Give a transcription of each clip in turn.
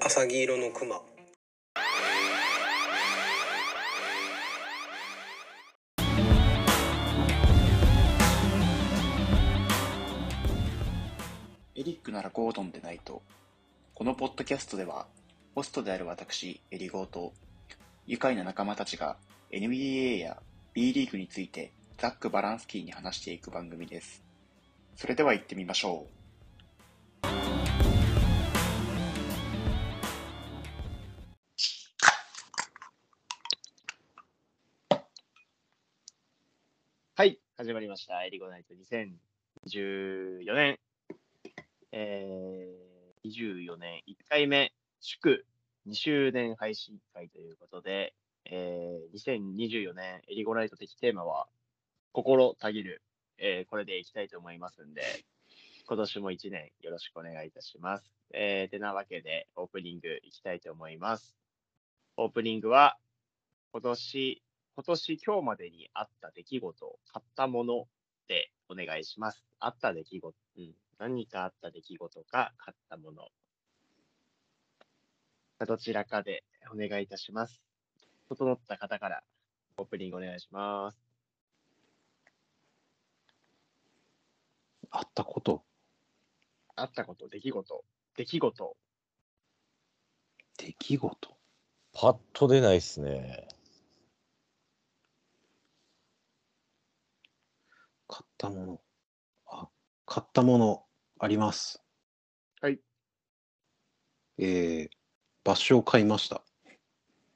はさぎ色のクマエリックならゴードンでないと。このポッドキャストでは、ホストである私、エリゴーと、愉快な仲間たちが NBA や B リーグについてざっくばらんすきーに話していく番組です。それでは行ってみましょう。はい、始まりました。エリゴナイト2014年、えー、24年1回目、祝2周年配信会ということで、えー、2024年エリゴナイト的テーマは、心たぎる、えーこれでいきたいと思いますんで、今年も1年よろしくお願いいたします。えー、てなわけで、オープニングいきたいと思います。オープニングは、今年、今年今日までにあった出来事、買ったものでお願いします。あった出来事、うん、何かあった出来事か買ったもの。どちらかでお願いいたします。整った方からオープニングお願いします。あったことあったこと、出来事、出来事。出来事パッと出ないっすね。買ったものあ買ったものありますはいえー、バッシュを買いました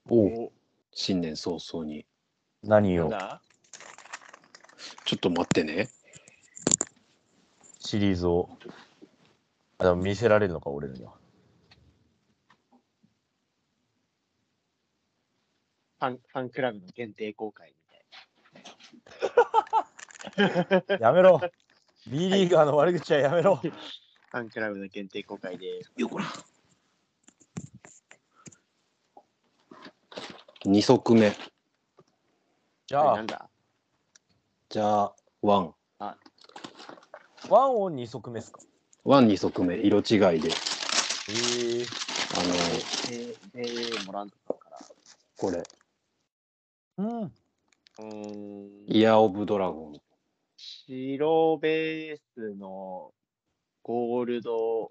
おうお新年早々に何なんをだちょっと待ってねシリーズを。あでも見せられるのか、俺らには。ファンファンクラブの限定公開みたいな。やめろ !B リーガーの悪口はやめろ、ファンクラブの限定公開です。よこら2足目じじゃなあん、だじゃあワンワンオン2足目っすかワン2足目色違いでえー、あので、で、モラントさんから。これうん。うーんイヤー・オブ・ドラゴン白ベースのゴールド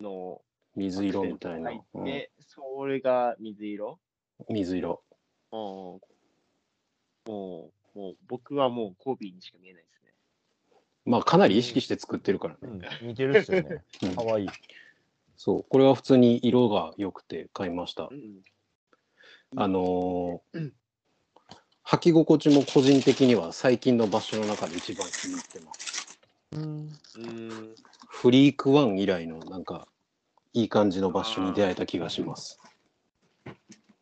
の水色みたいな、アクセントが入っうん、て、それが水色水色うん。もう、もう僕はもうコービーにしか見えないですね。まあかなり意識して作ってるからうね、ん、似てるっすよね。うんかわいい。そうこれは普通に色が良くて買いましたうん。あのー履き心地も個人的には最近の場所の中で一番気に入ってますうん。うん。フリークワン以来のなんかいい感じの場所に出会えた気がしますフ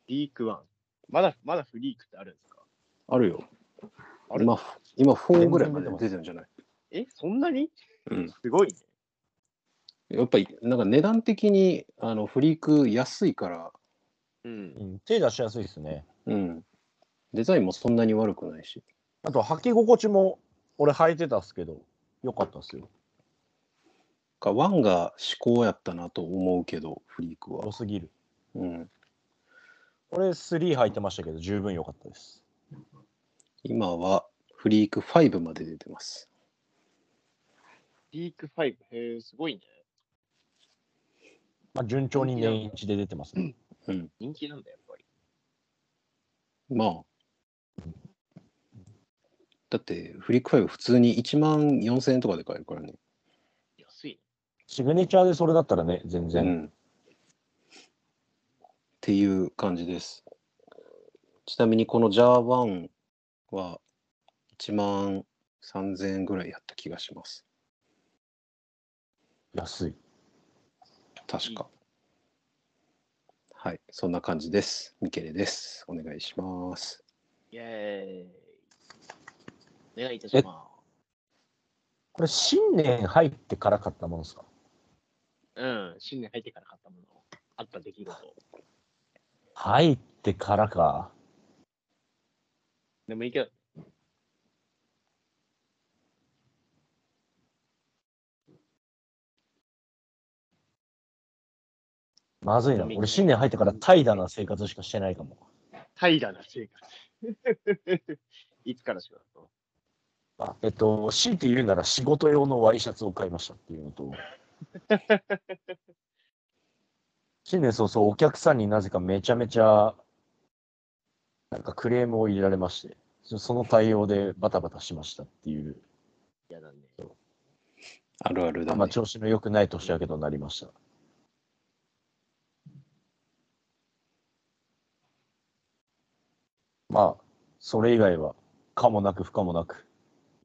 リークワン。まだ、まだフリークってあるんですかあるよあれ今フ今4ぐらいまで出てるんじゃない、え、そんなにうん、すごいね。やっぱりなんか値段的にあのフリーク安いからうんう。ん手出しやすいっすね。うんデザインもそんなに悪くないしあと、履き心地も、俺履いてたっすけど、よかったっすよ。かワンが至高やったなと思うけどフリークは良、すぎる。うん、俺、3履いてましたけど、十分良かったです。今はフリーク5まで出てますフリーク5。へえ、すごいね。まあ、順調に年一で出てますね。うん人気なんだ、やっぱり。まあだってフリーク5普通に1万4000円とかで買えるからね、安いね。シグネチャーでそれだったらね、全う然。ん、っていう感じですちなみにこのジャーワンは1万3000円ぐらいやった気がします安い。確か。はい、そんな感じです。ミケレです。お願いします。イェーイ。お願いいたします。これ、新年入ってから買ったものですかうん、新年入ってから買ったもの、あった出来事。入ってからか。でもいいけど、まずいな。俺、新年入ってから怠惰な生活しかしてないかも。平らな生活。いつからしようと。あえっと、強いて言うなら仕事用のワイシャツを買いましたっていうの と。新年早々、お客さんになぜかめちゃめちゃ、なんかクレームを入れられまして、そその対応でバタバタしましたっていう、嫌だね。あるあるだ、まあね。調子の良くない年明けとなりました。まあ、それ以外は、可もなく不可もなく、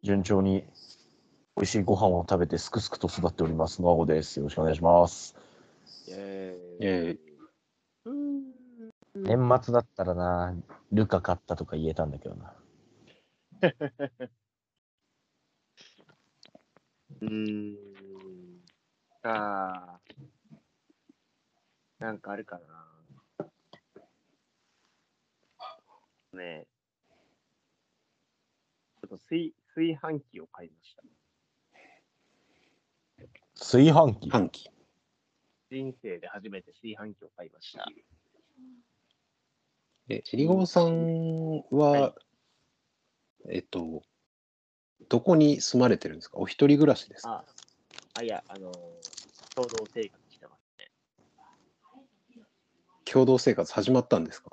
順調に美味しいご飯を食べてすくすくと育っております。ノアゴです。よろしくお願いします。えイェーイ年末だったらな、ルカ買ったとか言えたんだけどな。うーん。ああ。なんかあるかな。ねえ。ちょっと炊炊飯器を買いました。炊飯器半期。人生で初めて炊飯器を買いました。え、えりごさんはは、えっと、どこに住まれてるんですかお一人暮らしですあ、かあいや、あのー、共同生活してます。共同生活始まったんですか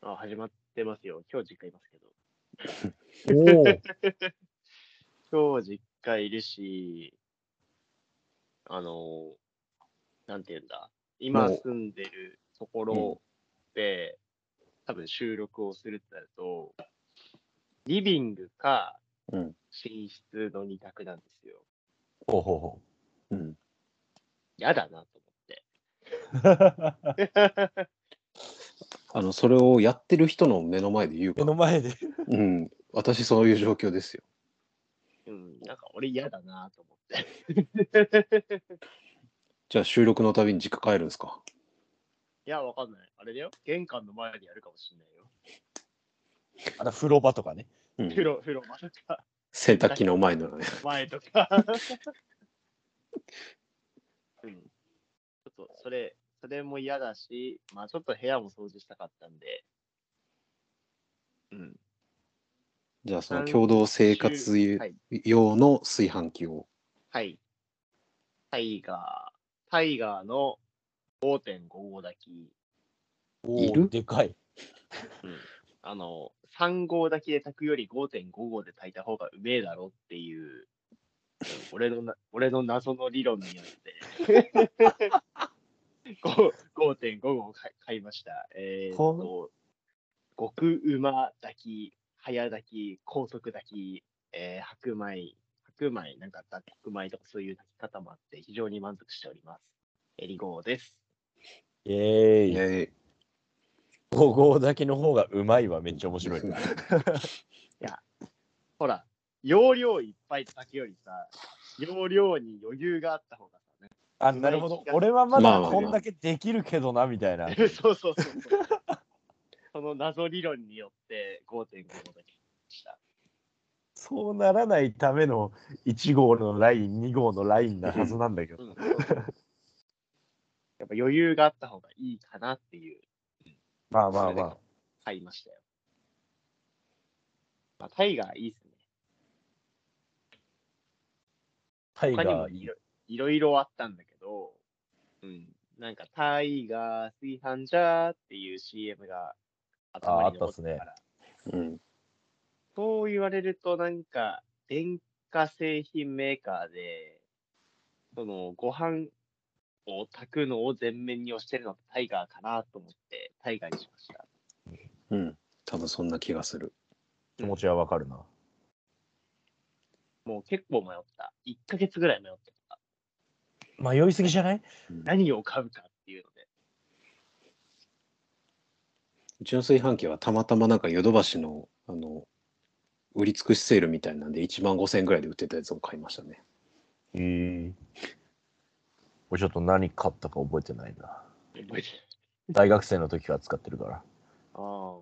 あ、始まってますよ。今日実家いますけど。おー今日実家いるし、あの、なんていうんだ、今もう住んでるところで、多分収録をするってなると、リビングかうん。寝室の二択なんですよ。ほうほうほう。うん。やだなと思って。あの、それをやってる人の目の前で言う目か。の前で。うん。私、そういう状況ですよ。うん、なんか俺嫌だなと思って。 じゃあ、収録のたびに実家帰るんですかいや、わかんない。あれだよ。玄関の前でやるかもしれないよ。あの風呂場とかね。うん風。呂、風呂、まさか。洗濯機の前のね。前とか。うん。ちょっと、それ、それも嫌だし、まあちょっと部屋も掃除したかったんで。うん。じゃあ、その共同生活はい。用の炊飯器を。はい。タイガー、タイガーの5.5号炊き。おいーるでかい。あの、3号炊きで炊くより5.5号で炊いた方がうめえだろっていう、うん俺のな、 俺の謎の理論によって、5 5.5号を買い買いました。えーっと、極うま炊き、早炊き、高速炊き、えー白米、白米、なんか脱穀米とかそういう炊き方もあって、非常に満足しております。エリゴーです。イェーイ。え五合炊きの方がうまいわ。めっちゃ面白い。ほら、容量いっぱい炊くよりさ、容量に余裕があった方がさ、ね、あ、なるほど。俺はままあだまあこんだけできるけどな、みたいな。 そうそうそうそう。その謎理論によって5.5だけでした。そうならないための1号のライン、2号のラインなはずなんだけど。うん、やっぱ余裕があった方がいいかなっていう、まあまあまあ。買いましたよ。まあ、タイガーいいっすね。タイ他にガもーいいいろいろいろあったんだけど、うん、なんかタイガー炊飯ジャーっていう CM が頭に残ってああったっすねから。えうん。そう言われると、なんか、電化製品メーカーで、その、ご飯を炊くのを全面に押してるのってタイガーかなと思って、タイガーにしました。うん。多分そんな気がする。気持ちはわかるな。もう結構迷った。1ヶ月ぐらい迷ってた。迷いすぎじゃない何を買うかっていうので。うちの炊飯器はたまたまなんかヨドバシの、あの、売り尽くしセールみたいなんで1万5000円ぐらいで売ってたやつを買いましたね。ええ。俺ちょっと何買ったか覚えてないな。覚えてない大学生の時から使ってるから。ああ。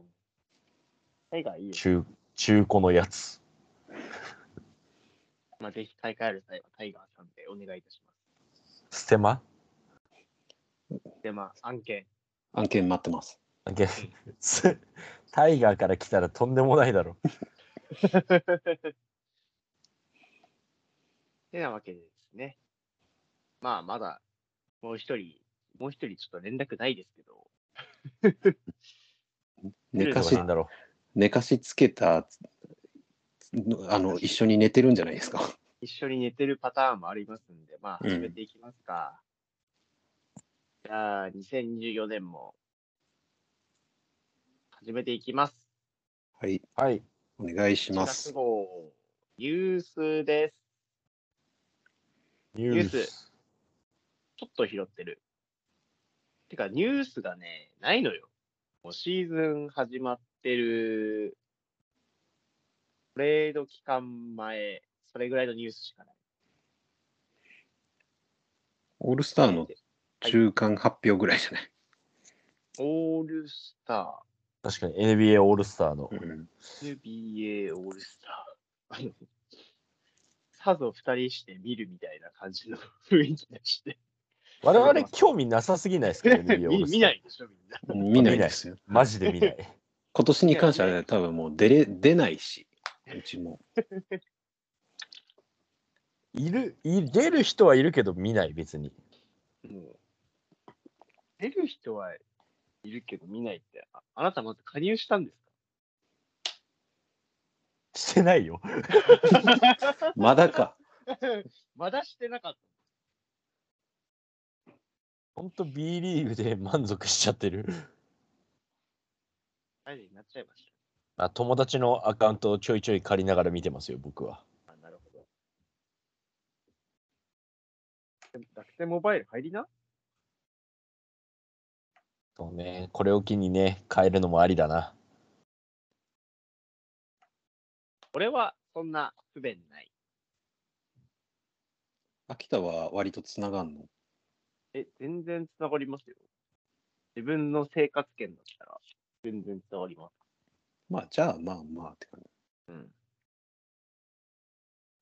タイガーいいよ。中、中古のやつ。まあ、ぜひ買い替える際はタイガーさんでお願いいたします。ステマで、まあ、案件。案件待ってます。す タイガーから来たらとんでもないだろ。てなわけでですね。まあ、まだ、もう一人、もう一人ちょっと連絡ないですけど、寝どかうしなんだろ寝かしつけたあの一緒に寝てるんじゃないですか。 一緒に寝てるパターンもありますんで、まあ、うん始めていきますか。じゃあ、2014年も、始めていきます。はい、う。はい。お願いしま4月す。号、ニュースです。ニュース。ちょっと拾ってる。てか、ニュースがね、ないのよ。もうシーズン始まってる、トレード期間前、それぐらいのニュースしかない。オールスターの中間発表ぐらいじゃない。オールスタ確かに NBA オールスターの。うんー、NBA オールスター。あのさぞ二人して見るみたいな感じの雰囲気だして。我々興味なさすぎな いですか ?NBA オ見ールスター。見ないでしょ、みんな。見ないですよ。マジで 見ない。今年に関してはね、多分もう出れ出ないし、うちも。いる、い出る人はいるけど見ない、別に。もう出る人はいるけど見ないって、ああなたまず加入したんですかしてないよ。まだか。 まだしてなかっほんと B リーグで満足しちゃってる。た。大事になっちゃいましあ友達のアカウントをちょいちょい借りながら見てますよ、僕は。た。あなるほど。でも楽天モバイル入りなそうね、これを機にね、変えるのもありだな。俺はそんな不便ない。秋田は割とつながんの。え、全然つながりますよ。自分の生活圏だったら、全然つながります。まあ、じゃあまあまあって感じ。うん。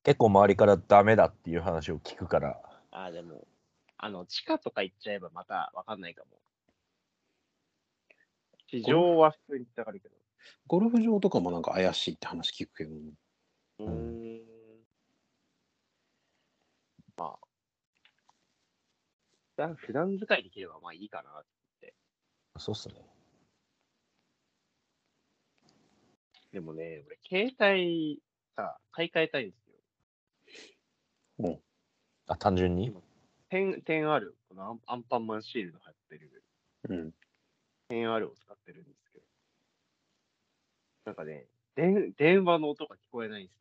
結構周りからダメだっていう話を聞くから。ああ、でも、あの、地下とか行っちゃえばまたわかんないかも。地上は普通につながるけど。ゴルフ場とかもなんか怪しいって話聞くけど、うーんん。まあ。普段使いできればまあいいかな。そうっすね。でもね、俺、携帯さ、買い替えたいんですよ。あ、単純に点、点ある、このアンアンパンマンシールド貼ってる、うん、点あるを使ってるんですけど。なんかね、電電話の音が聞こえないんで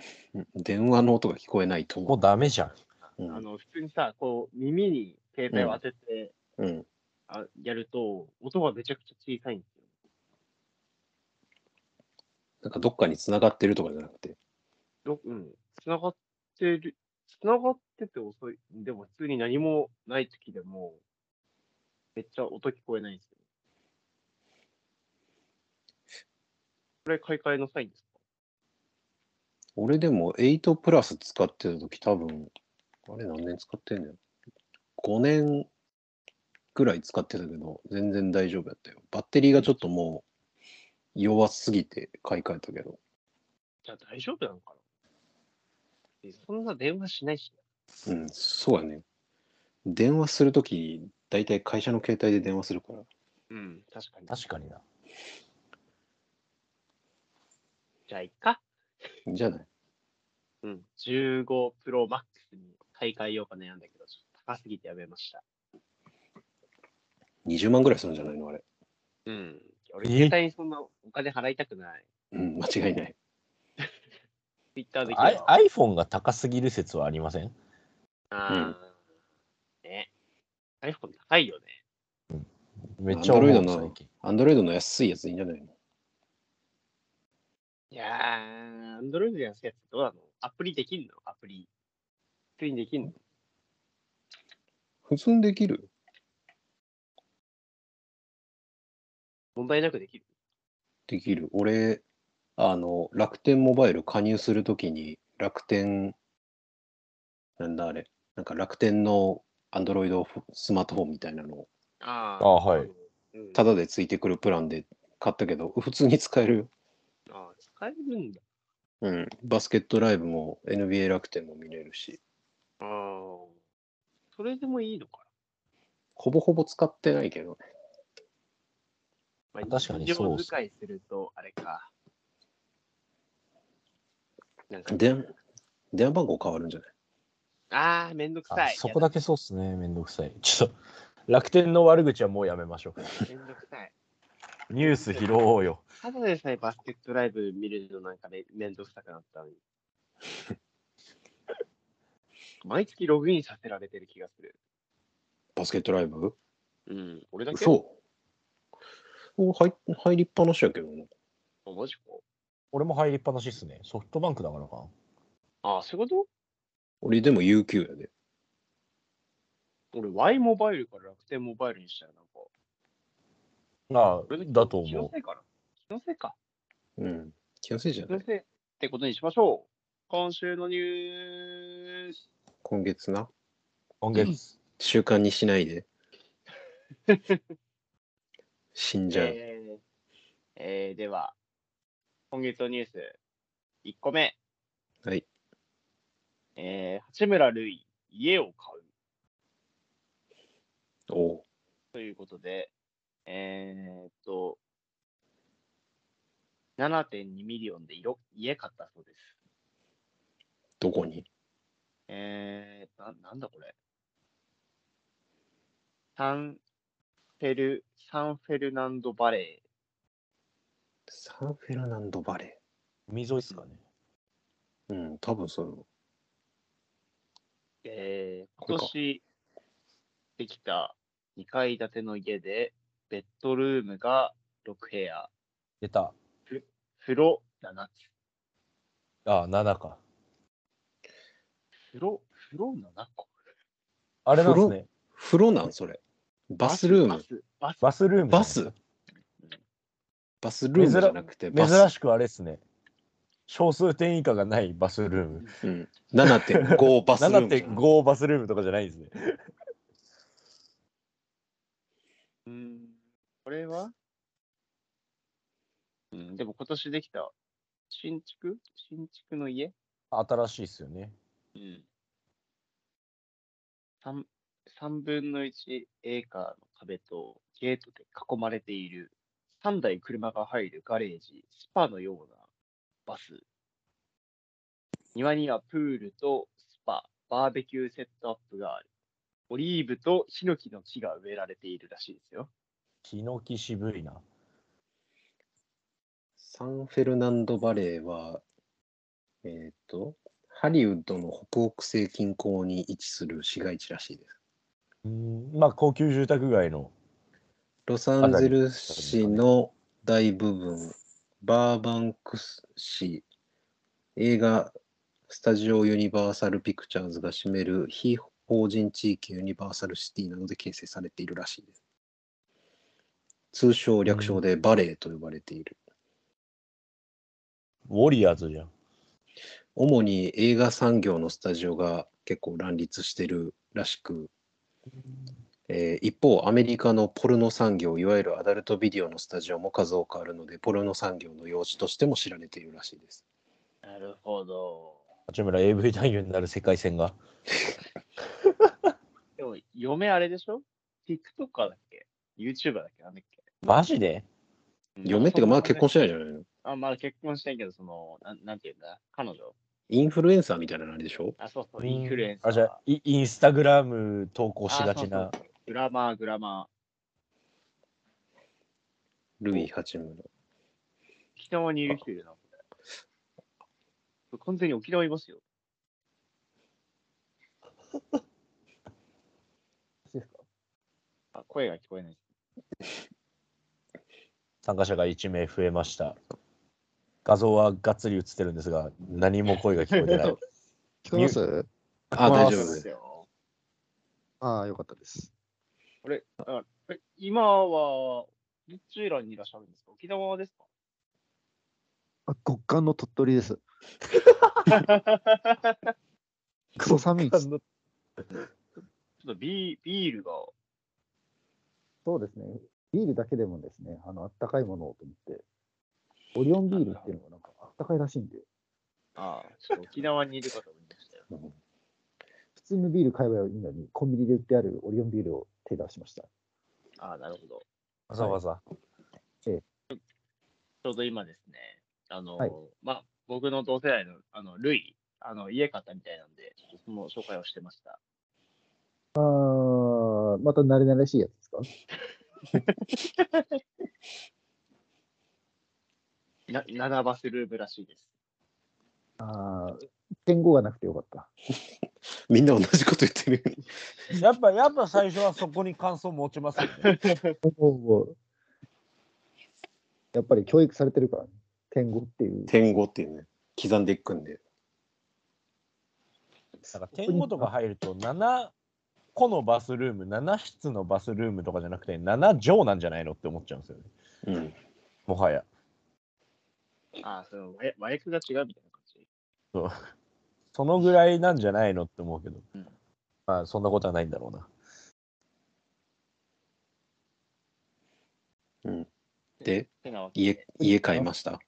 すよ。電話の音が聞こえないとも思うダメじゃん。う。うんあの、普通にさ、こう、耳に携帯を当てて、うん、あやると、音がめちゃくちゃ小さいんですよ。なんかどっかに繋がってるとかじゃなくて、どうん、つながってる、つながってて遅い。でも普通に何もない時でも、めっちゃ音聞こえないんですよ。これ買い替えのサインですか俺でも8プラス使ってた時多分、あれ何年使ってんだよ。5年ぐらい使ってたけど、全然大丈夫だったよ。バッテリーがちょっともう弱すぎて買い替えたけど。じゃあ大丈夫なのかなえそんな電話しないし。うん、そうやね。電話するとき、大体会社の携帯で電話するから。うん、確かに。確かにな。じゃあいっか。いいんじゃないうん、15 Pro Max に買い替えようか悩んだけど、ちょっと高すぎてやめました。 20万ぐらいするんじゃないのあれ。うん。俺、え携帯にそんなお金払いたくない。うん、間違いない。 Twitter できアれイば iPhone が高すぎる説はありませんああ、ね。iPhone 高いよね。めっちゃ思 Android うの最近。アンドロイドの安いやつでいいんじゃないのいやー、Android のやつやつどうなのアプリできんのアプリ。普通にできんの普通にできる問題なくできる。できる。俺、あの、楽天モバイル加入するときに、楽天、なんだあれ、なんか楽天のアンドロイドスマートフォンみたいなのをああはい。うんタダでついてくるプランで買ったけど普通に使えるよ、あ使えるんだ。うん、バスケットライブも NBA 楽天も見れるしああ。それでもいいのかほぼほぼ使ってないけどな。ねま確かにそうっ日常す使いすると、あれか。なんか電電話番号変わるんじゃないああ、めんどくさあい。そこだけそうっすね。めんどくさい。ちょっと、楽天の悪口はもうやめましょやだ。めんどくさい。う。ニュース拾おうよ。ただでさえバスケットライブ見るのなんかめめんどくさくな ったのに。毎月ログインさせられてる気がする。バスケットライブうん。俺だけそうお入入りっぱなしやけどなう。あマジか。俺も入りっぱなしっすね。ソフトバンクだからかな。ああ、そういうこ俺でも UQ やでと俺 Y モバイルから楽天モバイルにしたよ。なんか。ああ俺の気だと気の思うせ。いかな。気のせいか。うん気のせいじゃ気なのいせいってことにしましょう。今週のニュース。今月な今月。習慣にしないで死んじゃう、えーえーでは、今月のニュース、1個目。はい。えー、八村塁、家を買うおうということで、えーっと、7.2ミリオンで色家買ったそうです。どこにえー、ななんだこれ。サンフェル、サンフェルナンドバレサンフェルナンドバレ海沿いっすかね。ーうん多分そうー。えー、これ今か年できた2階建ての家で、ベッドルームが6部屋、出た。風呂7つ。ああ、7か。風呂、風呂7個あれなんですね。風呂なんそれバスルーバムス、バス。バスルームじゃなバいですスバか。スルームじゃなくてバス珍しくあれですね。少数点以下がないバスルーム。うん、7.5バスルームじゃない7.5バスルームとかじゃないんですね。うーん、これはうん、でも今年できた新築新築の家新しいっすよね。うん。三三分の一エーカーの壁とゲートで囲まれている三台車が入るガレージ、スパのようなバス。庭にはプールとスパ、バーベキューセットアップがある。オリーブとヒノキの木が植えられているらしいですよ。ヒノキ渋いな。サンフェルナンドバレーは、えっ、と、ハリウッドの北北西近郊に位置する市街地らしいです。うん、まあ高級住宅街の。ロサンゼルス市の大部分、バーバンクス市、映画スタジオユニバーサル・ピクチャーズが占める非法人地域ユニバーサル・シティなどで形成されているらしいです。通称略称でバレーと呼ばれている。ウォリアーズじゃん。主に映画産業のスタジオが結構乱立してるらしく、えー一方アメリカのポルノ産業いわゆるアダルトビデオのスタジオも数多くあるのでポルノ産業の用紙としても知られているらしいですなるほど。八村 AV 男優になる世界線が。でも、嫁あれでしょ ?TikToker だっけ ?YouTuber だっけなんだっけマジで嫁っていうかまだ結婚ししてないじゃないのあ、まだ結婚してんけど、その、なんなんていうんだ、彼女。インフルエンサーみたいなのあれでしょあ、そうそう、インフルエンサー。あ、じゃあ、イインスタグラム投稿しがちあ。なそうそうグラマー、グラマー。ルイ・ハチムロ沖縄にいる人いるな、これ。これ完全に沖縄いますよ。あ、声が聞こえない。参加者が1名増えました。画像はがっつり映ってるんですが、何も声が聞こえ てない。聞こえますあ大丈そうで夫ですすよ。ああ、よかったです。え今は、どちらにいらっしゃるんですか沖縄ですかあ極寒の鳥取です。クソ寒いです。ょっとビビールが、そうですね。ビールだけでもですね、あの、あったかいものをと思って、オリオンビールっていうのがなんかあったかいらしいんで、ああ、ちょっと沖縄にいる方もいましたよ。うん普通のビール買えばいいのに、コンビニで売ってあるオリオンビールを手出しました。ああ、なるほど。わざわざ。ちょうど今ですね、あの、はいまあ、僕の同世代の、あの、ルイ、あの、家買ったみたいなんで、ちょっとその紹介をしてました。あー、また慣れ慣れしいやつですかな、7バスルームらしいです。あー、言語がなくてよかった。みんな同じこと言ってる。やっぱ、やっぱ最初はそこに感想持ちますよね。もうもうやっぱり教育されてるからね。言語っていう。点語っていうね、刻んでいくんで。なんか、点語とか入ると、7個のバスルーム、7室のバスルームとかじゃなくて、7畳なんじゃないのって思っちゃうんですよね。うん。もはや。ああ、その、和訳和訳が違うみたいな感じ。そのぐらいなんじゃないのって思うけどうん。まあ、そんなことはないんだろうな。で、てなわけ家で、、家買いました。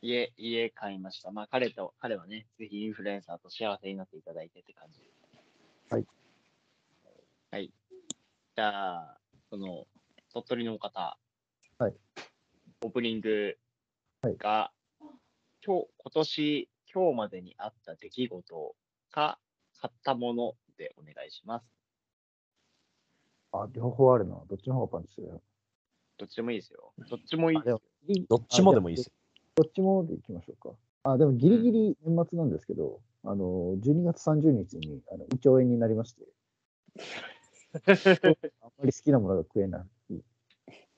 家、家買いました。まあ、彼と、彼はね、ぜひインフルエンサーと幸せになっていただいてって感じです。はい。はい。じゃあ、その、鳥取のお方、はい。オープニングはいが、今日、今年、今日までにあった出来事か、買ったものでお願いします。あ、両方あるな。どっちの方がパンチするどっちでもいいですよ。どっちもいいですよ。どっちもでもいいですよ。どっちもでいきましょうか。あ、でもギリギリ年末なんですけど、あの、12月30日にあの胃腸炎になりまして、あんまり好きなものが食えないって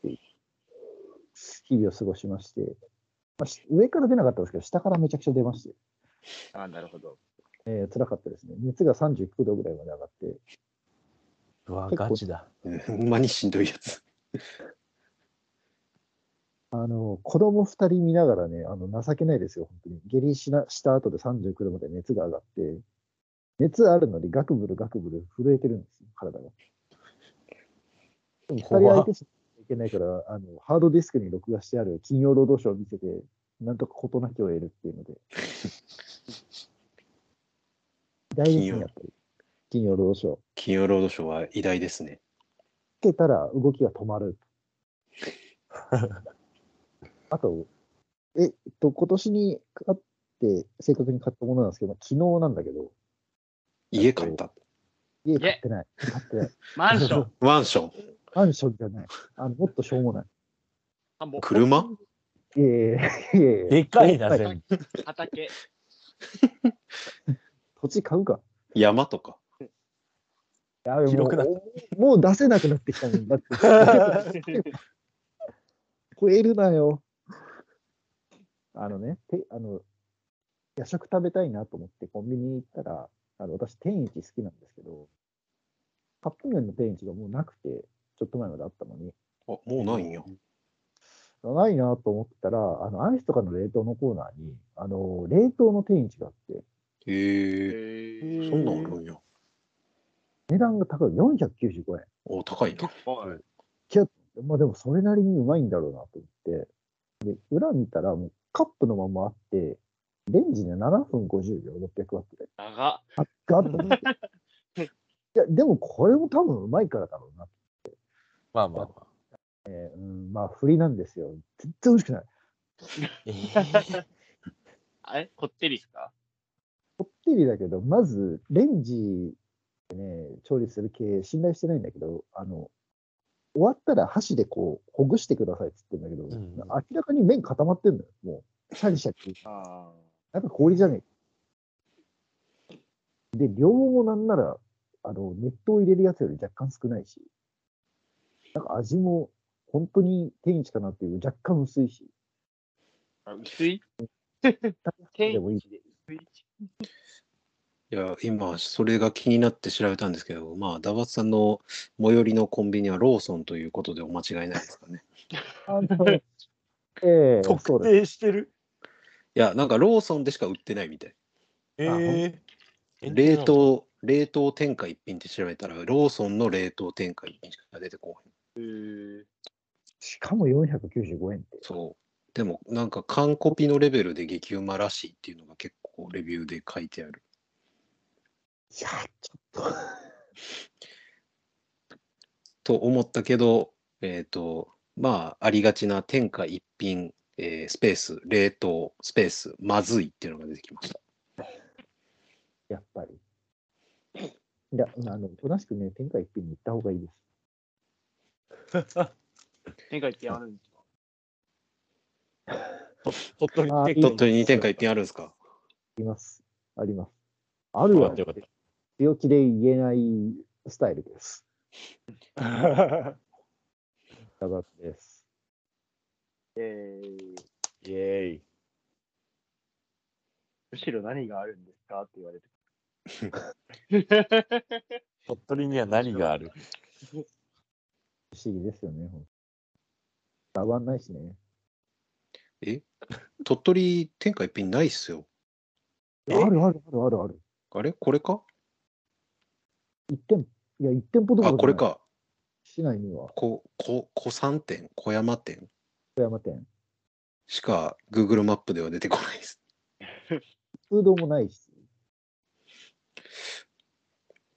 いう日々を過ごしまして、まあし上から出なかったんですけど、下からめちゃくちゃ出まして、ああ、なるほど。えー辛かったですね。熱が39度ぐらいまで上がって、うわ、結構ガチだ。うんほんまにしんどいやつ。あの、子供2人見ながらね、あの、情けないですよ、本当に。下痢しなした後で39度まで熱が上がって、熱あるのにガクブルガクブル震えてるんですよ、体が。でも2人怖っ相手しないといけないから、あの、ハードディスクに録画してある金曜ロードショーを見せて、なんとか事なきを得るっていうので。大事ですね、やっぱり。金曜ロードショー。金曜ロードショーは偉大ですね。つけたら動きが 止まる。あと、えっと、今年に買って、正確に買ったものなんですけど、昨日なんだけど、家買った。家買ってない。買ってない。マンシ ョン、マンション。マンションじゃない。あのもっとしょうもない。田んぼ、車いえいえいえいえ。でかいな、はい全部。 畑、 土土地買うか。山とか。やべ広くなっもうもう出せなくなってきた もんだって。超えるなよ。あのね、てあの夜食食べたいなと思ってコンビニに行ったら、あの私、天一好きなんですけど、カップ麺の天一がもうなくて、ちょっと前まであったのに、あ、もうないんや。ないなと思ったら、あのアイスとかの冷凍のコーナーに、あの冷凍の天一があって、へえ。えそんなんあるんや。値段が高い、495円。お、高いな。はい。まあでもそれなりにうまいんだろうなと思って、で裏見たらもうカップのままあって、レンジで7分50秒、600ワットで。長っ。ガッと出て いや、でもこれも多分うまいからだろうな。まあまあまあ。えーうん、まあ振りなんですよ。全然美味しくない。えーあれこってりですかこってりだけど、まずレンジでね、調理する系信頼してないんだけど、あの、終わったら箸でこう、ほぐしてくださいって言ってんだけうど、ん明らかに麺固まってんのよ。もう、シャリシャリ。あやっぱ氷じゃねえ。で、量もなんなら、あの、熱湯を入れるやつより若干少ないし、なんか味も本当に天一かなっていう若干薄いし、あ。薄い天でもいい一でいや、今、それが気になって調べたんですけど、まあ、ダバツさんの最寄りのコンビニはローソンということでお間違いないですかね。あの、 ええそ う特です。定してる。いや、なんかローソンでしか売ってないみたい。えー冷。凍冷凍天下一品って調べたら、ローソンの冷凍天下一品しか出てこない。しかも495円って。そう。でも、なんか、完コピのレベルで激うまらしいっていうのが結構レビューで書いてある。いや、ちょっと。と 思ったけど、えっ、と、まあ、ありがちな天下一品、えースペース、冷凍、スペース、まずいっていうのが出てきました。やっぱり。いや、あの、おとなしくね、天下一品に行った方がいいです。天下一品あるんですか 鳥取あいいね鳥取に天下一品あるんですかあります。あるよわかっ。たよかっ強気で言えないスタイルです。た。だがです。イェーイ。むしろ何があるんですかって言われて。鳥取には何がある不思議ですよね、ほんと。変わんないしね。え鳥取天下一品ないっすよ。あるあるあるあるある。あれこれか一店いや、一店舗どころじゃなあ、いこれ。か。市内には、こ、こ、小山店、小山店富山店。しか Google マップでは出てこないです。通道もないし。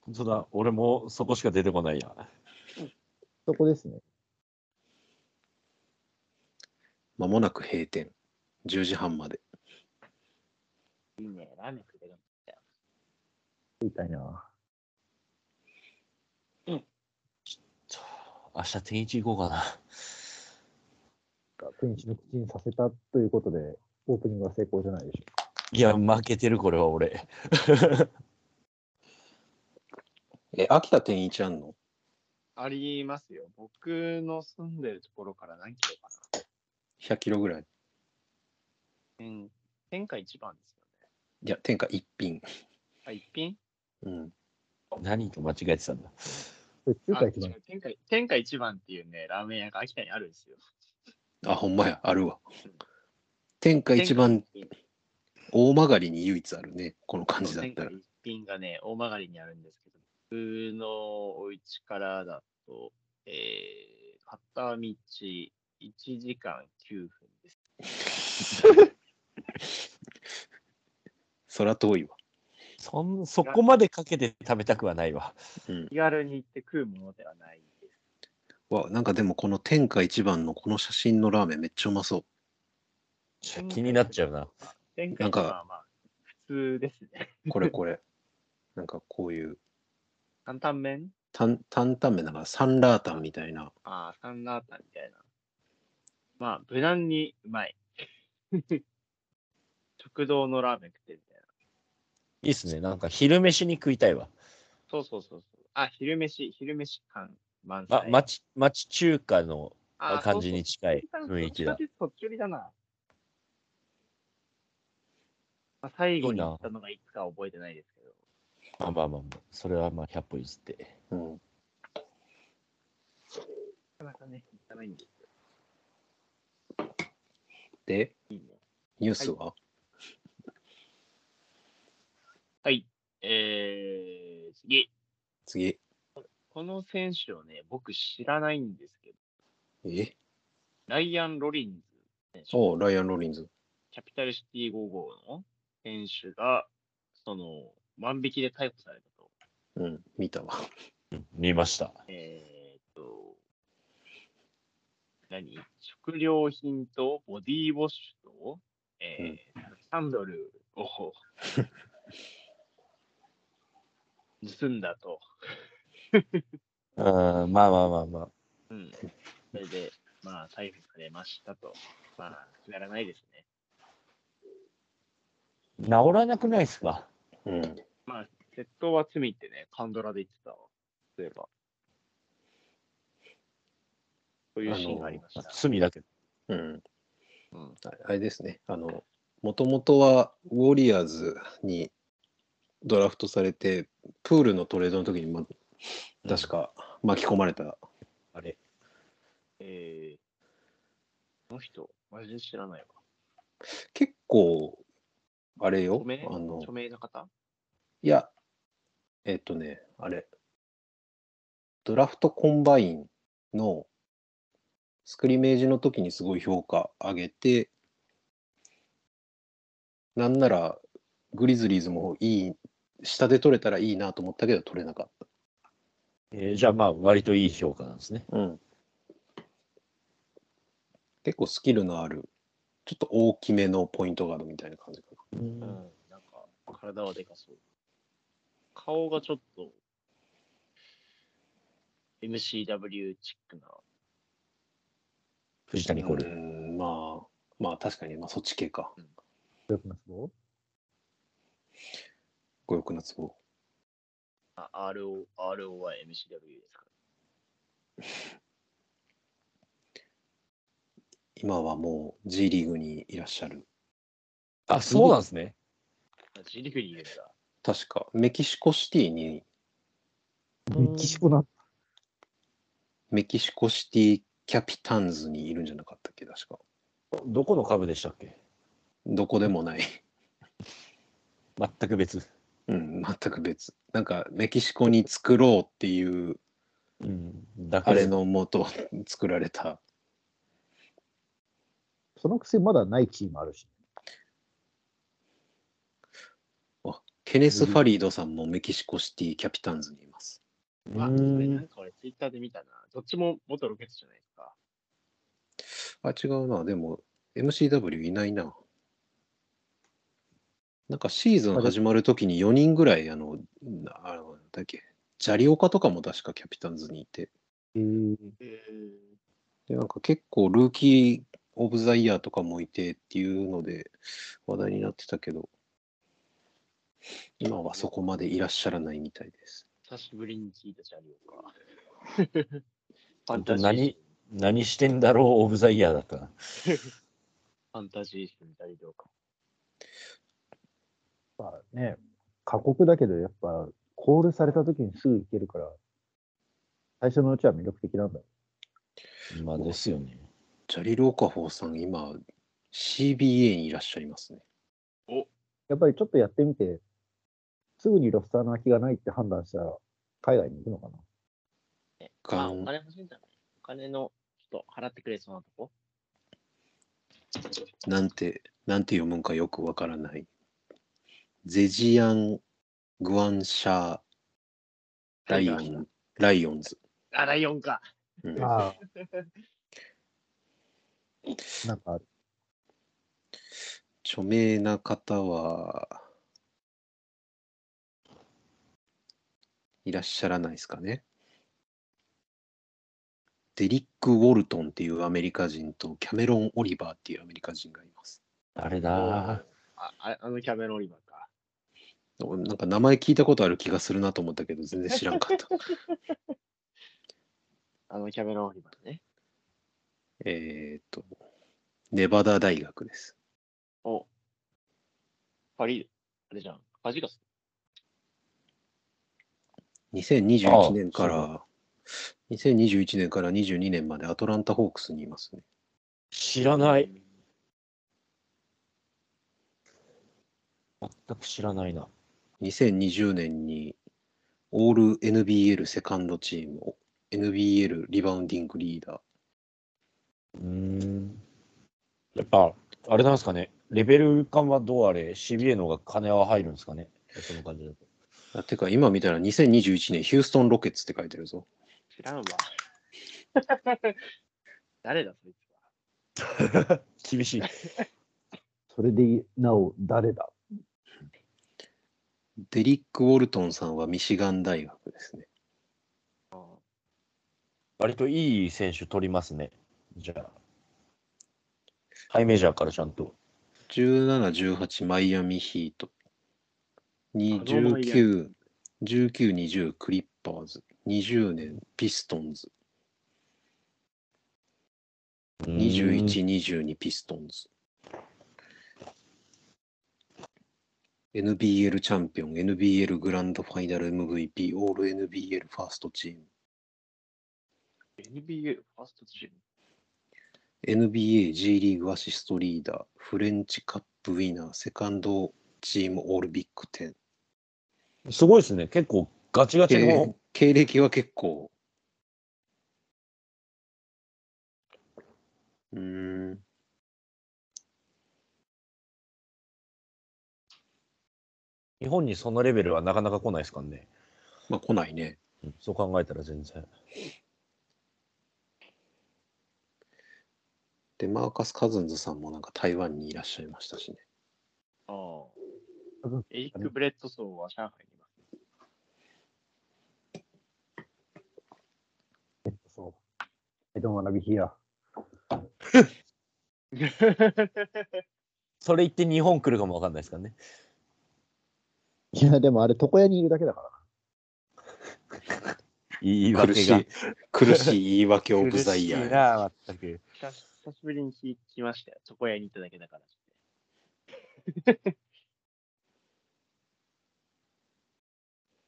本当だ、俺もそこしか出てこないや。そこですね。まもなく閉店。10時半まで。いいね、ラーメン食べる。みたいな。明日天一行こうかな。天使の口にさせたということで、オープニングは成功じゃないでしょうか。いや、負けてる、これは俺。え、秋田天一あんのありますよ。僕の住んでるところから何キロか ?100 キロぐらい。な。天天下一番ですよね。いや、天下一品。あ、一品うん。何と間違えてたんだ。それ中あ華一番違う天下天下一番っていうね、ラーメン屋が秋田にあるんですよ。あ、ほんまや、あるわ。天下一番天下大曲がりに唯一あるね、この感じだっ天た下ら。一品がね、大曲がりにあるんですけど、僕のお家からだと、えー、片道1時間9分です。そら遠いわ。そんそこまでかけて食べたくはないわ。気軽に行って食うものではないです。わ、なんかでもこの天下一番のこの写真のラーメンめっちゃうまそう。気になっちゃうな。天下一番はまあ、普通ですね。 これこれ。なんかこういう担々麺担担々麺だからサンラータンみたいな。ああ、サンラータンみたいな。まあ、無難にうまい。 食堂のラーメン食ってるみたいな。いいっすね。なんか昼飯に食いたいわ。そうそうそうそう。あ、昼飯、昼飯感満載ま、。町、町中華のあ感じに近い雰囲気だ。そうそうそっち寄りだな。まあ、最後に行ったのがいつかは覚えてないですけど。まあまあまあまあ、それはまあ100歩譲って。うん。なかなかね、行かないんで。で、いいね。ニュースは、はい。えー、次。次。この選手をね、僕知らないんですけど、えライアン・ロリンズ選手。おうライアン・ロリンズ。キャピタルシティ55の選手が、その、万引きで逮捕されたと。うん、見たわ。見ました。えーっと、何食料品とボディウォッシュと、えーサンドルを盗んだと。うん、まあまあまあまあ。うん。それで、まあ、逮捕されましたと。まあ、くだらないですね。治らなくないっすかうん。まあ、窃盗は罪ってね、カンドラで言ってたわ。そういえば。そういうシーンがありました。罪だけど。うん。うんああれですね。あの、もともとはウォリアーズにドラフトされて、プールのトレードの時に、ま、確か巻き込まれた。あれ。えー、この人、マジで知らないわ。結構、あれよ著名、あの著、名な方いや、えっとね、あれ、ドラフトコンバインのスクリメージの時にすごい評価上げて、なんならグリズリーズもいい、下で取れたらいいなと思ったけど取れなかっえーじゃあまあ、割といい評価なんですね。た。うん。結構スキルのある、ちょっと大きめのポイントガードみたいな感じかうん、なんか、体はでかそう。顔がちょっと、MCW チックな。藤田な。ニコうル。ん、まあ、まあ確かに、まあそっち系か。よくなつぼごよくなつぼ。あ RO、RO は MCW ですか今はもう G リーグにいらっしゃる。あ、そうなんですね。ら。あジリフにいるんだ。確か、メキシコシティに、メキシコな、メキシコシティキャピタンズにいるんじゃなかったっけ、確か。どこの株でしたっけどこでもない。 全く別。うん、全く別。なんか、メキシコに作ろうっていう、うん。だあかられのもと作られた。そのくせまだないチームあるし。ケネス・ファリードさんもメキシコシティキャピタンズにいます。あ、それなんか俺ツイッターで見たな。どっちも元ロケットじゃないですか。あ、違うな。でも、MCW いないな。なんか、シーズン始まるときに4人ぐらい、あの、なあの、なんだっけ、ジャリオカとかも確かキャピタンズにいて。えー、えで、なんか結構ルーキー・オブ・ザ・イヤーとかもいてっていうので話題になってたけど、今はそこまでいらっしゃらないみたいです。久しぶりに聞いたじゃんよか。ファ本ンタ当ジー何、何してんだろう、オブザイヤーだったな。ファンタジー誌みたいなか。まあね、過酷だけど、やっぱ、コールされた時にすぐ行けるから、最初のうちは魅力的なんだよ。まあですよね。ジャリル・オカホーさん、今、CBA にいらっしゃいますね。やっぱりちょっとやってみて、すぐにロスターの空きがないって判断したら、海外に行くのかな。あ、ガンお金欲しいんだね。お金の、ちょっと払ってくれそうなとこ。なんて、なんて読むんかよくわからない。ゼジアン・グアンシャー・ライオン、ライオンズ。あ、ライオンか。うんああ。 なんか、著名な方はいらっしゃらないですかね。デリック・ウォルトンっていうアメリカ人とキャメロン・オリバーっていうアメリカ人がいます。あれだ。あ、ああのキャメロン・オリバーか。俺なんか名前聞いたことある気がするなと思ったけど全然知らん かった。あのキャメロン・オリバーね。えーっと、ネバダ大学です。お。パリ、あれじゃん。ファジカス。 2021年から、2021年から22年までアトランタ・ホークスにいますね。知らない。全く知らないな。 2020年にオール NBL セカンドチーム、NBL リバウンディングリーダー。うーん。やっぱ、あれなんですかね。レベル感はどうあれ、CBA の方が金は入るんですかね。その感じだと。あてか今見たら2021年ヒューストンロケッツって書いてるぞ。知らんわ。 誰だ、そいつは。厳しい。それでなお誰だデリック・ウォルトンさんはミシガン大学ですね。割といい選手取りますね。じゃあ。ハイメジャーからちゃんと。 17、18マイアミヒート。にあのマイアミ19、19、20クリッパーズ。20年ピストンズ。21、22ピストンズ。NBL チャンピオン、NBL グランドファイナル MVP、オール NBL ファーストチ NBA ファーストチーム。ーム、NBA G リーグアシストリーダー、フレンチカップウィナー、セカンドチームオールビッグ10。すごいですね。結構ガチガチ経の、経歴は結構。うーん。日本にそのレベルはなかなか来ないですからね。まあ来ないね。うんそう考えたら全然。で、マーカス・カズンズさんもなんか台湾にいらっしゃいましたしね。あ多分あ。エリック・ブレッドソーは上海にいます。そう。I don't wanna be here. それ言って日本来るかもわかんないですからね。いや、でもあれ、床屋にいるだけだから。言い苦訳しがい。、苦しい言い訳オブザイヤ苦しいー。な、全く。久し久しぶりに聞きましたよ。床屋に行っただけだから。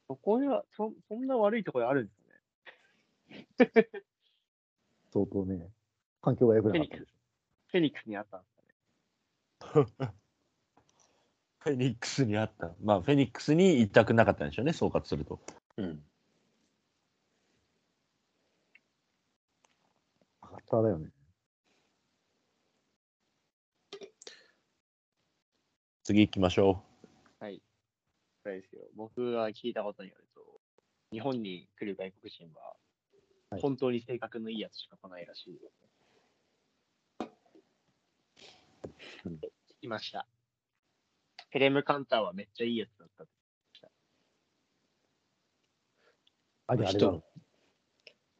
床屋、 そそんな悪いところあるんですね。相当ね、環境が良くなかったんでしフェニックスにあったんですかね。フェニックスにあった。まあ、フェニックスにいたくなかったんでしょうね、総括すると。うん。ょ。バカターだよね。次行きましょそうですよ。僕が聞いたことによると、日本に来る外国人は、本当に性格のいいやつしか来ないらしいですね。うん聞きました。ヘレム・カンターはめっちゃいいやつだったって。あれ、あれだろ人。、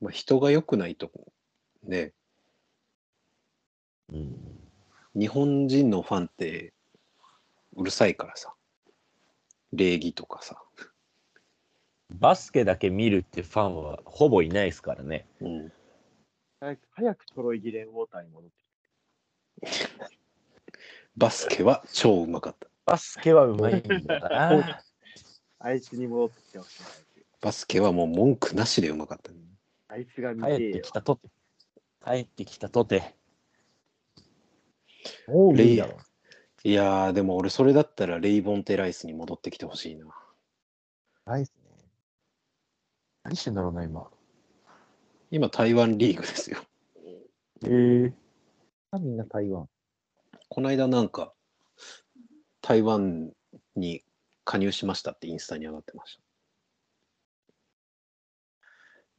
まあ、人が良くないと、ね、う。うん、日本人のファンってうるさいからさ。礼儀とかさ。バスケだけ見るってファンはほぼいないですからね。うん。早く早くトロイ・ギレン・ウォーターに戻ってバスケは超うまかった。バスケはうまいんだ な。あいつに戻ってきてほしいな。バスケはもう文句なしでうまかった、ね。あいつが見て帰っえてよ。きたとて。帰ってきたとて。もう無理だろ。いやー、でも俺それだったらレイボンテライスに戻ってきてほしいな。ないっすね。何してんだろうな、今。今台湾リーグですよ。えー、あみんな台湾。この間なんか台湾に加入しましたってインスタに上がってました。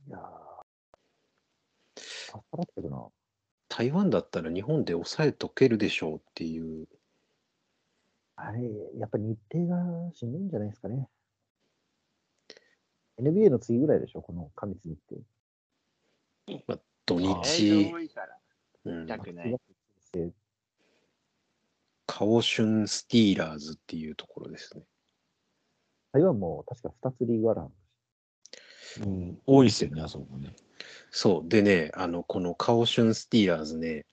いやー。あっさらってくな。台湾だったら日本で抑えとけるでしょうっていう。あれ、やっぱ日程がしんどいんじゃないですかね。NBA の次ぐらいでしょ、この過密日程。土大日丈、多いから。うん、痛くない。カオシュン・スティーラーズっていうところですね。台湾も確か2つリーグあるはずうん、多いっすよね、あそこね。そう。でね、あの、このカオシュン・スティーラーズね、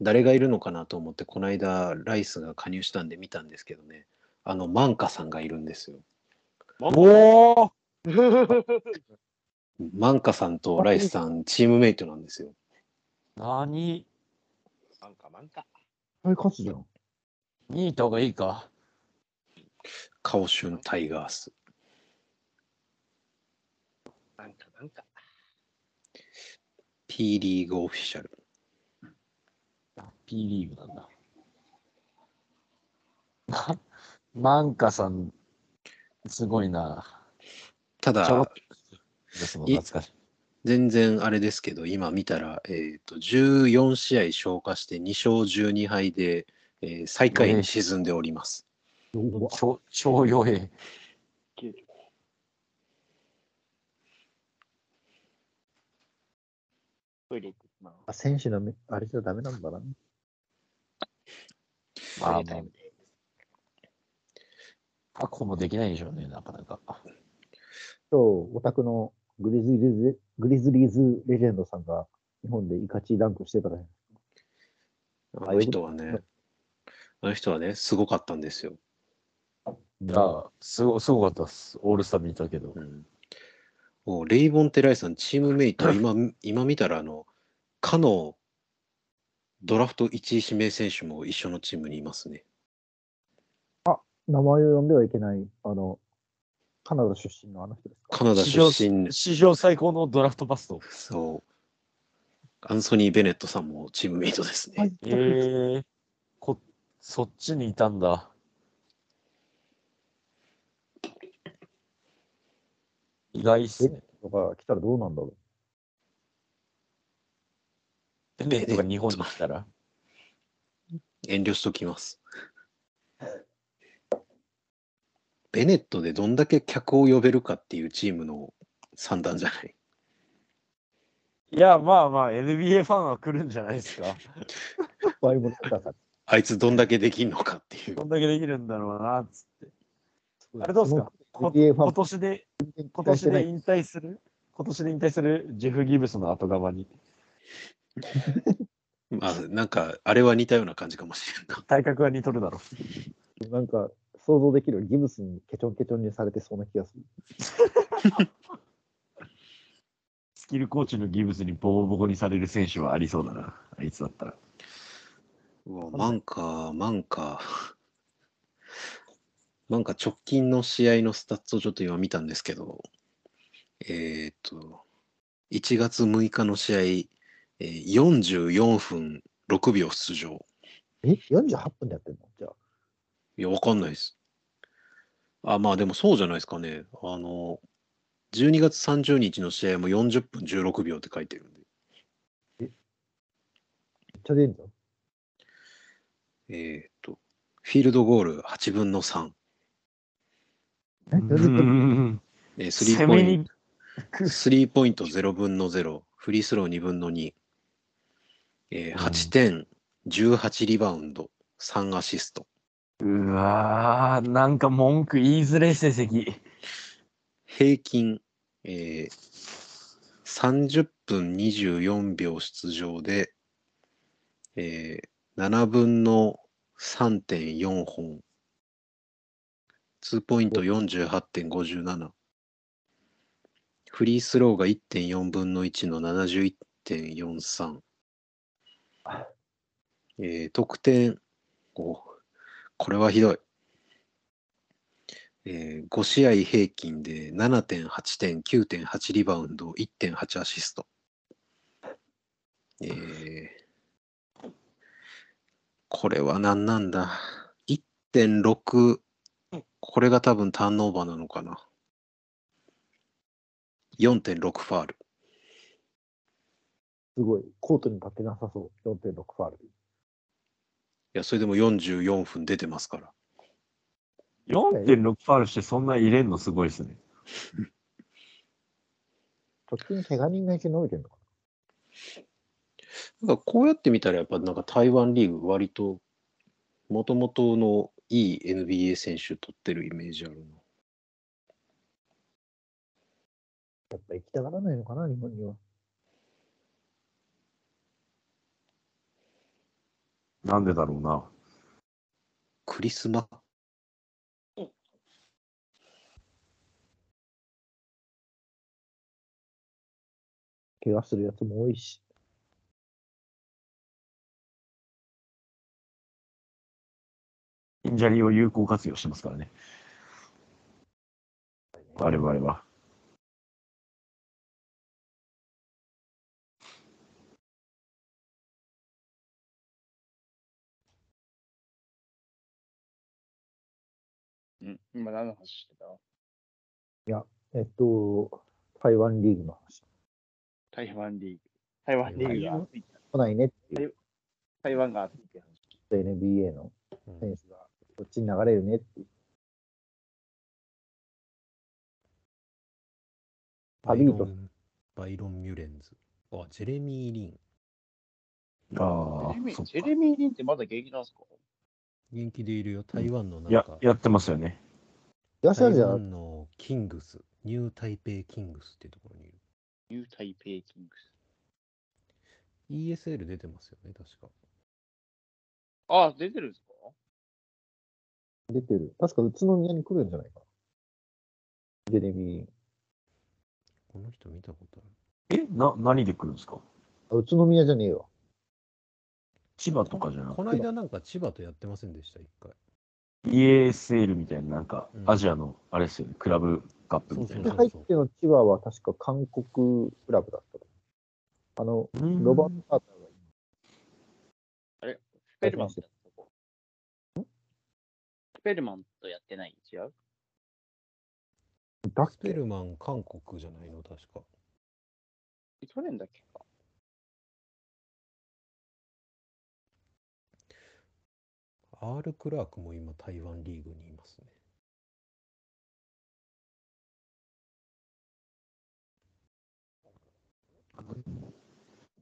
誰がいるのかなと思って、この間、ライスが加入したんで見たんですけどね、あの、マンカさんがいるんですよ。おおマンカさんとライスさん、チームメイトなんですよ。何マンカマンカ。あれ勝つじゃん。に行った方がいいか。カオシュン・タイガース。マンカマンカ。 P リーグオフィシャル。 P リーグなんだ。なマンカさん、すごいな。たちょろだっ、その懐かしい。全然あれですけど、今見たら、えっ、と、14試合消化して2勝12敗で、えー最下位に沈んでおります。超超弱い。トイレ行ってきます。あ選手のめあれじゃダメなんだな。まトあイレタまイあム、で確保もできないでしょうね、なかなか。今日、オタクのグリズリーズ、グリズリーズレジェンドさんが日本でイカチダンクしてたね。あの人はね、あの人はね、すごかったんですよ。いや、すごすごかったっす。オールスター見たけどう。ん、もうレイボン・テライさん、チームメイト、今、今見たら、あの、かのドラフト1位指名選手も一緒のチームにいますね。名前を呼んではいけない、あの、カナダ出身のあの人ですかカナダ史出上身、史上最高のドラフトバスト。そう。アンソニー・ベネットさんもチームメイトですね。はい えー、こ、そっちにいたんだ。意外っすね。とか来たらどうなんだろベネットが日本に来たら。遠慮しときます。ベネットでどんだけ客を呼べるかっていうチームの算段じゃない。いや、まあまあ、NBA ファンは来るんじゃないですか。う。場合も来たから。あいつどんだけできんのかっていうど。んだけできるんだろうな、つって。あれどうですかこ NBA ファン今年で、今年で引退する今年で引退するジェフ・ギブスの後釜に。まあ、なんか、あれは似たような感じかもしれんな。体格は似とるだろなんか、想像できるよりギブスにケチョンケチョンにされてそうな気がする。スキルコーチのギブスにボコボコにされる選手はありそうだな。あいつだったら。うわマンカー、マンカー。マンカー直近の試合のスタッツをちょっと今見たんですけど、えーっと、1月6日の試合、えー44分6秒出場。え ?48 分でやってんのじゃあ。いや、わかんないです。あ、まあでもそうじゃないですかね。あの、12月30日の試合も40分16秒って書いてるんで。めっちゃ出んじゃん。えーっと、フィールドゴール8分の3。え40分えースリー攻ポめインにト、スリーポイント0分の0、フリースロー2分の2、えーうん8点、18リバウンド、3アシスト。うわー、なんか文句言いづれえ成績。平均、えー30分24秒出場で、えー7分の3.4本、2ポイント48.57、フリースローが1.4分の1の71.43、えー得点、おこれはひどい。えー5試合平均で7.8点、9.8リバウンド、1.8アシスト。えーこれは何なんだ ?1.6、これが多分ターンオーバーなのかな。4.6ファール。すごい。コートに立ってなさそう。4.6ファール。いや、それでも44分出てますから。 4.6ファールしてそんな入れんのすごいですね。直近怪我人が一応伸びてるのかなんかこうやって見たら、やっぱなんか台湾リーグ、割と、もともとのいい NBA 選手取ってるイメージあるな。なやっぱ行きたがらないのかな、日本には。なんでだろうな。クリスマ怪我するやつも多いし。インジャリーを有効活用してますからね。我々は。うん、今何の話してたえっと、台湾リーグの話。台湾リーグ。台湾リーグが熱い。来ないねっていう台湾が熱いって話。 NBA のうん選手がこっちに流れるねっていう。パビートン、バイロン・ミュレンズ。あ、ジェレミー・リン。ああジェレミ、そっージかェレミー・リンってまだ現役なんですか元気でいるよ。台湾のなんいやか、、やってますよね。東ア台ジア、湾のキングス、ニュータイペイ・キングスっていうところにいる。ニュータイペイ・キングス。 ESL 出てますよね、確か。あ、出てるんですか出てる。確か宇都宮に来るんじゃないかな。ジェレミー。この人見たことある。え、な、何で来るんですかあ宇都宮じゃねえよ。千葉とかじゃなくこて。の間なんか千葉とやってませんでした、一回。 ESL みたいな、なんかう、んアジアの、あれですよね、クラブカップみたいそうなそう。入ってのチワは確か韓国クラブだったと。あの、うんロバート・カーターがスペルマンとやったとこ。スペルマンとやってない違うだっスペけルマン韓国じゃないの確か去年だっけか。アール・クラークも今台湾リーグにいますね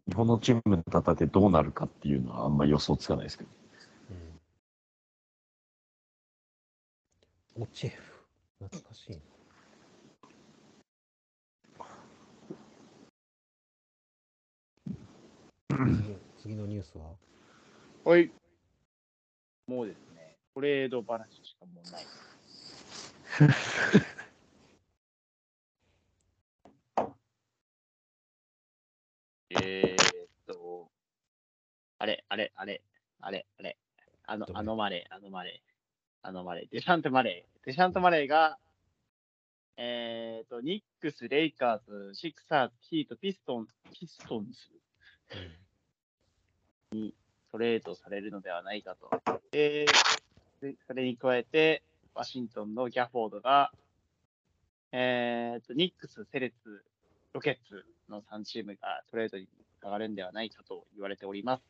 日本のチームの戦ってどうなるかっていうのはあんま予想つかないですけど。うんオチェフ懐かしいな次次のニュースははい。もうですね、トレード話しかもうない。えーっと、あれ、あれ、あれ、あれ、あれ、あのど、れあのマレー、あのマレー、あのマレー、デシャントマレー、デシャントマレーが、えーっと、ニックス、レイカーズ、シクサーズ、ヒート、ピストン、ピストンズ、トレードされるのではないかと。で、でそれに加えて、ワシントンのギャフォードが、えーと、ニックス、セレツ、ロケッツの3チームがトレードに上がるんではないかと言われております。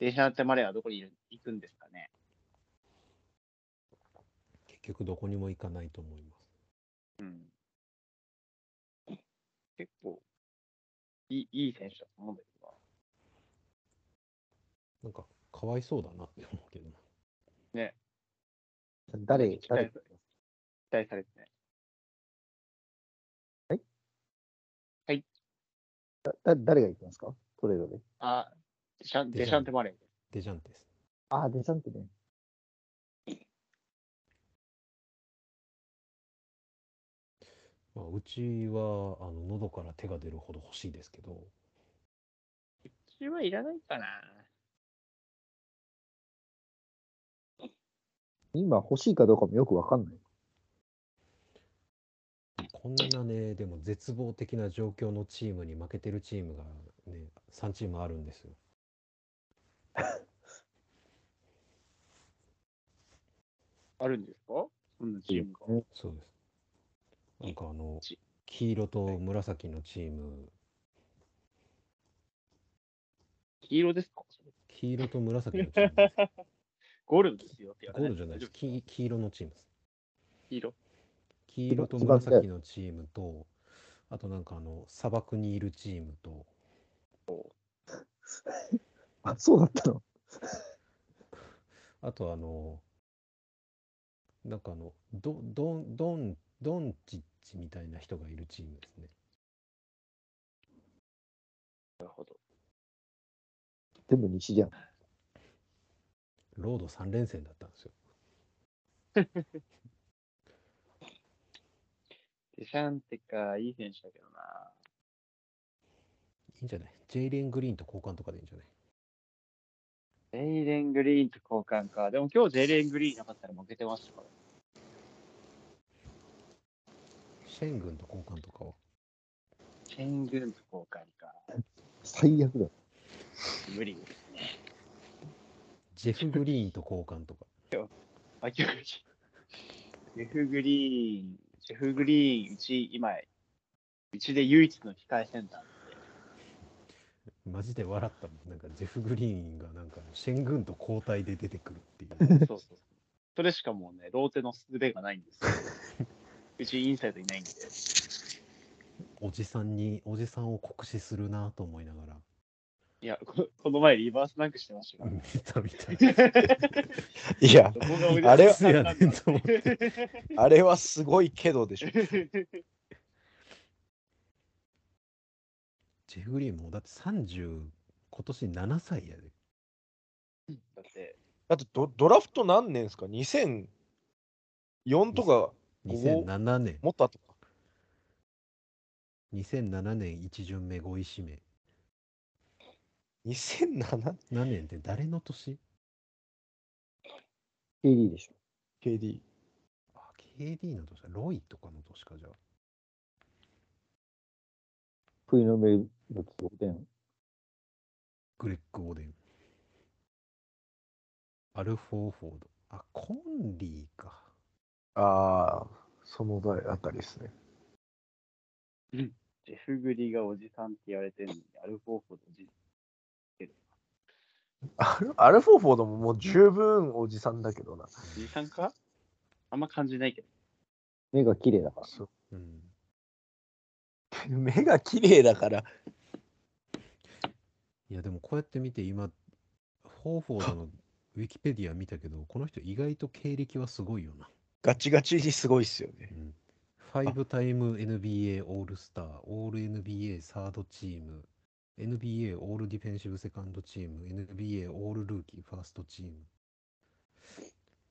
デシャンテマレーはどこにいる行くんですかね結局どこにも行かないと思いますうん。結構、いいいい選手だと思うんだけどな。なんかかわいそうだなって思うけどな誰、期誰待、期待されてね。だ誰が行きますかトレードで。あ、デシャンデシャンテマレー。デジャンテですああ、デシャンテね。まあ、うちはあの喉から手が出るほど欲しいですけどうちはいらないかな。今欲しいかどうかもよくわかんない。こんなねでも絶望的な状況のチームに負けてるチームがね3チームあるんですよあるんですかそんなチームが。そうです。なんかあのち、黄色と紫のチーム、黄色ですか黄色と紫のチ ームです。ゴールドですよって言わゴれールじゃないです。大丈黄黄色のチームです。夫黄色。黄色と紫のチームと、あとなんかあの、砂漠にいるチームと、あ、そうだったのあとあの、なんかあの、ドドン、ドン、ドンチッチみたいな人がいるチームですね。全部西じゃん。ロード3連戦だったんですよ。デシャンテか、いい選手だけどな。いいんじゃないジェイレン・グリーンと交換とかでいいんじゃないジェイレン・グリーンと交換か。でも今日ジェイレン・グリーンなかったら負けてましたから。シェン軍と交換とかは。チェン・グンと交換か。最悪だ。無理ですね。ジェフ・グリーンと交換とか。あ、今日、ジェフ・グリーン、ジェフ・グリーン、うち、今、うちで唯一の控えセンターなんで。マジで笑ったもん。なんかジェフ・グリーンがなんかシェン軍と交代で出てくるっていう。 そうそうそう。それしかもうね、ローテの術がないんですよ。うちインサイドいないんで。おじさんに、おじさんを酷使するなと思いながらいや、ここの前リバースなんかしてましたから。見たみたい。いや、どこが俺 あれのやはつやねんと 思ってあれはすごいけどでしょ。ジェフ・グリーンもだって30、今年7歳やで。だって、だってドドラフト何年ですか ?2004 とか2007年、もっと後か。 2007年1巡目5位指名。 2007? 何年って誰の年 KD でしょ。 KD。あ、KD の年か、ロイとかの年か、じゃあ。冬の名物得点。グレッグ・オーデン。アルフォーフォード。あ、コンリーか。ああ、その代あたりですね。ジェフグリがおじさんって言われてるのに、アルフォーフォードおじアルアルフォーフォードももう十分おじさんだけどな。おじさんかあんま感じないけど。目が綺麗だから。そううん。目が綺麗だから。いや、でもこうやって見て、今、フォーフォードのウィキペディア見たけど、この人意外と経歴はすごいよな。ガチガチにすごいっすよねう。ん。ファイブタイム NBA オールスター、オール NBA サードチーム、NBA オールディフェンシブセカンドチーム、NBA オールルーキーファーストチーム、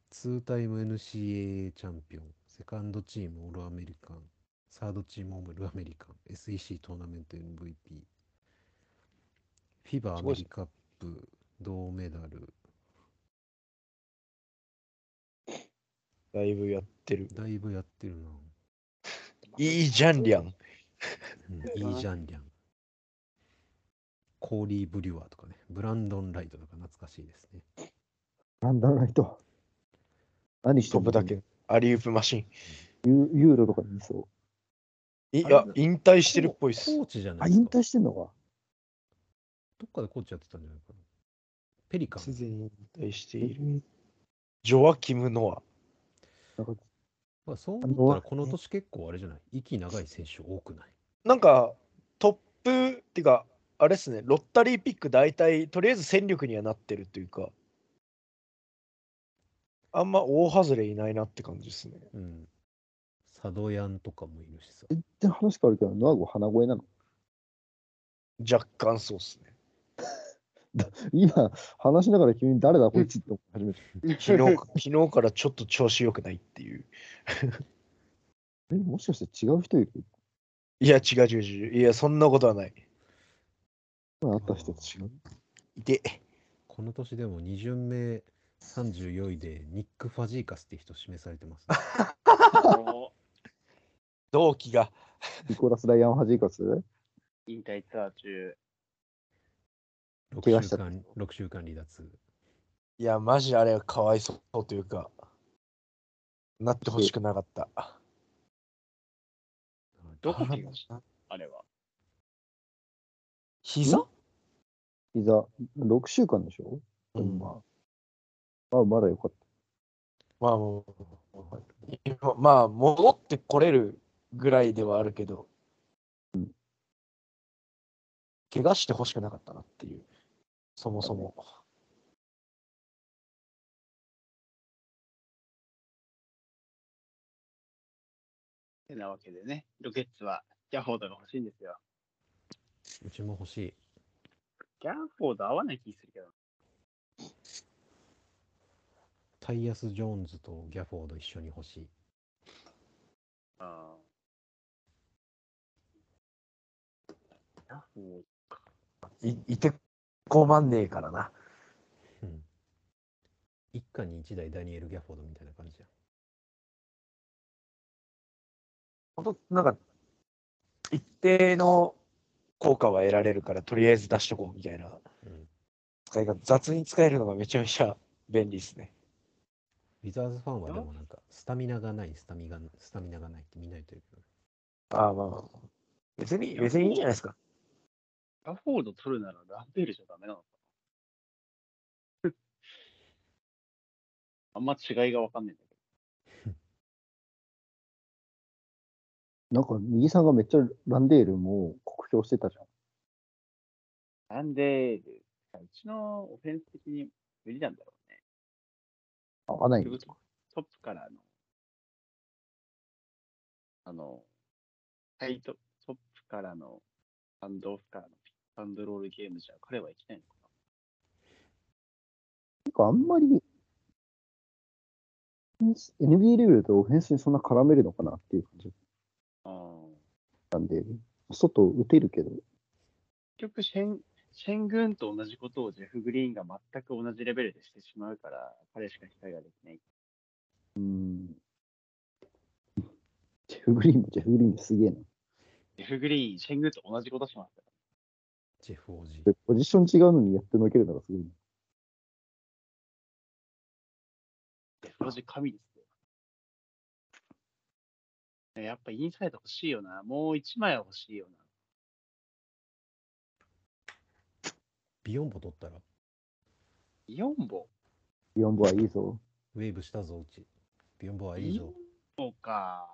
ツータイム NCAA チャンピオン、セカンドチームオールアメリカン、サードチームオールアメリカン、SEC トーナメント MVP、フィバアすごメいっすリカップ銅メダル、だいぶやってる。だいぶやってるな。いいじゃんりゃん。うん、いいじゃんりゃん。コーリー・ブリュワーとかね、ブランドン・ライトとか懐かしいですね。ランダムライト。何して飛んぶのだけ。アリウープマシン。ユユーロとかにいそいあやれ、引退してるっぽいっすコ。ーチじゃう。なあ、いです引か。退してんのか。どっかでコーチやってたんじゃないかな。ペリカンす。でに引退している。なんジョアキム・ノかまあ、そう思ったら、この年結構あれじゃない息長い選手多くないア。なんか、トップっていうか、あれっすね、ロッタリーピック大体、とりあえず戦力にはなってるというか、あんま大外れいないなって感じですね。うん。サドヤンとかもいるしさ。全然話変わるけど、ノアゴ鼻声なの。若干そうっすね。今、話しながら急に誰だこいつって思い始めた。昨日昨日からちょっと調子良くないっていう。え、もしかして違う人いるいや、違う違う違う。いや、そんなことはない。今会った人と違う。いて。この年でも2巡目34位でニック・ファジーカスって人示されてますね。も同期が。ニコラス・ライアン・ハジーカスう引退ツアー中、怪6我しち週ゃった間、6週間離脱。いや、マジあれはかわいそうというか、なってほしくなかった。どこ怪我したあれは。膝膝、6週間でしょ、ううんまあ、まあ、まだよかっまあ、もう今まあ、戻ってこれるぐらいではあるけど、怪我してほしくなかったなっていう、そもそも。てなわけでね、ロケッツはギャフォードが欲しいんですよ。うちも欲しい。ギャフォード合わない気するけど、タイヤス・ジョーンズとギャフォード一緒に欲しい。ギャフォードいいてこまんねえからな。うん一家に一台ダニエル・ギャフォードみたいな感じや。本当なんか、一定の効果は得られるから、とりあえず出しとこうみたいなうん使い方、雑に使えるのがめちゃめちゃ便利ですね。ウィザーズファンはでもなんか、スタミナがない、スタミナがスタミナがないってみんな言ってるけど。ああ、まあまあ。別に、別にいいんじゃないですか。ラフォード取るならランベルじゃダメなのかな あんま違いがわかんないんだけた。なんか、右さんがめっちゃランデールも酷評してたじゃん。ど。なんで、うちのオフェンス的に無理なんだろうね。合わないんだ結局トップからの、あの、タイト、トップからの、ハンドオフからのピックアンドロールゲームじゃ彼はいけないのかな。なんか、あんまり、オフェンス NBA レベルとオフェンスにそんな絡めるのかなっていう感じあーなんで、外打てるけど、結局シェン、シェングンと同じことをジェフ・グリーンが全く同じレベルでしてしまうから、彼しか控えができない。ジェフ・グリーンもジェフ・グリーンですげえな。ジェフ・グリーン、シェングンと同じことしますかジェフ王子。でポジション違うのにやってのけるのがすごいな。ら。ジェフ・ロジ神ですね。やっぱインサイド欲しいよな。もう一枚は欲しいよな。ビヨンボ取ったら、ビヨンボビヨンボはいいぞ。ウェーブしたぞ、うち。ビヨンボはいいぞ。か。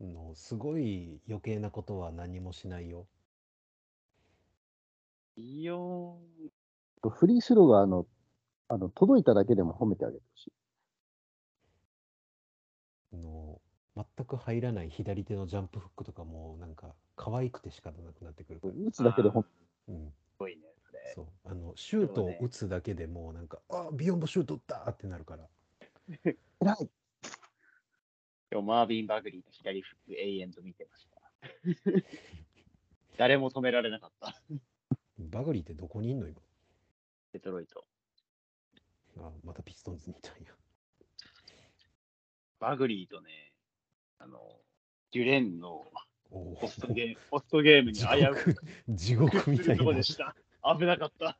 のすごい余計なことは何もしないよ。ビヨン、フリースローがあの、あの、届いただけでも褒めてあげてほしい。の全く入らない左手のジャンプフックとかもなんか可愛くて仕方なくなってくるから。打つだけで褒めうん、すごいね、それ。そうあのシュートを打つだけでもうなんか、あビヨンボシュート打ったってなるから。偉い。今日マービン・バグリーの左フック永遠と見てました。 誰も止められなかった。バグリーってどこにいんの今デトロイト。あまたピストンズみたいや。バグリーとね、あの、デュレンのおおポストゲーム、ポストゲームに地危う獄く 地獄みすたるいとなこでした。危なかった。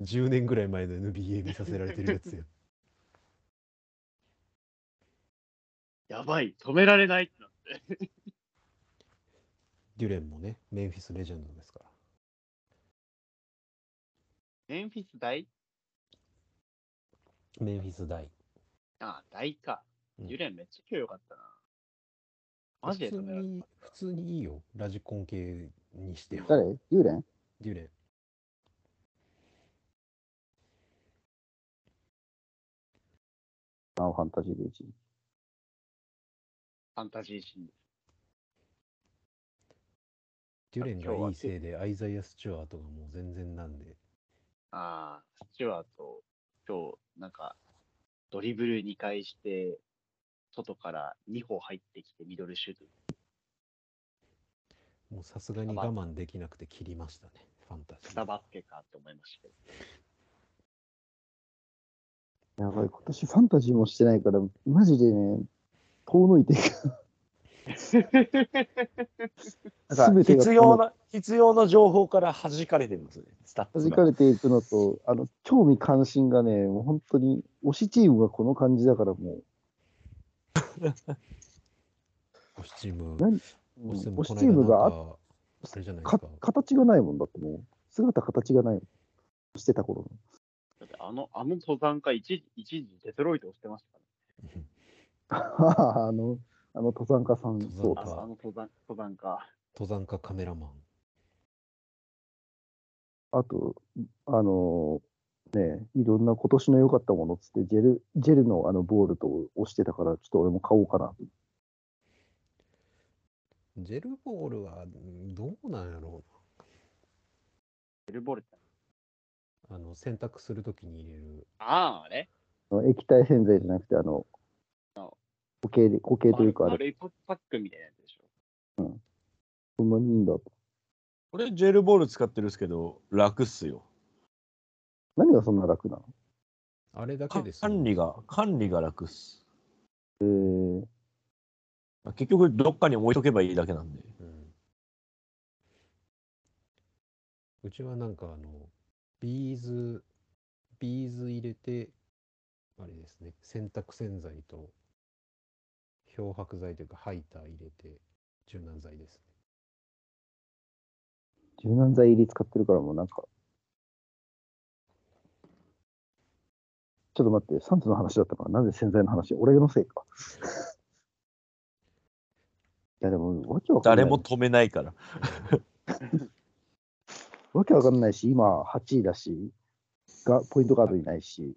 10年ぐらい前の NBA 見させられてるやつや。やばい、止められないってなってデュレンもねメンフィスレジェンドですから。メンフィス大メンフィス大。ああ、大か。うんデュレンめっちゃ今日良かったな。マジで普止通められに普通にいいよラジコン系にしては。誰ユーレンデュレン。あ、ファンタジービーチ。ファンタジーシーン。デュレンがいいせいで、アイザイア・スチュアートがもう全然なんで、ああ、スチュワート、今日、なんか、ドリブル2回して、外から2歩入ってきてミドルシュート。もうさすがに我慢できなくて切りましたね、ファンタジスター。バスケかって思いましたけど。やばい、今年ファンタジーもしてないから、マジでね、遠のいていく。なんか全てが必要な、必要な情報から弾かれてますね、スタッ弾フかが。れていくのと、あの、興味関心がね、もう本当に、推しチームがこの感じだからも推しチーム、何う、うん推しチーム推こしのチーム間がなあんかあれじゃないですかか。形がないもんだってもう、姿形がないもん。してた頃の。だってあの、あの登山家、一時、一時デトロイトをしてましたかあの、 あの登山家さん、登山そうあら、ね。あの、あの登山、登山家。登山家カメラマン。あと、あの、ね、いろんな今年の良かったものっつって、ジェル、ジェルのあのボールと押してたから、ちょっと俺も買おうかな。ジェルボールはうんどうなんやろエルボルト。うあの、洗濯するときに入れる。ああ、あれあの液体洗剤じゃなくて、あの、固形で、固形というか、あれ、丸いパックみたいなやつでしょ。そんなにいいんだと。これ、ジェルボール使ってるんですけど、楽っすよ。何がそんな楽なのあれだけかですよ、管理が、管理が楽っす。えー、結局、どっかに置いとけばいいだけなんで。うん。うちはなんかあの、ビーズ、ビーズ入れて、あれですね、洗濯洗剤と漂白剤というかハイター入れて柔軟剤ですね。柔軟剤入り使ってるからもうなんか、ちょっと待って、サンズの話だったから、なぜ洗剤の話俺のせいか。 いやでも、わけわかんな誰い。も止めないから。わけわかんないし、今8位だし、がポイントガードいないし、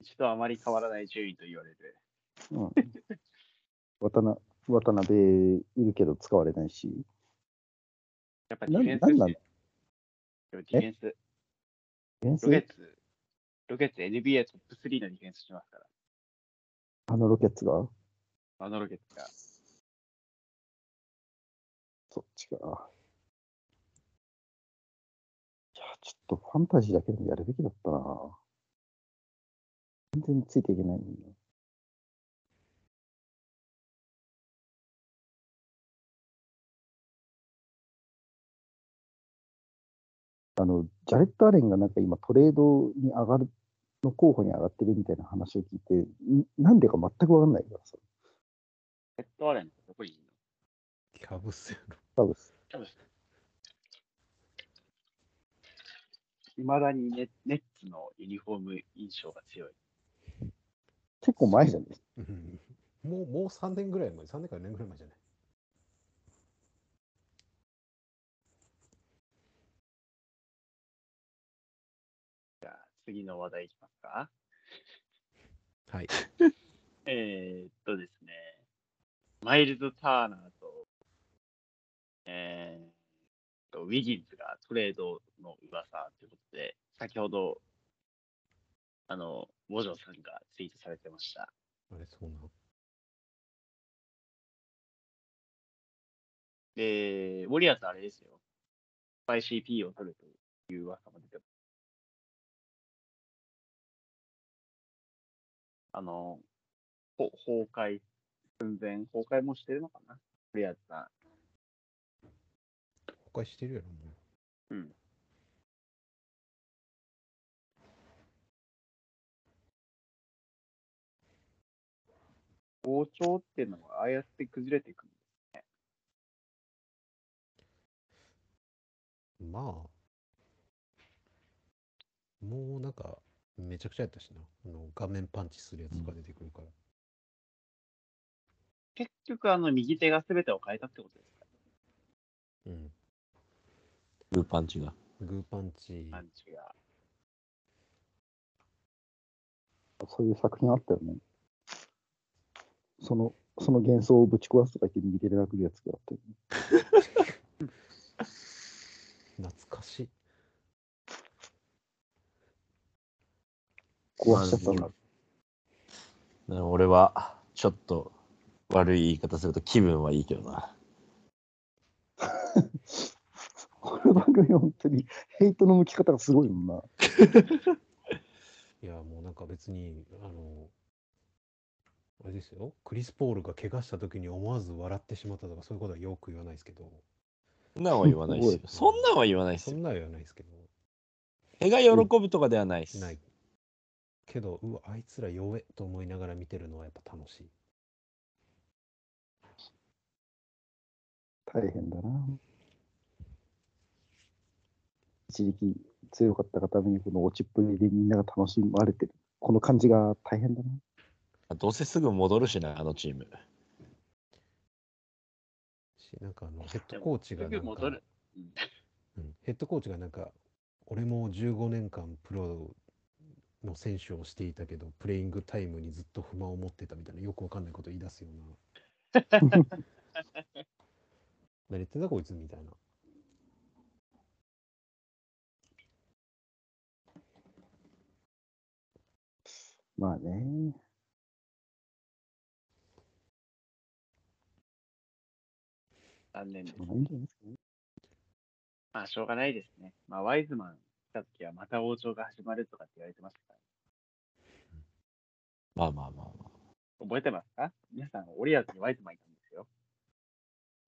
一度あまり変わらない順位と言われる。 うん、渡辺渡辺いるけど使われないし、やっぱディなフェンスなんなしんて、やっぱディフェンス、ロケ原ッ生ツ、ロケッツ NBA トップ3のディフェンスしますから。あのロケッツがあのロケッツが。そっちか。ちょっとファンタジーだけでもやるべきだったな全然ついていけないんだよあの、ジャレット・アレンがなんか今トレードに上がる、の候補に上がってるみたいな話を聞いて、んなんでか全くわかんないからさ。レッドアレンってどこにいるのキャブスやろ。多分多分いまだにネネッツのユニフォーム印象が強い。結構前じゃないうんもう、もう3年ぐらい前、3年か4年ぐらい前じゃない。次の話題いきますか。はい。えー、っとですね、マイルズ・ターナーと、えーっと、ウィギンズがトレードの噂ということで、先ほど、あの、ボジョーさんがツイートされてました。あれ、そうなので、ウォリアーズあれですよ。スパイ CP を取るという噂も出てますあの、ほ崩壊、寸前、崩壊もしてるのかなウォリアーズさん。崩壊してるやろ、もう。包丁っていうのはああやって崩れていくのまあ、もうなんか、めちゃくちゃやったしな。あの画面パンチするやつとか出てくるから。結局、あの、右手が全てを変えたってことですかうん。グーパンチが。グーパンチ、パンチが。そういう作品あったよね。その、その幻想をぶち壊すとか言って右手で殴るやつがあって、懐かしい。壊しちゃったんだ。俺は、ちょっと悪い言い方すると気分はいいけどな。 この番組本当にヘイトの向き方がすごいもんな。いや、もうなんか別に、あの、あれですよ。クリス・ポールが怪我した時に思わず笑ってしまったとか、そういうことはよく言わないですけど、そんなんは言わないですよ。す そごいんなんは言わないですそよ。んなんは言わないですけど、絵が喜ぶとかではないです。ない。けど、うわ、あいつら弱えと思いながら見てるのはやっぱ楽しい。大変だな。一時期強かったがために、この落ちっぷりでみんなが楽しまれてる。この感じが大変だな。どうせすぐ戻るしな、あのチーム。し、なんかあの、ヘッドコーチがすなぐん戻かる、。うんうんヘッドコーチがなんか、俺も15年間プロの選手をしていたけど、プレイングタイムにずっと不満を持ってたみたいな、よくわかんないこと言い出すような。 何言ってんだこいつみたいな。まあね。残念でしすょう。がないんじゃないですかね。まあ、しょうがないですね。まあ、ワイズマン来た時はまた王朝が始まるとかって言われてましたから。まあまあまあま覚えてますか皆さん、オリアーズにワイズマンいたんですよ。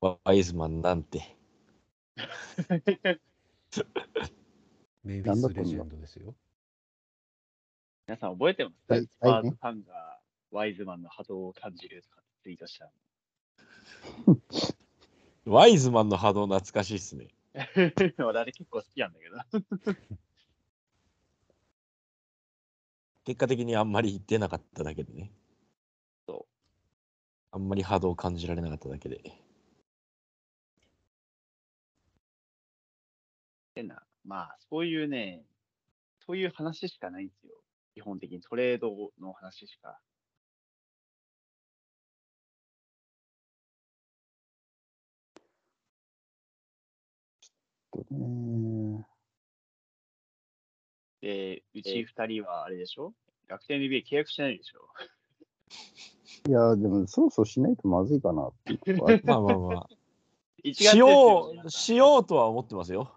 あ。ワイズマンなんて。メイフィ頑張っスてんだレジェンドですよ。皆さん、覚えてますか、はいスパーはいズねファンがワイズマンの波動を感じるとかツイートしたの。ワイズマンの波動懐かしいっすね。俺、あれ結構好きなんだけど。 結果的にあんまり出なかっただけでね。そう。あんまり波動を感じられなかっただ けで。てな、まあ、そういうね、そういう話しかないんですよ。基本的にトレードの話しか。ちょっとねで、うち二人はあれでしょ楽天 NBA 契約してないでしょいや、でもそろそろしないとまずいかなっていうとこあるまあまあまあ。 ?1 月ですしよよ。う、しようとは思ってますよ。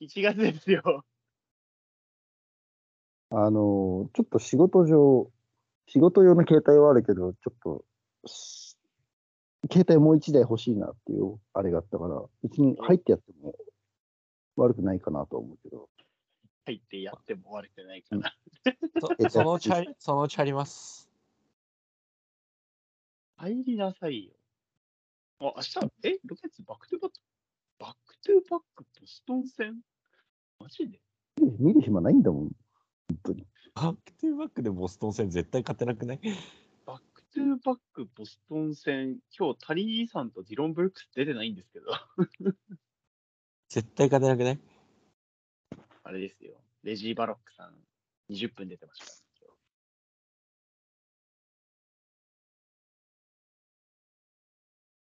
1月ですよ。あの、ちょっと仕事上、仕事用の携帯はあるけど、ちょっと、し携帯もう一台欲しいなっていうあれがあったから、別に入ってやっても悪くないかなとは思うけど、入ってやっても悪くないかな。えそそのうちあり、そのうちあります。入りなさいよ。あ、明日、え、ロケッツバックトゥバック、バックトゥバックボストン戦マジで見る暇ないんだもん。バックトゥバックでボストン戦絶対勝てなくないバックトゥバックボストン戦、今日タリーさんとディロン・ブルックス出てないんですけど、絶対勝てなくないあれですよ。レジー・バロックさん、20分出てました。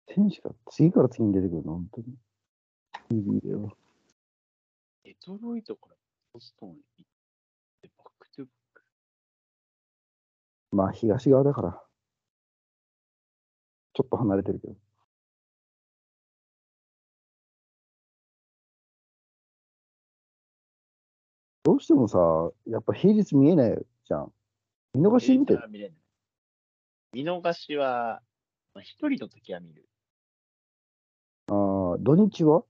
選手が次から次に出てくるの、本当に。いいよ。デトロイトからボストン行って、バックトゥバック。まあ、東側だから。ちょっと離れてるけど。どうしてもさ、やっぱ平日見えないじゃん。見逃し見て平日は見れない。見逃しは、まあ一人の時は見る。ああ、土日は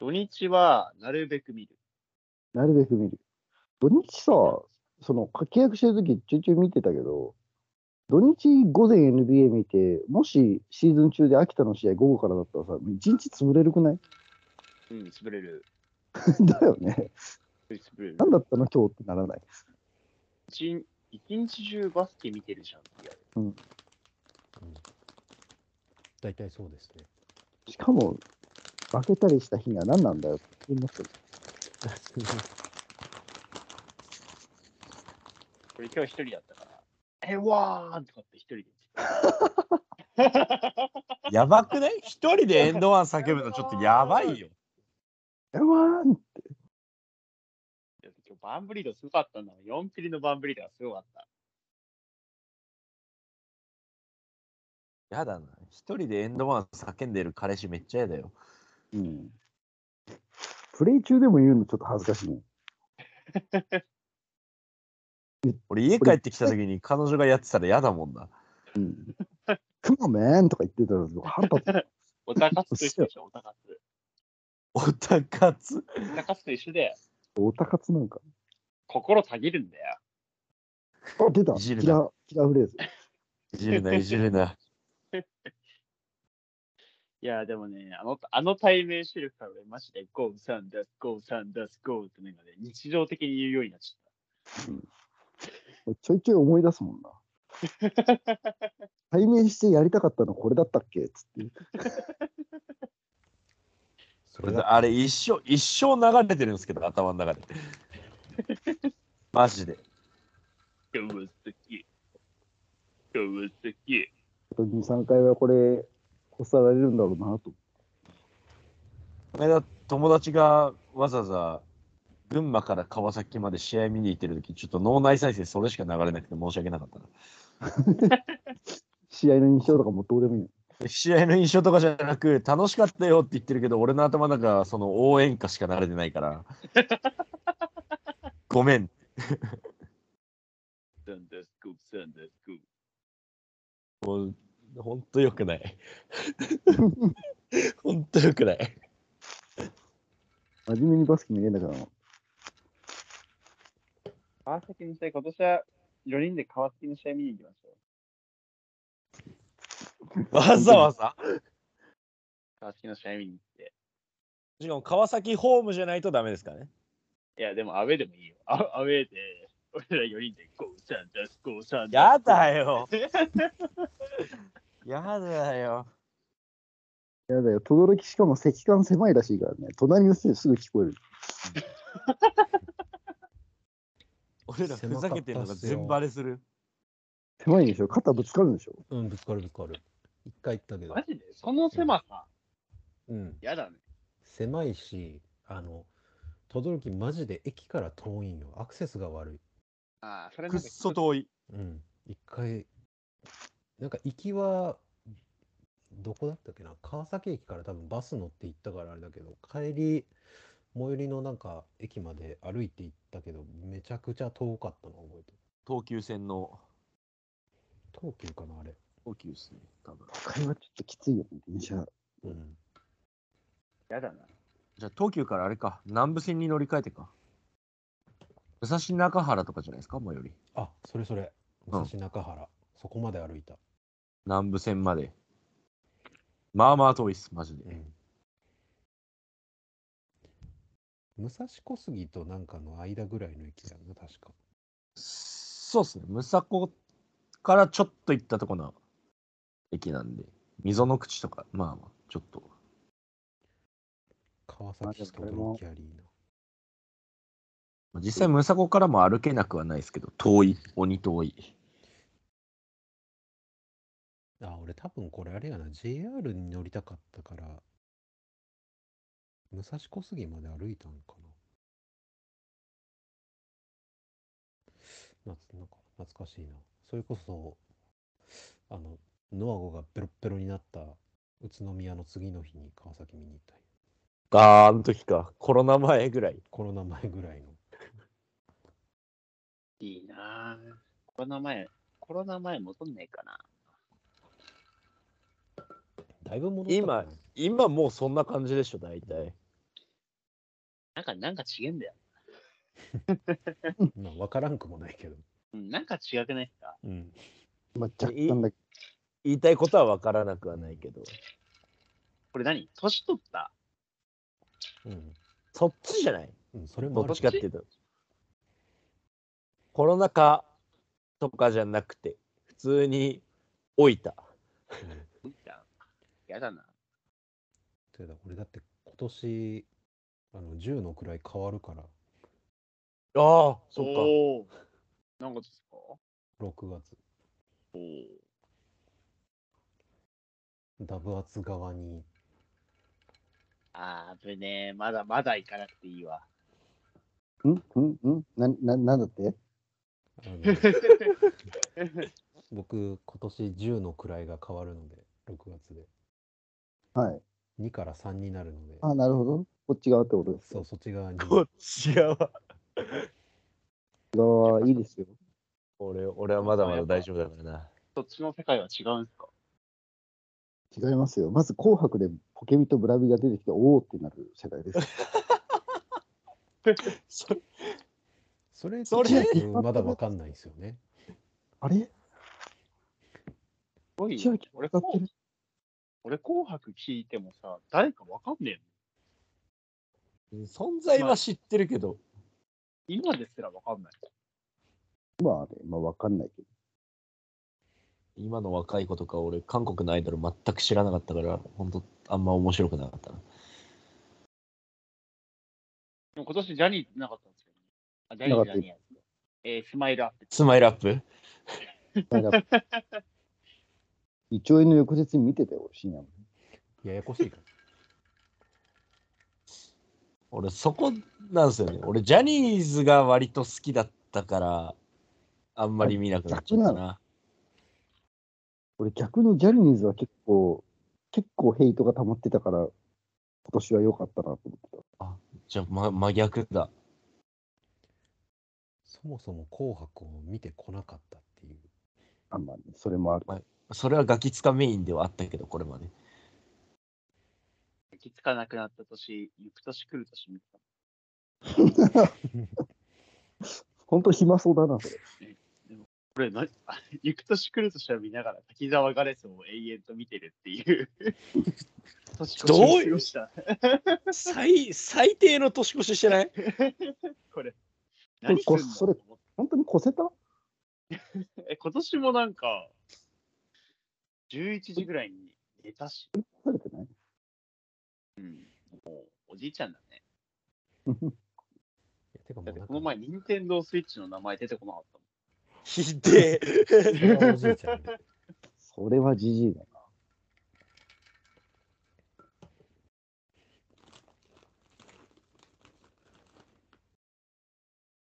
土日は、なるべく見る。なるべく見る。土日さ、その、契約してるときちょいちょい見てたけど、土日午前 NBA 見て、もしシーズン中で秋田の試合午後からだったらさ、一日潰れるくない うん、潰れる。だよね。 潰れる。なんだったの今日ってならない。一一日中バスケ見てるじゃんってやる。うん大体そうですね。しかも、負けたりした日には何なんだよって言いますよこれ今日一人だったから、え、わーとかって一人でやばくない一人でエンドワン叫ぶのちょっとやばいよ。やばーん言ってた。今日バンブリードすごかったな。4ピリのバンブリードがすごかった。やだな。一人でエンドワン叫んでる彼氏めっちゃやだよ。うん。プレイ中でも言うのちょっと恥ずかしいね。俺家帰ってきた時に彼女がやってたらやだもんな。うん。クマメンとか言ってたら腹立つ。おたかつと一緒でしょ、おたかつ。おたかつ。おたかつと一緒で、オタ活 なんか。心たぎるんだよ。あ、出たいじるなキラー、キラーフレーズ。いじるな、いじるな。いや、でもね、あの、あの対面視力から俺マジで、ゴー、サンダス、ゴー、サンダス、ゴーってなんかね、日常的に言うようになっちゃっちょいちょい思い出すもんな。対面してやりたかったのこれだったっけつって。それだあれ一生、一生流れてるんですけど、頭の中で。マジで。た。今日は好き。今日は好き。あと2、3回はこれ、こさられるんだろうなと。この間、友達がわざわざ群馬から川崎まで試合見に行ってる時、ちょっと脳内再生それしか流れなくて申し訳なかったな。試合の印象とかもどうでもいいの。試合の印象とかじゃなく、楽しかったよって言ってるけど、俺の頭の中はその応援歌しか流れてない から。ごめん。サンダス、ゴー、サンダス、ゴー。ほんとよくない。 ほんとよくない。真面目にバスケ見れなくなるの。川崎の試合、今年は4人で川崎の試合見に行きましょう。わざわざ。川崎の試合見に行って。しかも川崎ホームじゃないとダメですからね。いや、でもアウェーでもいいよ。アアウェーで、俺ら4人でゴー、サンダス、ゴー、サンダやス。だ よ。やだよ。やだよ、轟しかも席間狭いらしいからね。隣の人にすぐ聞こえる。俺らふざけてるのが全バレする。狭いんでしょ肩ぶつかるんでしょうん、ぶつかるぶつかる。一回行ったけどマ。ジでその狭さ、うん。やだね。狭いし、あの、轟マジで駅から遠いんよ。アクセスが悪い。ああ、それくなっんかそ遠い。うん。一回、なんか行きは、どこだったっけな川崎駅から多分バス乗って行ったからあれだけど、帰り、最寄りのなんか駅まで歩いて行ったけど、めちゃくちゃ遠かったの覚えてる。東急線の、東急かな、あれ。東急ですね、多分。都会はちょっときついよね、電車。うん。やだな。じゃあ東急からあれか、南部線に乗り換えてか。武蔵中原とかじゃないですか、最寄り。あ、それそれ。うん武蔵中原。そこまで歩いた。南部線まで。まあまあ遠いっす、マジで。うん。武蔵小杉となんかの間ぐらいの駅だよな、確か。そうっすね、武蔵小からちょっと行ったとこの駅なんで、溝の口とか、まあまあ、ちょっと。川まあ崎でも市とそれドもンキアリーナ。実際、武蔵小からも歩けなくはないですけど、遠い、鬼遠い。あ、俺多分これあれやな、JR に乗りたかったから、武蔵小杉まで歩いたんかな。懐なんか懐かしいな。それこそ、あの、ノアゴがベロッベロになった宇都宮の次の日に川崎見に行ったんよあー、あの時か、コロナ前ぐらい。コロナ前ぐらいの。いいなぁ。コロナ前、コロナ前戻んないかな。だいぶ戻ったかな。今もうそんな感じでしょ、大体。なんか、なんか違えんだよ。まあ、わからんくもないけど。うん、なんか違くないですかうん。まあ、若干だけ言いたいことは分からなくはないけど。これ何年取ったうん。そっちじゃないうん、それもどあっるちかっていうと。コロナ禍とかじゃなくて、普通に老いた。やだな。てだ俺だって今年あの10の位変わるからああ、そっか。おか。なんかですか6月ダブアツ側にあーぶねえ、まだまだ行かなくていいわ。んんんな、な、なんだってあの 僕今年10の位が変わるので6月ではい。 2から3になるのであ、なるほど。こっち側ってことです。そうそっち側にこっち側。側はいいですよ。俺、俺はまだまだ大丈夫だからな。そっちの世界は違うんですか違いますよ。まず紅白でポケビとブラビが出てきて、おおってなる世代 です。そそれそれ僕まだわかんないんですよねあれすごい千よ秋俺歌ってる紅俺紅白聞いてもさ、誰かわかんねえの。存在は知ってるけど、今ですらわかんない。今あれ、まあわかんないけど。今の若い子とか俺、韓国のアイドル全く知らなかったから、本当あんま面白くなかったな。でも今年ジャニーズなかったんですよね。あ、ジャニなかーズったじゃねえやえースマイルアップ。スマイルアップ一兆円の翌日に見てたよ、深夜までややこしいから 俺、そこなんですよね。俺、ジャニーズが割と好きだったから、あんまり見なくなっちゃった逆な。俺逆にジャニーズは結構、結構ヘイトが溜まってたから、今年は良かったなと思ってた。じゃあ、ま、真逆だ。そもそも「紅白」を見てこなかったっていうあんまり、それもあ る。それはガキつかメインではあったけど、これまで。気つかなくなった年、行く年来る年見てた。本当暇そうだな、それ。これ何、あ行く年来る年は見ながら、滝沢ガレスを永遠と見てるっていう。年越しを過ごした。最、最低の年越ししてない これ。れ何すんこのそれ本当に越せたえ、今年もなんか、11時ぐらいに寝たし、されてないおじいちゃんだね。いやてかもうだっなんてかこの前、任天堂スイッチの名前出てこなかったもん。 ひでえ。それはおじいちゃんねそれはじじいだな。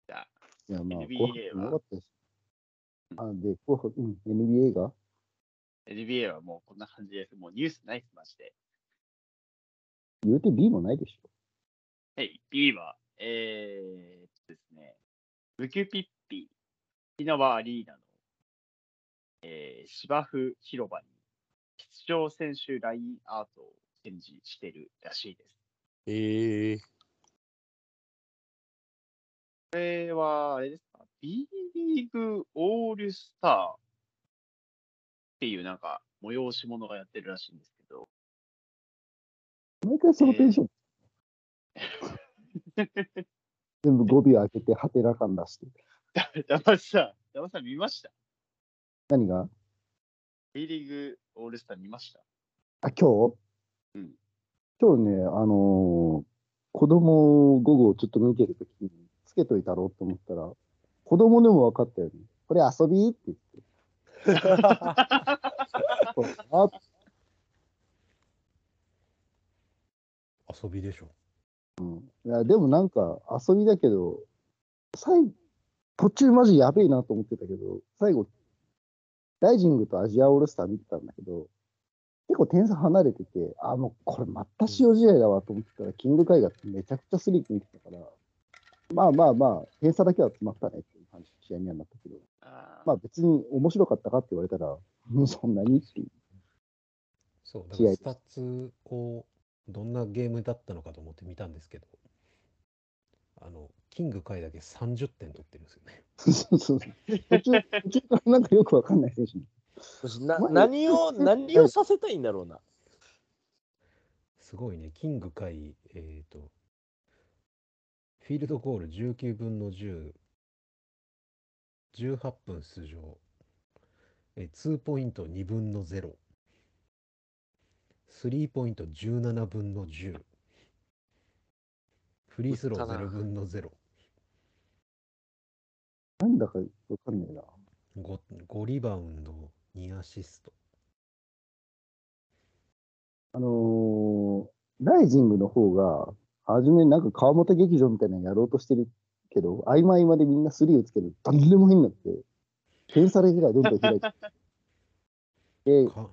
じゃあいや、まあ、 NBA 紅白も良かったです。あ、で、紅白、うん、NBA が NBA はもうこんな感じです。もうニュースないっす、マジで。言うて B もないでしょ。はい。 B は、えーっとですね、ブキュピッピ、沖縄アリーナの、えー芝生広場に出場選手ラインアートを展示してるらしいです。ええこれは、あれですか、B リーグオールスターっていうなんか催し物がやってるらしいんですけど、 毎回そのテンション。全部語尾開けて、はてな感出して。山田さん、山田さん見ました何が ?B リーグオールスター見ましたあ、今日うん今日ね、あのー子供を午後ちょっと見てるときに、つけといたろうと思ったら、子供でも分かったよね。これ遊びって言って。 そうあ遊びでしょ。いやでもなんか遊びだけど、最後、途中マジやべえなと思ってたけど、最後、ライジングとアジアオールスター見てたんだけど、結構点差離れてて、あ、もうこれまた塩試合だわと思ってたら、キングカイがめちゃくちゃスリーク見てたから、まあまあまあ、点差だけは詰まったねっていう感じの試合にはなったけど、あーまあ別に面白かったかって言われたら、うんそんなにっていう。そう、だか試合らですスタッツをどんなゲームだったのかと思って見たんですけど、あの、キング回だけ30点取ってるんですよね。そうそう途中、途中からなんかよくわかんない選手に。な何を、何をさせたいんだろうな。すごいね、キング回、えっ、と、フィールドゴール19分の10、18分出場、えー、2ポイント2分の0、スリーポイント17分の10、フリースロー打ったな0分の0、なんだかわかんないな。 5, 5リバウンド、2アシスト。あのーライジングの方が、初めなんか川本劇場みたいなのやろうとしてるけど、合間合間でみんなスリー打つけど、誰でも変になって、点差でぐらいどんどん開いて。で、か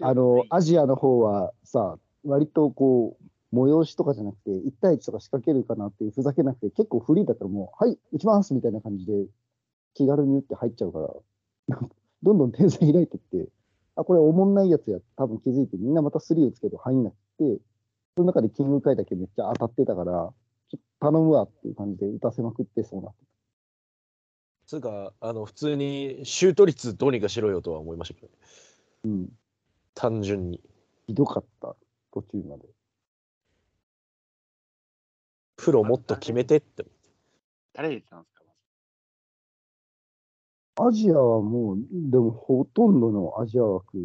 あのアジアの方はさ、割とこう、催しとかじゃなくて、1対1とか仕掛けるかなっていうふざけなくて、結構フリーだったらもう、はい、打ちますみたいな感じで、気軽に打って入っちゃうから、 どんどん点差開いてって、あ、これおもんないやつや、多分気づいて、みんなまたスリー打つけど入んなくて、その中でキングカイだけめっちゃ当たってたから、ちょっと頼むわっていう感じで打たせまくってそうなって。つうか、あの、普通にシュート率どうにかしろよとは思いましたけど、ね、うん、単純に。ひどかった、途中まで。プロもっと決めてって。誰出てたんですかアジアはもう、でもほとんどのアジア枠、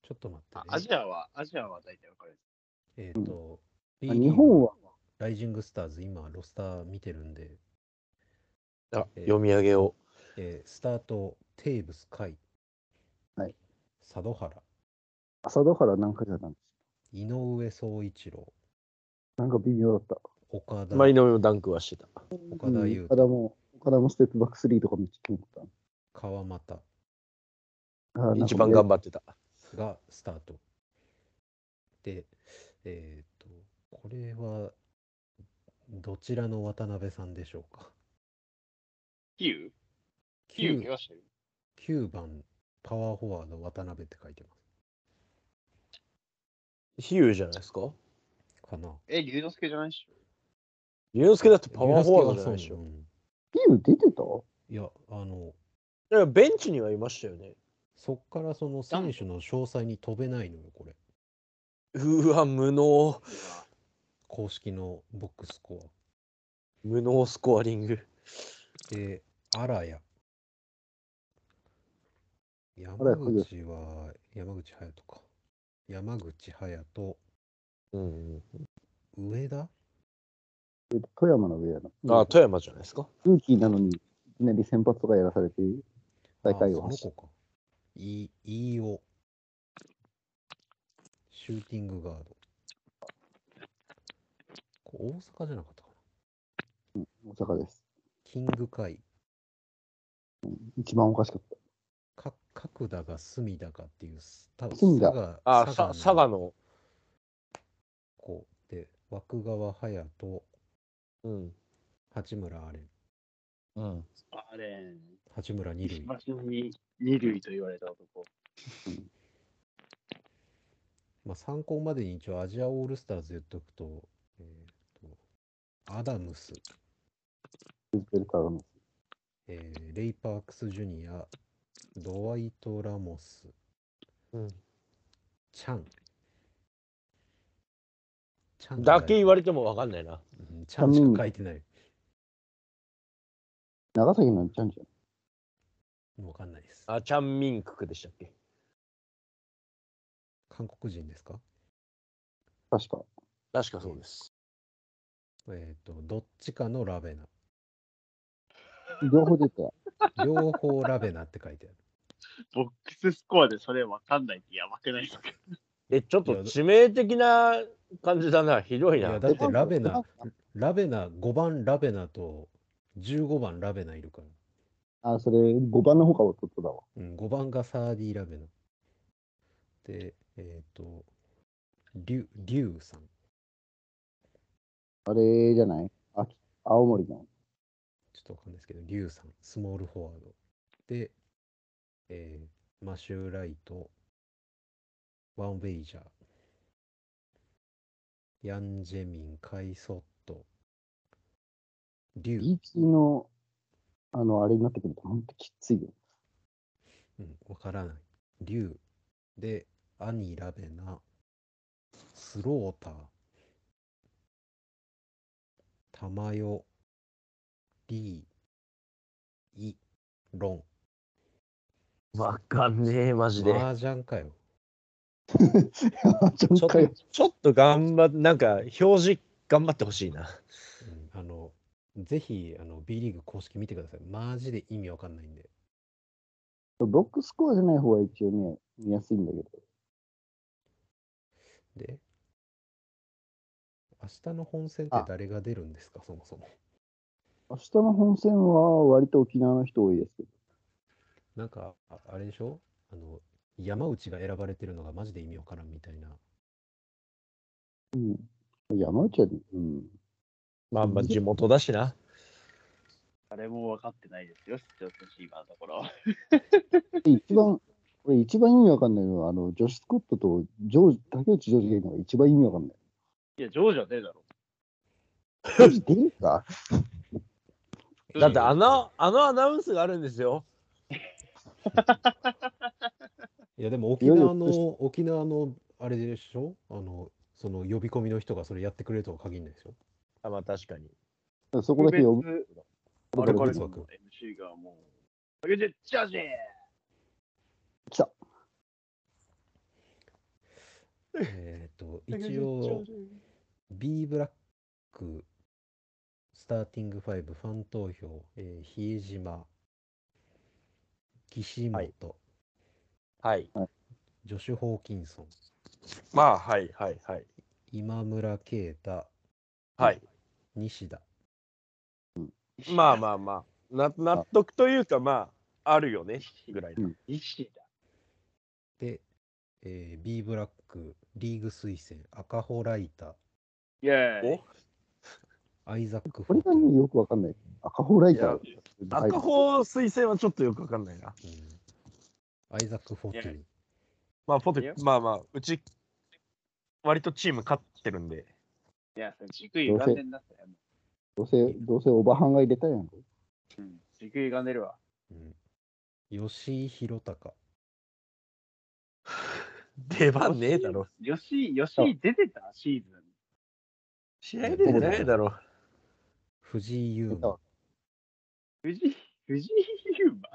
ちょっと待ってあね。アジアは、アジアは大体分かるんです。えっ、と、B あリーグ日本はライジングスターズ、今、ロスター見てるんで、あ、えー読み上げを。えースタート、テーブス、カイ、はい、佐渡原、朝だからなんかじゃなん井上宗一郎、なんか微妙だった。岡田、前の上もダンクはしてた。岡田優うん岡田太、も、岡田もステップバックスリーとかめっちゃ決めて川俣た。あー一番頑っ張ってた。がスタート。で、えっ、と、これは、どちらの渡辺さんでしょうか。キウキウ怪 9, 我してる9番、パワーフォワード、渡辺って書いてま比喩じゃないですかす。かな。え、龍之介じゃないっしょ龍之介だってパワーフォワードじゃないでしうょ。んて。ピー出てたいや、あの、だからベンチにはいましたよね。そっからその選手の詳細に飛べないのよ、これ。うわ、無能。公式のボックススコ無能スコアリング。ア。で、あらや。ら山や来る口は、山口隼人か。山口隼人、うん上田えっと富山の上やな。うん。あ、富山じゃないですか。ルーキーなのに、いきなり先発とかやらされて、大会をあそ走の子か。い、飯尾。シューティングガード。これ大阪じゃなかったかな。大阪です。キングカイ。一番おかしかった。か角田が隅田かっていう、多分隅田佐賀あ、さ佐賀の。こうで、枠川隼人、うん。八村アレン、うん。あれ、八村二塁、まさに二塁と言われた男。まあ、参考までに一応アジアオールスターズ言っとくと、えーとアダムス、ベルターのえーレイ・パークス・ジュニア、ドワイト・ラモス、うんチャン。チャンだけ言われれてもわかんないな。チャンしか書いてない。長崎のちゃんじゃん。わかんないです。あ、チャンミンククでしたっけ韓国人ですか確か。確かそうです。えっ、と、どっちかのラベナ。両方出た。両方ラベナって書いてある。ボックススコアでそれわかんないってやばくないですかえ、ちょっと致命的な感じだな。ひどいいや、な。だってラベナ、ラベナ、5番ラベナと15番ラベナいるから。あ、それ、5番の方が弟だわ。うん、5番がサーディ・ラベナ。で、えっ、と、リュリュウさん。あれじゃないあ青森の。ちょっとわかんないですけど、リュウさん、スモールフォワード。で、えーマシュー・ライト、ワン・ウェイジャー、ヤン・ジェミン、カイ・ソット、リュウ。 B2 の、あの、あれになってくると、ほんときつ いよ。うん、わからない。リュウ。で、アニ・ラベナ、スローター、タマヨ、リー、イ、ロン。わかんねえ、マジで。麻雀かよ。ちょちょっと、ちょっと頑張っ、なんか、表示頑張ってほしいな。うんあの、ぜひ、あの、B リーグ公式見てください。マジで意味わかんないんで。ロックスコアじゃない方が一応ね、見やすいんだけど。で、明日の本戦ってあ誰が出るんですか、そもそも。明日の本戦は割と沖縄の人多いですけど。なんか、ああれでしょあの、山内が選ばれてるのがマジで意味わからんみたいな。山内は、うん。まあまあ、地元だしな。誰も分かってないですよ、出場選手、今のところ。で一番、俺一番意味わかんないのは、あの、ジョシュ・スコットとジョージ、竹内ジョージがいるのが一番意味わかんない。いや、ジョージはねえだろ。ジョージ出るか だって、あの、あのアナウンスがあるんですよ。いや、でも沖いよい縄よの、沖縄の、あれでしょあの、その呼び込みの人がそれやってくれるとは限らないでしょあまあ、確かに。そこだけ呼ぶ。あれから別も枠 MC がもう、上げて、ジャージー来た。えっと、一応、B ブラック、スターティングファイブ、ファン投票、えー、比江島、岸は本い、はい。ジョシュ・ホーキンソン、まあ、はい、はい、はい。今村圭太、はい。西田。まあまあまあ、な納得というか、まあ、あるよね、ぐらいの。西田。で、えー、B ブラック、リーグ推薦、赤穂ライタイェーイ。ー、アイザック・こフれォがトね、よくわかんない。赤穂ライター。赤穂推薦はちょっとよくわかんないな。うんアイザック・フォトゥまあ、ポいテや、まあまあ、うち、割とチーム勝ってるんで、いや、それ軸歪んでんだったよ。もどうせ、どうせおばはんが入れたやん。ううん、軸歪んでるわ。うん、吉井宏隆、出番ねえだろ。吉井、吉井出てたシーズン。試合出てないだろ。藤井優出た馬わ、藤井、藤井優馬。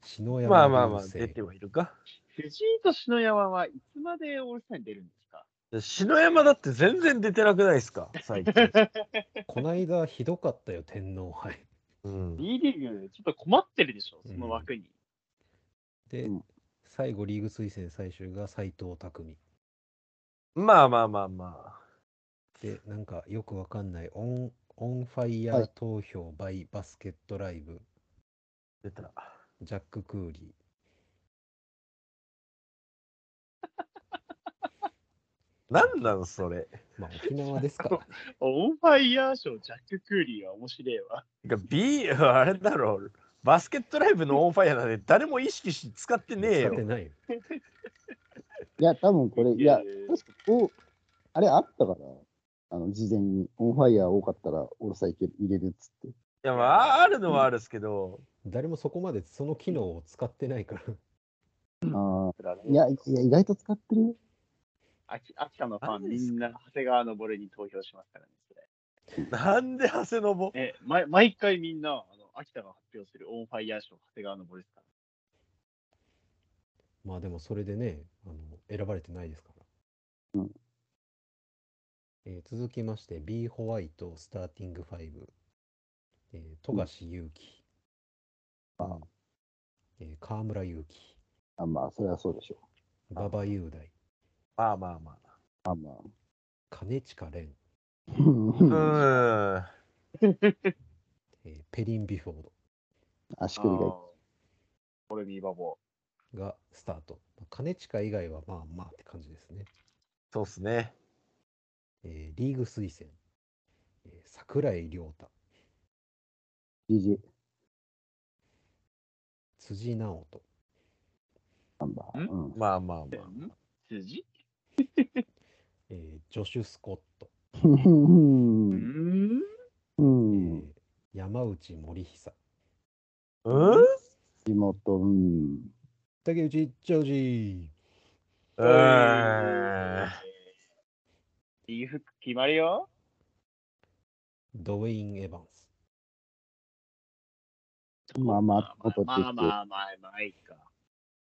篠まあ山まあま流あ、出星て、はいるか。藤井と篠山はいつまでオールスターに出るんですか篠山だって全然出てなくないですか、最 近。こないだひどかったよ、天皇杯。うん、 ?B リーグ、ちょっと困ってるでしょ、その枠に。で、うん最後リーグ推薦最終が斎藤匠まあまあまあまでなんかよくわかんないオンオンファイヤはーい投票 by バスケットライブ、あ、出た。ジャック・クーリなんなんそれ。まあ沖縄です からね。オンファイヤーショー、ジャック・クーリーは面白いわ。てか B、あれだろう。バスケットライブのオンファイアなんで誰も意識して使ってね使えよっ。てないよ。いや、多分これ、いやえ、ー確かこう、あれあったから、あの、事前に、オンファイヤー多かったら、オールサイケル入れるっつって。いや、まあ、あるのはあるっすけど、誰もそこまでその機能を使ってないから。ああ、いや、いや、意外と使ってるよ。秋秋田のファン、何でみすかんな長谷川昇に投票しますからね。それなんで長谷信え毎毎回みんなあの、秋田が発表するオンファイヤーショー、長谷川昇ですから。まあでもそれでね、あの選ばれてないですから。えー続きまして、B ホワイトスターティング5、えー、富樫勇樹、えー河村勇樹、あまあ、それはそうでしょ馬場雄大、まあまあまう。あまあ。金近蓮、うんあ。えーペリン・ビュフォー足あ首がーこれビーバボドがスタート。まあ金近以外はまあまあって感じですね。そうっすね。えーリーグ推薦、えー桜井亮太、じじい辻直人、なんだ。んうん。まあまあまー。ん辻えージョシュ・スコット、うんう。んうんえー山内森久、あ。うん地元、うん。竹内ジョージうーん。リーフック決まるよ。ドウェイン・エヴァンス、まあまあ、ま元あってま言あって。まあまあまあいいか。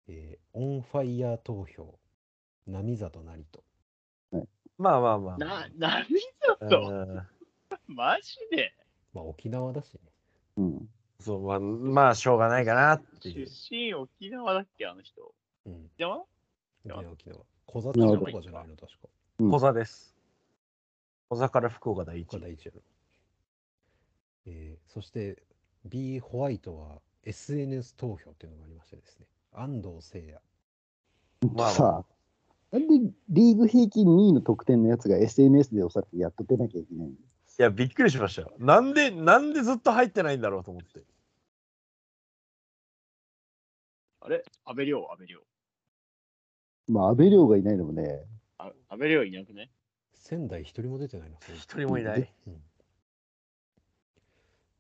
えーオンファイヤー投票、並里成と、まあまあまあまなあ。、何だと、うんマジでまあ沖縄だしね。うん。そう、まあ、まあ、しょうがないかなってい出う。身沖縄だっけあの人。うん、でも沖や縄、沖縄。小座なとるほかどじゃないの、確か。うん小座です。小座から福岡第一岡。田一やろ。えーそして B ホワイトは SNS 投票っていうのがありましてですね、安藤聖也、まあまあ、さあ、なんでリーグ平均2位の得点のやつが SNS でおさってやっと出なきゃいけないのいや、びっくりしましたよ。なんで、なんでずっと入ってないんだろうと思って。あれ安倍亮、安倍亮。まあ、安倍亮がいないのもね、あ安倍亮いなくね仙台一人も出てないな、そういえば一人もいない。うん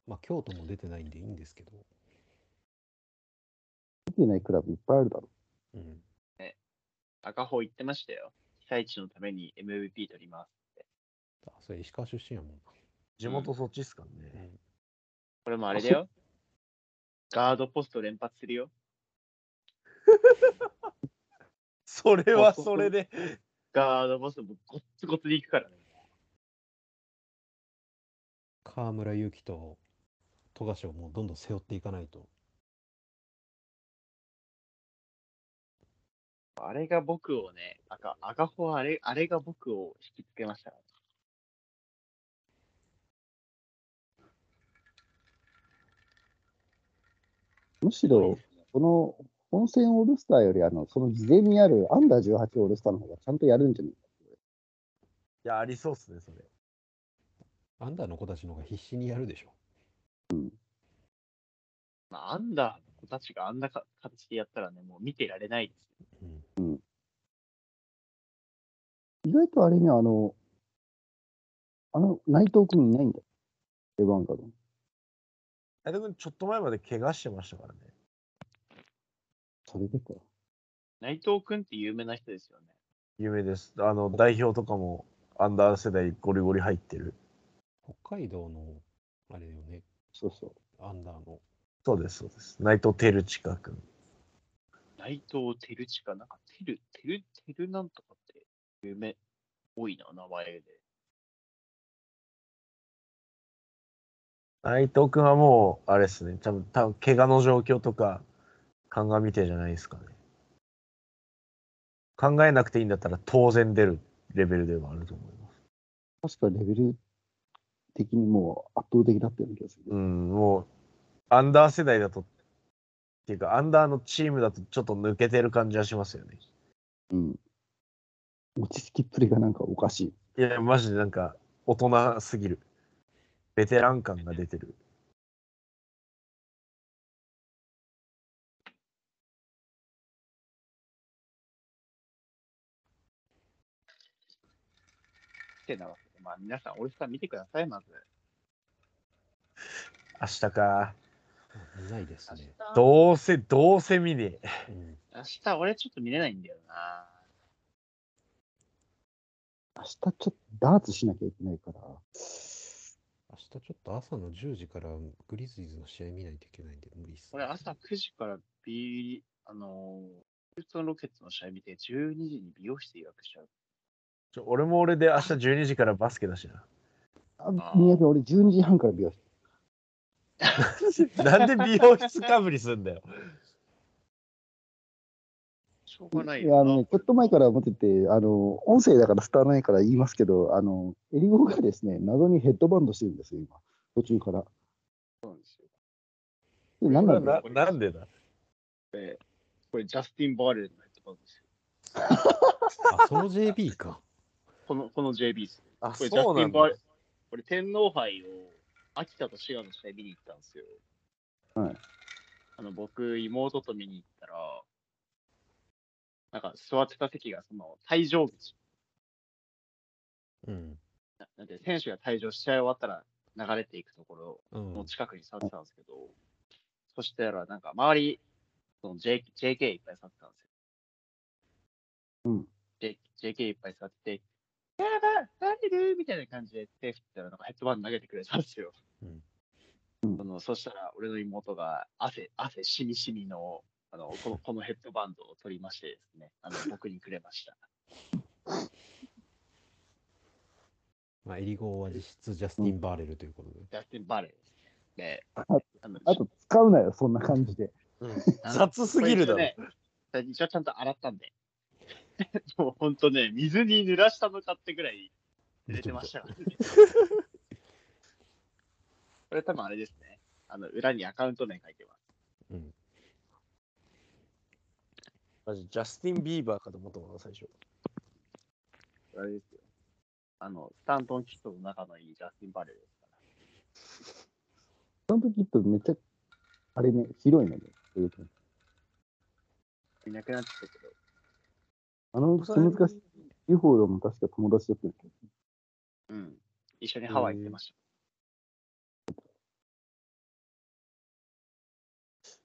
まあ、京都も出てないんでいいんですけど、出てないクラブいっぱいあるだろうん、赤穂言ってましたよ。被災地のために MVP 取ります。あそれ石川出身やもんな。地元そっちっすからね。これもあれだよ。ガードポスト連発するよ。それ はそれで。ガードポストもゴッツゴツに行くからね。河村勇輝と富樫をもうどんどん背負っていかないと。あれが僕をね、赤赤穂あれ、あれが僕を引きつけましたから。むしろ、この本戦オールスターより、あの、その事前にあるアンダー18オールスターの方がちゃんとやるんじゃないいや、ありそうっすね、それ。アンダーの子たちの方が必死にやるでしょ。まあ、アンダーの子たちがあんなか形でやったらね、もう見てられないです。うん、意外とあれね、あの、あの、内藤君いないんだよ。エヴァンガの。あれ君、ちょっと前まで怪我してましたからね。それでか。内藤君って有名な人ですよね。有名です。あの、代表とかも、アンダー世代ゴリゴリ入ってる。北海道のあれよね、そうそう。アンダーの。そうです、そうです。内藤輝近くん。内藤照地かなんか、てる、てる、てるなんとかって、夢多いな、名前で。内藤君はもう、あれですね、多分多分怪我の状況とか、鑑みてじゃないですかね。考えなくていいんだったら、当然出るレベルではあると思います。確かレベル的にもう圧倒的だったような気がすうる。ん、もう、アンダー世代だと、っていうか、アンダーのチームだと、ちょっと抜けてる感じはしますよね。うん。落ち着きっぷりがなんかおかしいい。や、マジでなんか、大人すぎる。ベテラン感が出てる。てなわけで、まあ皆さん、オールスター見てください、まず。明日か。あ見ないですね。どうせ、どうせ見ねえ。うん、明日、俺ちょっと見れないんだよな。明日ちょっとダーツしなきゃいけないから、明日ちょっと朝の10時からグリズリーズの試合見ないといけないんで無理っす、俺、朝9時から B、あのー、ヒューストンロケッツの試合見て、12時に美容室予約しちゃう。ちょ俺も俺で明日12時からバスケだしああー宮城俺12時半から美容室。な。なんで美容室かぶりすんだよ。しょうがないいやあよな。のねちょっと前から思ってて、あの、音声だから伝わらないから言いますけど、あの、エリゴがですね、謎にヘッドバンドしてるんですよ、今。途中から。そうなんですよ。何なんだ ななんでだこれ、ジャスティン・バーレルのヘッドバンドですよ。あ、その JB か。この、この JB です。あ、これ、ジャそうスティなんン・バーだレ。ル。これ、天皇杯を、秋田と滋賀の試合見に行ったんですよ。はい。あの、僕、妹と見に行ったら、なんか、座ってた席が、その、退場口。うん。ななんで、選手が退場、試合終わったら流れていくところうんの近くに座ってたんですけど、そしたら、なんか、周り、その J JK いっぱい座ってたんですよ。うん。 J JK いっぱい座ってて、やば誰るみたいな感じで手振ったら、なんかヘッドバンド投げてくれたんですよ。うんそのそしたら、俺の妹が汗、汗しみしみの、あの、こ の、このヘッドバンドを取りましてですね、あの、僕にくれました。まあ、エリゴーは実質ジャスティン・バーレルということで。ジャスティン・バレーですね。で、ああのあと使うなよ、そんな感じで。雑すぎるだころ。れ一応ね。一応ちゃんと洗ったんで。 もうほんとね、水に濡らしたのかってぐらい濡れてましたから ね。これ多分あれですね。あの、裏にアカウント名書いてます。うん。マジジャスティン・ビーバーかと思ったもんな、最初。あれですよ。あの、スタントンキットの仲のいいジャスティン・バレルですかその時ってめっちゃ、あれね、広いのね。そういう感じら。いなくなっちゃったけど。あの、難しい。UFO も確か友達だったけど、うん。一緒にハワイ行ってまし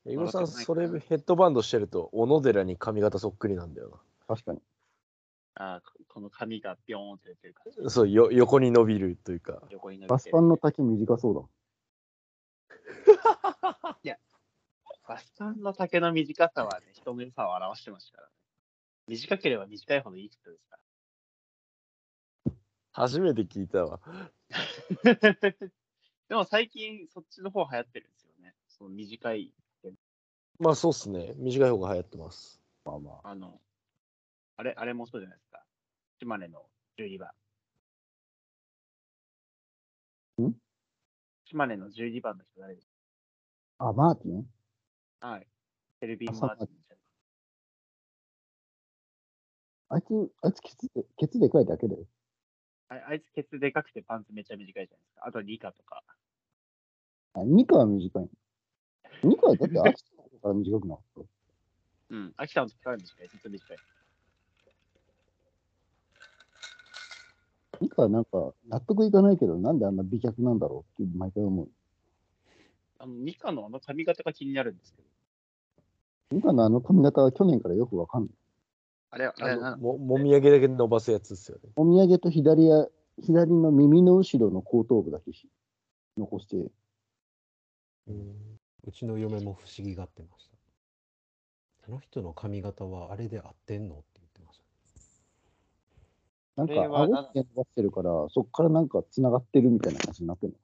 エゴさん、それヘッドバンドしてると、小野寺に髪型そっくりなんだよ確かに。た。ああ、ここの髪がビョーンって出てる感な。そう、よ横に伸びるというか。じ。横に伸びてるバスパンの丈短そうだもん。バスタンの丈の短さはね、人の良さを表してましたからね。短ければ短いほどいい人ですか初めて聞いたわ。ら。 でも最近そっちの方流行ってるんですよね。その短い、まあそうっすね。短い方が流行ってます。あの、あれ、あれもそうじゃないですか。島根の12番。ん島根の12番の人誰ですあ、マーティンかはい。テルビン・浅マー間ティンじゃないあいつ、あいつケツで、ケツでかいだけだよ。ああいつケツでかくてパンツめっちゃ短いじゃないですか。あとリカとか。あ、ニカは短い。ニカはだって秋田の方から短くなかっうん。秋田の時から短い。ずっと短い。た。ニカはなんか納得いかないけど、なんであんな美脚なんだろうって毎回思う。あの、ニカのあの髪型が気になるんですけど。ニカのあの髪型は去年からよくわかんない。あれ、ああれ、のなももみあげだけ伸ばすやつっすよね。お土産と左や、左の耳の後ろの後頭部だけひ残して、うちの嫁も不思議がってました。あの人の髪型はあれで合ってんのって言ってました。なんかこれは顎なって伸ばしてるから、そっからなんか繋がってるみたいな感じになってる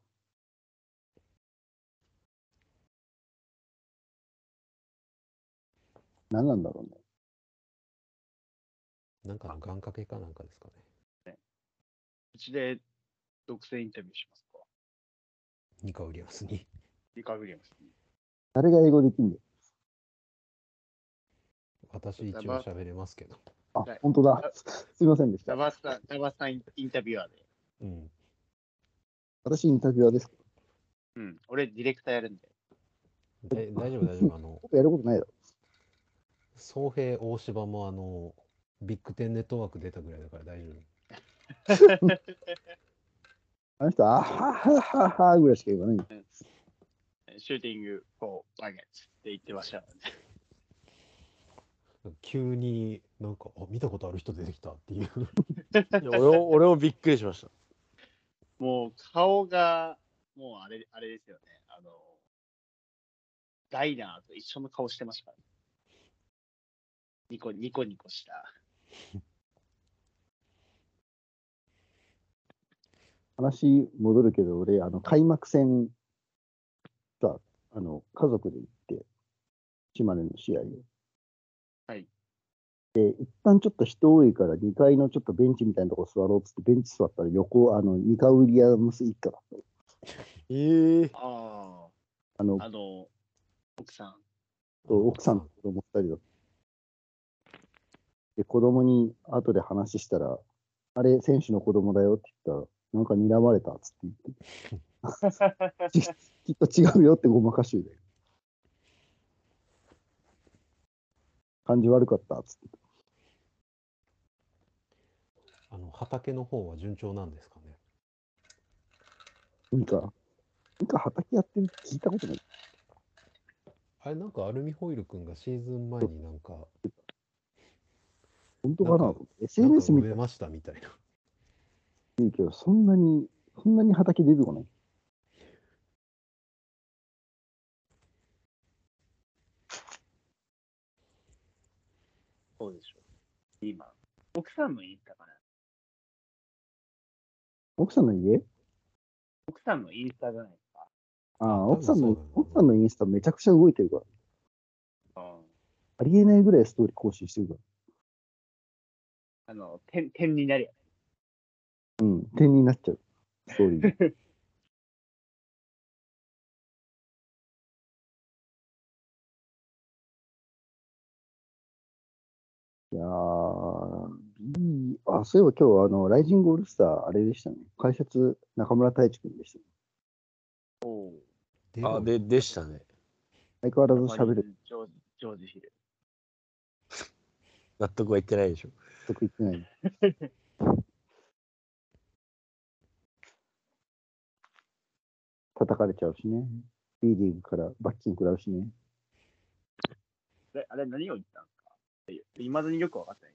の。何なんだろうね。なんかの願掛けかなんかですかね。うちで独占インタビューしますか。ニカ・ウィリアムス に。リカ・ウィリアムスに。誰が英語できんだよ。私一応喋れますけど。あはい、本当だあ。 すいませんでしジャた。バスさん、ジャバスさんインタビュアーで。うん。私、インタビュアーです。うん。俺、ディレクターやるんで。え大丈夫、大丈夫。あの、僕やることないだろ。総平、大柴もあの、ビッグテンネットワーク出たぐらいだから大丈あの人、あははははぐらいしか言わない。シューティング4バゲッツって言ってま した。夫。急になんか、あ、見たことある人出てきたっていう。いや俺を俺をびっくりしました。もう顔が、もうあれ、あれですよね。あの、ダイナーと一緒の顔してましたからね。ニコ、ニコニコした。話戻るけど、俺、あの、開幕戦、さ、あの、家族で行って、島根の試合を。はい。で、一旦ちょっと人多いから、2階のちょっとベンチみたいなとこ座ろうっつって、ベンチ座ったら横、あの、ニカウィリアムス一家だった。ええああのあ、、あの、奥さん。奥さんと子供二人だった。で、子供に後で話したら、あれ、選手の子供だよって言ったら、なんか睨まれたっつって言って。ききっと違うよってごまかしゅうで。感じ悪かったっつって。あの、畑の方は順調なんですかね。いいか。いいか、畑やってるって聞いたことない。あれ、なんかアルミホイル君がシーズン前になんか、本当かななんか ?SNS なんか植見たえらましたみたいな。いいけど、そんなに、そんなに畑出てこない。そうでしょ。今、奥さんの家行ったかな。奥さんの家奥さんのインスタじゃないですか。あああ、奥さん多分そのうだよね、奥さんのインスタめちゃくちゃ動いてるから。うんありえないぐらいストーリー更新してるかあの、点、点になるやら。うん、点になっちゃう。ストーリーで。いやー、いいあ、そういえば今日、あの、ライジングオールスター、あれでしたね。解説、中村太一君でした、ね。であもででしたね。相変わらつ。ず喋る。ジョージ、ジョージヒル。納得はいってないでしょ。得言ってない。叩かれちゃうしね。B リーグから罰金食らうしね。であれ何を言ったんですかいまだによくわかってない。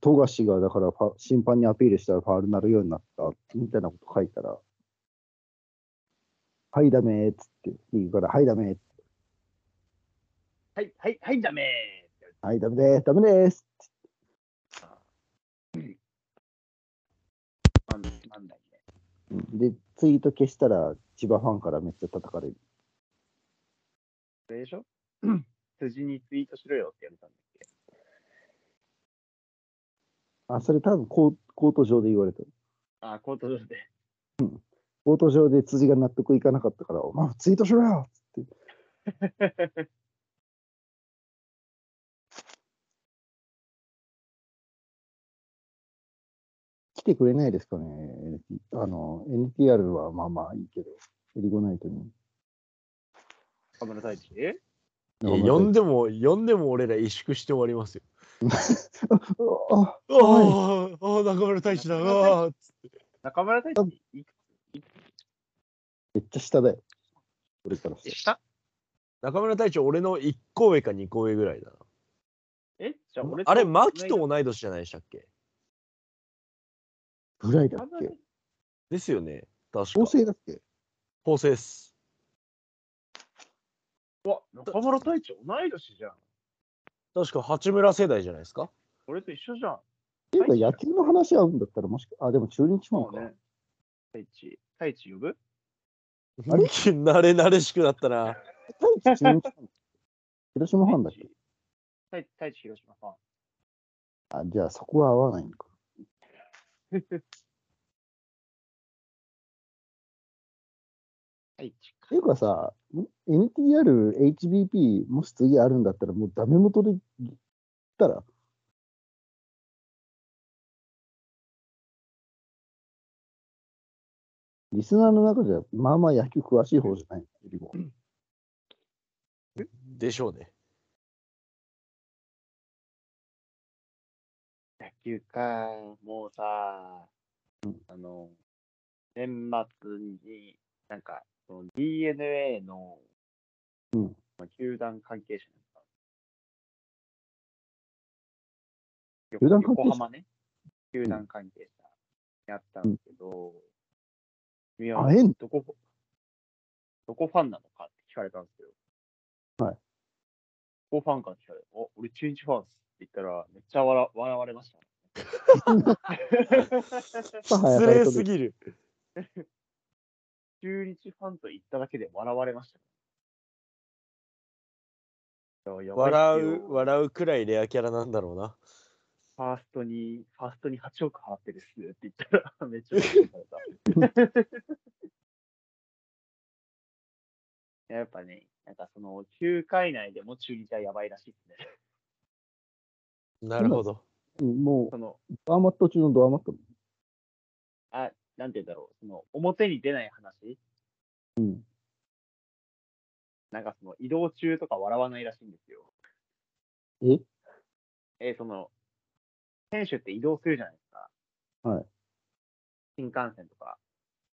富樫がだからファ審判にアピールしたらファールになるようになったみたいなこと書いたら、はい、ダメーっつって、リーグから、はい、ダメー、はい、はい、はい、ダメーって言われてはい、ダメでーす、ダメでーす。まんなんだいね。で、ツイート消したら、千葉ファンからめっちゃ叩かれる。それでしょ辻にツイートしろよって言われたんだっけあ、それ多分コーコート上で言われた。あー、コート上で。コート上で辻が納得いかなかったから、お前ツイートしろよっつって。来てくれないですかね、NT あの、NTR はまあまあいいけど、エリゴナイトに。岡村太一えいや呼んでも呼んでも俺ら萎縮して終わりますよ。あ、あーあー中村太一だ。あー中村太一いくめっちゃ下だよ。俺からしつて。下中村太一俺の1個上か2個上ぐらいだえじゃあな俺。あれ牧と同い年じゃないでしたっけぐらいだ中っ村け太一ですよね。確か構。成だっけ構成です。うわ、中村太一同い年じゃん。確か八村世代じゃないですか。俺と一緒じゃん。っていうか野球の話合うんだったら、もしか、あ、でも中日ファンか。ね。太一、太一呼ぶ 慣れ慣れしくなったな。太一中日ファン。広島ファンだっけ太一、太一広島ファン。あ、じゃあそこは合わないのか。太一か。ていうかさ、NTR、HBP、もし次あるんだったら、もうダメ元で言ったら、リスナーの中じゃ、まあまあ野球詳しい方じゃない。よりもでしょうね。野球か、もうさ、あの、年末に、なんか、DNA の、うんまあ球団関係者なんか、球団関係者横浜ね、球団関係者にあったんだけど、君は会えんどこ、どこファンなのかって聞かれたんですけど、はい。どこファンかって聞かれて、お、俺中日ファンっすって言ったら、めっちゃ笑笑われま した。失礼すぎる。中日ファンと言っただけで笑われました。いややばいっ笑すよう、笑うくらいレアキャラなんだろうな。ファーストに、ファーストに8億払ってるっすって言ったら、 めっちゃびっくりさ れた。いややっぱね、なんかその、9回内でも中日はやばいらしいですね。なるほど。うんもうそ、の、ドアマット中のドアマット。なんて言うんだろう、その、表に出ない話うん。なんかその、移動中とか笑わないらしいんですよ。ええーその、選手って移動するじゃないですか。はい。新幹線とか。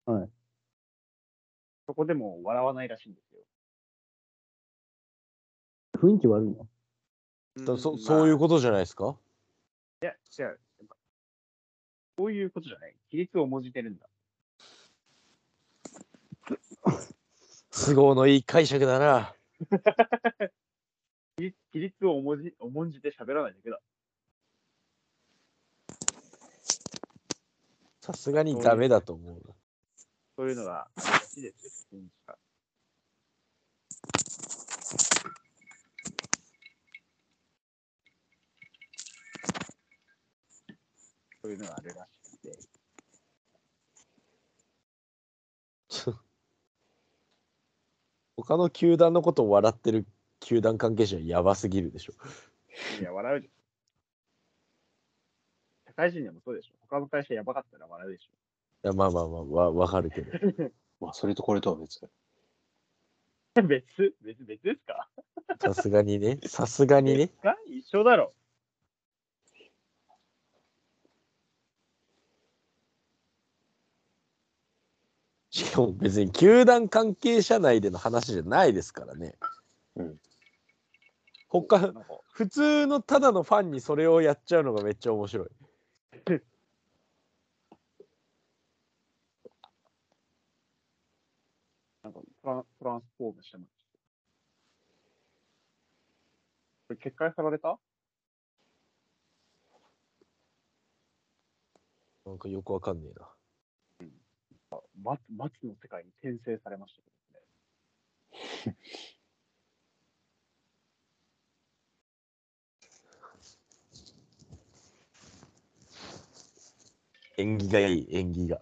はい。そこでも笑わないらしいんですよ。雰囲気悪いのだそそういうことじゃないですかいや、違う。やっぱそういうことじゃない。規律を重んじてるんだ。都合のいい解釈だな。規律規律を重んじ重んじて喋らないだけだ。さすがにダメだと思うな。そういうのが好きです。選手がそういうのがあるらしくて。他の球団のことを笑ってる球団関係者やばすぎるでしょ。いや、笑うでしょ。社会人でもそうでしょ。他の会社やばかったら笑うでしいやまあまあまあ、わわかるけど。まあ、それとこれとは別。ょ。別別別ですかさすがにね。さすがにね。が一緒だろ。しかも別に球団関係者内での話じゃないですからね。うん。他なんか普通のただのファンにそれをやっちゃうのがめっちゃ面白い。なんかトラントランスフォームしてます。これ、決壊さられたなんかよくわかんねえな。松松の世界に転生されましたけどね。縁起がいい、縁起が。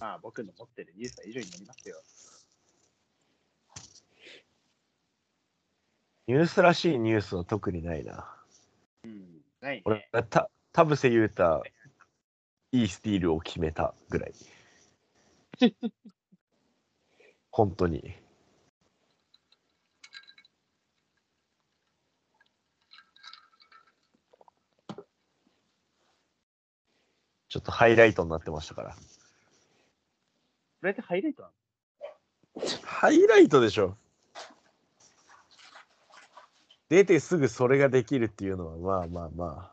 まあ、僕の持ってるニュースは以上になりますよ。ニュースらしいニュースは特にないな。うん。ない俺ね。、た田臥勇太、いいスティールを決めたぐらい。本当に。ちょっとハイライトになってましたから。それってハイライトなのハイライトでしょ。出てすぐそれができるっていうのは、まあまあまあ。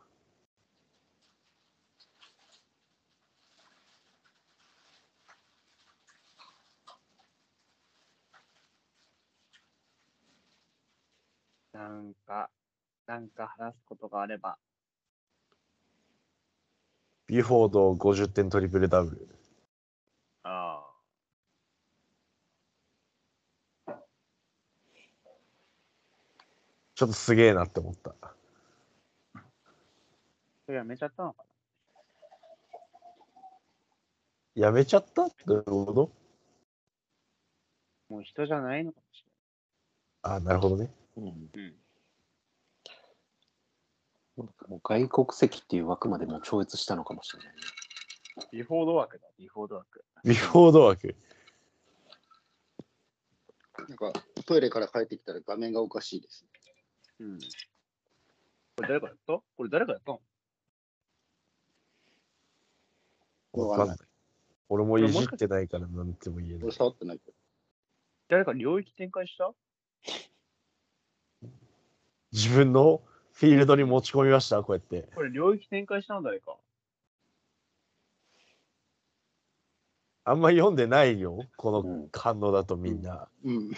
なんか、なんか話すことがあれば。ビュフォード50点トリプルダブル。ああ。ちょっとすげえなって思った。それやめちゃったのかやめちゃったってこともう人じゃないのかもしああ、なるほどね。れない。うん。もう外国籍っていう枠までもう超越したのかもしれない、ね。ビフォード枠だ、ビフォード枠。ビフォード枠。なんか、トイレから帰ってきたら画面がおかしいです。うん。これ誰かやったこれ誰かやったのわかんない。俺もいじってないからなんても言えな俺い。触ってないけど。誰か領域展開した自分のフィールドに持ち込みました、こうやって。これ領域展開したの誰か。あんま読んでないよ、こうのん。感動だとみんな。うん。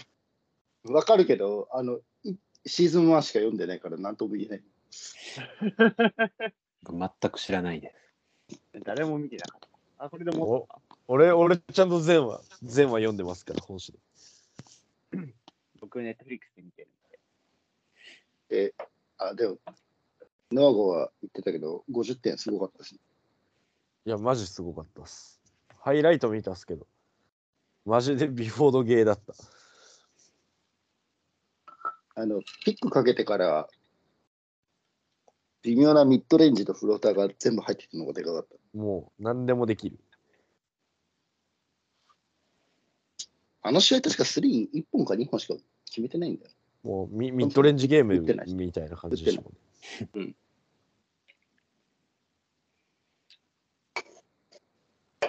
わかるけど、あの、いシーズン1しか読んでないから何とも言えない。全く知らないです。誰も見てなかった。あ、これでもお俺、俺ちゃんと全話、全話読んでますから、本誌で。僕ネットフリックスで見てる。で、あ、でも、ノアゴは言ってたけど、50点すごかったですね。いや、マジすごかったっす。ハイライト見たっすけど、マジでビフォードゲーだった。あの、ピックかけてから、微妙なミッドレンジとフローターが全部入ってきたのがでかかった。もう、何でもできる。あの試合確か3、1本か2本しか決めてないんだよ。もうミ、ミッドレンジゲーム打ってないみたいな感じでしたもんね。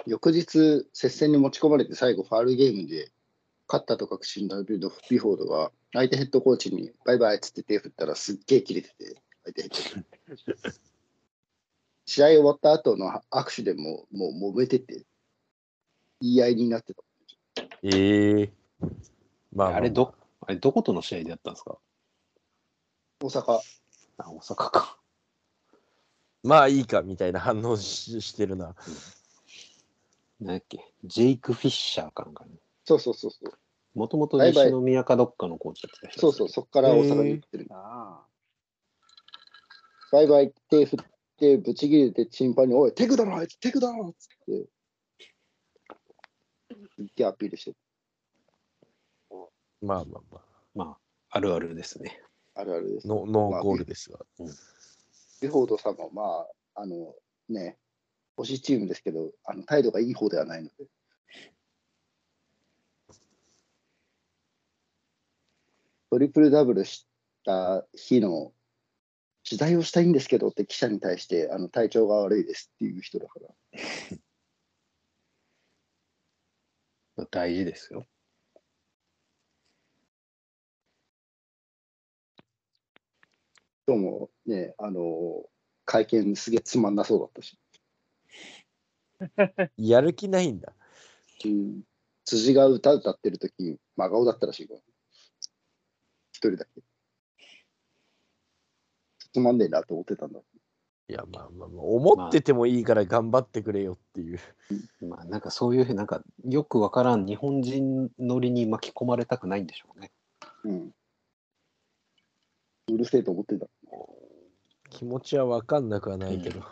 翌日、接戦に持ち込まれて最後、ファールゲームで勝ったと確信のビュフォードが、相手ヘッドコーチにバイバイっつって手振ったらすっげえ切れてて、相手ヘッドコーチ。試合終わった後の握手でも、もう揉めてて、言い合いになってた。ええまあまああれど、あれどことの試合でやったんですか大阪、あ、大阪か。まあいいかみたいな反応ししてるな。なんだっけ。ジェイク・フィッシャーかなんかね。そうそうそうそう、もともとバイバイ西宮かどっかのコーチだった人。そうそう、。そこから大阪に行ってる。あバイバイって手振って、ぶち切れて、チンパンに、おい、テクだろ、あいつ、テクだろっつって、すっげえアピールしてるまあまあままあ、あるあるですね。あるあるですあ。。ノノーゴールですが。ビフォードさんも、まあ、あのね、推しチームですけど、あの態度がいい方ではないので、トリプルダブルした日の取材をしたいんですけどって記者に対して、あの体調が悪いですっていう人だから、まあ大事ですよ。今日もね、あの会見すげえつまんなそうだったし、やる気ないんだ。うん辻が歌歌ってる時真顔だったらしいから、一人だけ。つまんねえなと思ってたんだ。いやまあまあまあ、思っててもいいから頑張ってくれよっていう。まあ、なんかそういう、なんかよくわからん日本人乗りに巻き込まれたくないんでしょうね。うん。うるせえと思ってた。気持ちはわかんなくはないけど。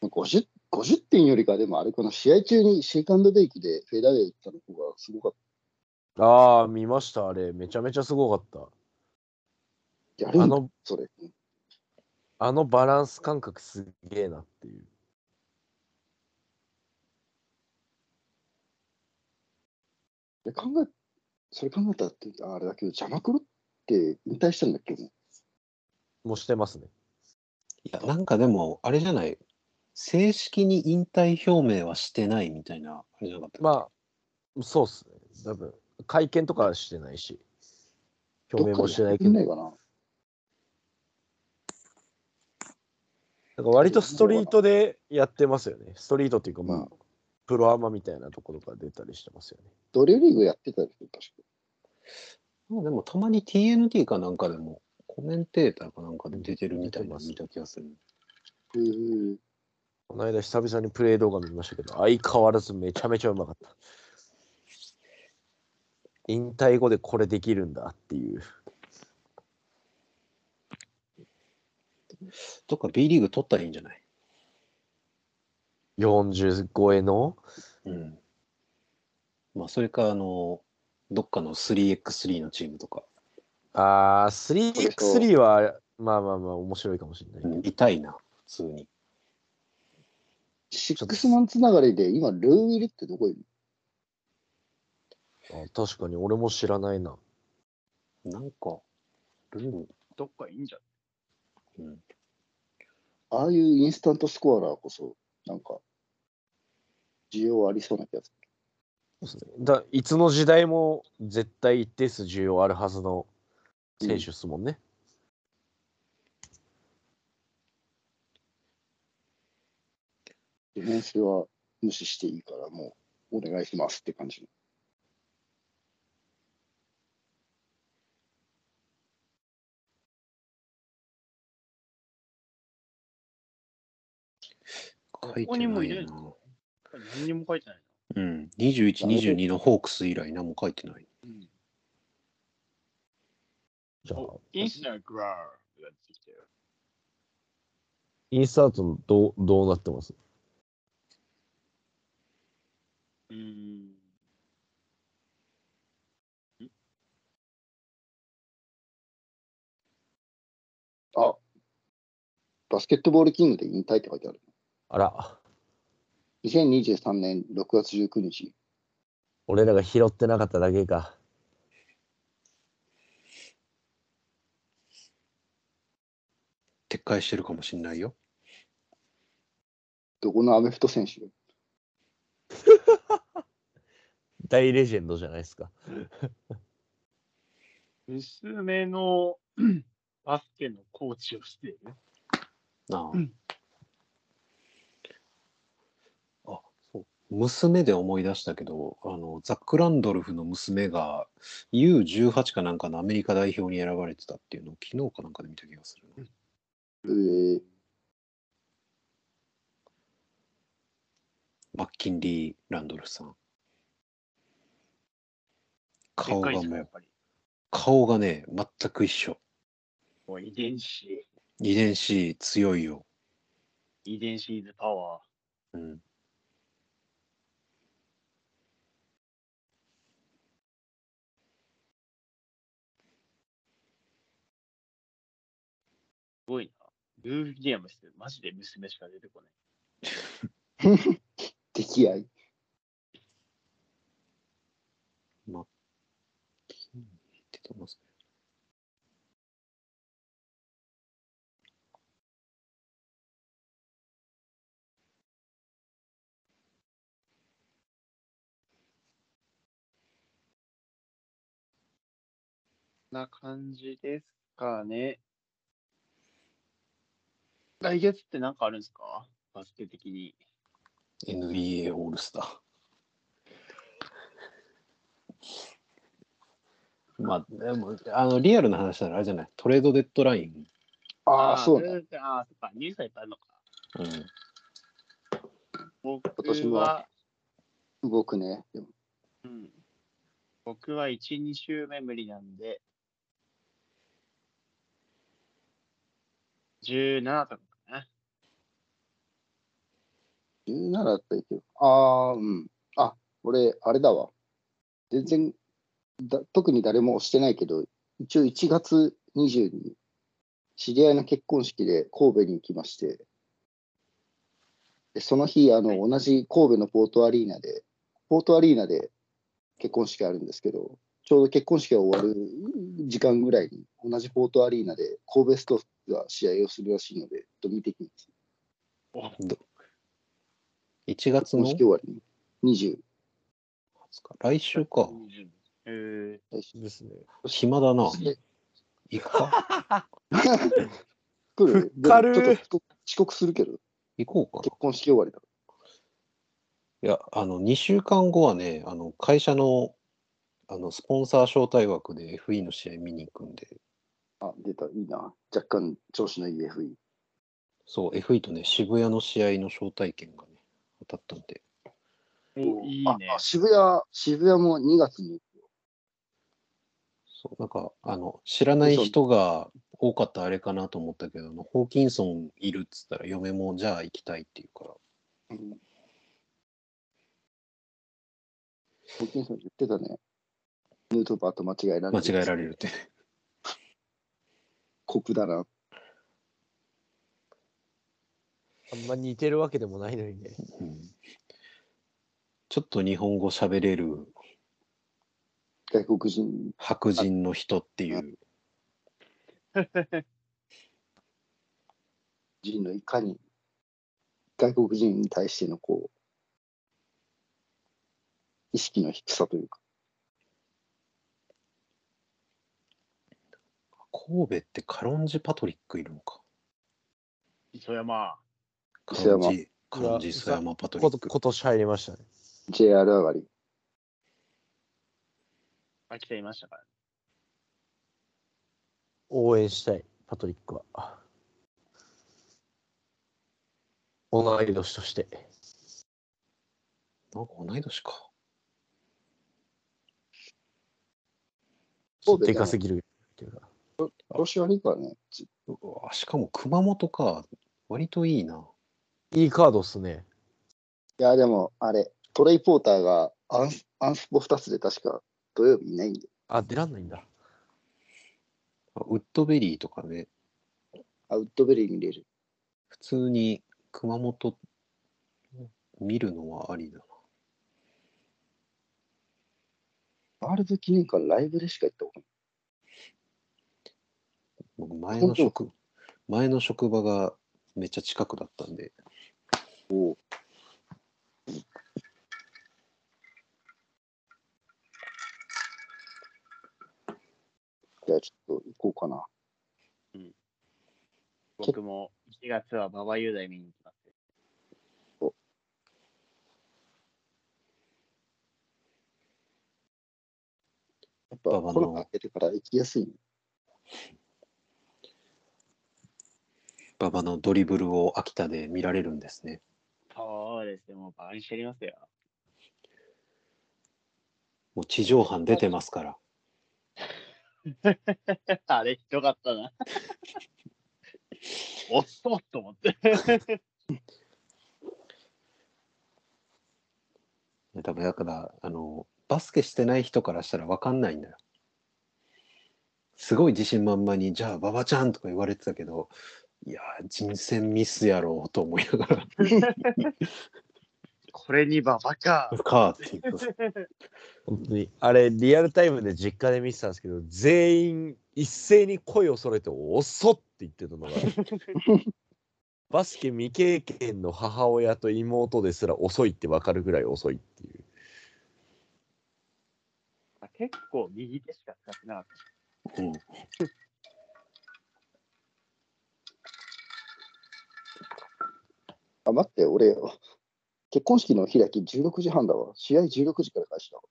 50, 50点よりか、でもあれ、この試合中にシェイカンドベイクでフェーダーウェイ打ったの方がすごかっああ、見ました、あれ。めちゃめちゃすごかった。た。やあるんだの、それ。あのバランス感覚すげえなっていう。で考えそれ考えたらって、ああれだけど、邪魔くろって引退したんだっけもうもうしてますね。いや、なんかでも、あれじゃない。正式に引退表明はしてないみたいな、あれじゃなかったっけまあ、そうっすね。多分、会見とかはしてないし、表明もしてないけどっどか。でやってくんないかな。なんか割とストリートでやってますよね。ストリートっていうか、まあ、うんプロアマみたいなところから出たりしてますよね。ドリューリーグやってたでしょ、確か。まあでもたまに TNT かなんかでもコメンテーターかなんかで出てるみたいなの見た気がする。へえこの間久々にプレイ動画見ましたけど、相変わらずめちゃめちゃうまか った。引退後でこれできるんだっていう。とか B リーグ取ったらいいんじゃない40超えのうん。まあ、それか、あの、どっかの 3x3 のチームとか、ああ、3x3 は、まあまあまあ、面白いかもしれうない。ん痛いな、普通に。シックスマンつながりで、今、ルーウィルってどこいるあ確かに、俺も知らないな。なんか、ルーム、どっかいいんじゃん。うん、ああいうインスタントスコアラーこそ、なんか、需要ありそうな気がすだいつの時代も絶対一定数需要あるはずの選手ですもんね。る。ディフェンスは無視していいから、もう、お願いしますって感じ。書いこてにもないないいのな。何にも書いてないうん、21、22のホークス以来何も書いてない。な。うん。じゃあ、お、インスタグラムが出てきたよ。インスタートどうどうなってますうーん。あバスケットボールキングで引退って書いてある。あら、 2023年6月19日、俺らが拾ってなかっただけか。撤回してるかもしんないよ。どこのアメフト選手大レジェンドじゃないですか。娘の バスケのコーチをしている。なあ。うんあ、そう。娘で思い出したけど、あの、ザック・ランドルフの娘が U18 かなんかのアメリカ代表に選ばれてたっていうのを昨日かなんかで見た気がするな。えー、マッキンリー・ランドルフさん。顔がでっかいじゃんもやっう、ぱり。顔がね、全く一緒。もう遺伝子、遺伝子強いよ。遺伝子イズパワー。うん。すごいな。ルーフィリアムス、マジで娘しか出てこない。敵愛。出てますこんな感じですかね。来月ってなんかあるんですかバスケ的に。 NBA オールスター。 まあ、でも、あの、リアルな話ならあれじゃない、トレードデッドライン。ああ、そうね。ね。ああ、そっか、ニュースはいっぱいあるのか。うん。僕年もは、動くね。でもうん、僕は1、2週目無理なんで、17とかかな。 17だったらいける。ああ、うん。あ、俺、あれだわ。全然だ、特に誰も押してないけど、一応1月20に、知り合いの結婚式で神戸に行きまして、でその日、あの、同じ神戸のポートアリーナで、ポートアリーナで結婚式あるんですけど、ちょうど結婚式が終わる時間ぐらいに、同じポートアリーナで神戸ストークが試合をするらしいので、ちょっと見てきます。ど1月結の婚式終わりに20。来週か。 20えですね。暇だな。で行くか来るふっかるでもちょっと遅刻遅刻するけど、行こう結か婚式終わりだ。な。いや、あの、2週間後はね、あの、会社の、あの、スポンサー招待枠で FE の試合見に行くんで、あ、出た、いいな。若干調子のいい FE。そう、FE とね、渋谷の試合の招待券がね、当たったんで、ー、おいいねああ。渋谷、渋谷も2月に。そう、なんか、あの、知らない人が多かったあれかなと思ったけど、あのホーキンソンいるっつったら、嫁もじゃあ行きたいって言うから、うんホーキンソン言ってたね。ヌートバーと間違えられる。間違えられるって。コップだな。あんま似てるわけでもないのにね。うんちょっと日本語喋れる外国人。白人の人っていう。人のいかに外国人に対してのこう意識の低さというか神戸ってカロンジパトリックいるのか。磯山。カ磯ロン山ジ、カロンジ磯山パトリこック。今年入りましたね。 JR 上がり秋田いましたから。応援したい、パトリックは。同い年として。なんか同い年か。そうだよねでかすぎるっていうか。調子悪いからねちうわしかも熊本か。割といいな。いいカードっすね。いやでもあれトレイポーターがアンスアンスポ2つで確か土曜日いないんであ、出らんないんだ。あウッドベリーとかね、あウッドベリー見れる普通に熊本見るのはありだな。ワールド記念館ライブでしか行ったことない僕前の職、前の職場がめっちゃ近くだったんで、じゃあちょっと行こうかな僕も1月は馬場雄大見に行きます。やっぱ馬場のコロナ明けてから行きやすいね馬場のドリブルを秋田で見られるんですね。そうですね。もうバカにしてやりますよ。 もう地上波出てますから。あれひどかった な。おっとと思って。いや多分だから、あの、バスケしてない人からしたら分かんないんだよ。すごい自信満々に、じゃあ、馬場ちゃんとか言われてたけど、いやー、人選ミスやろうと思いながら、これに馬場か。かーって言って本当に。あれ、リアルタイムで実家で見てたんですけど、全員一斉に声を揃えて、遅っって言ってたのが。 バスケ未経験の母親と妹ですら遅いって分かるぐらい遅いっていう。結構右手しか使ってなかった。うん。あ待って俺よ結婚式の開き16時半だわ試合16時から開始だわ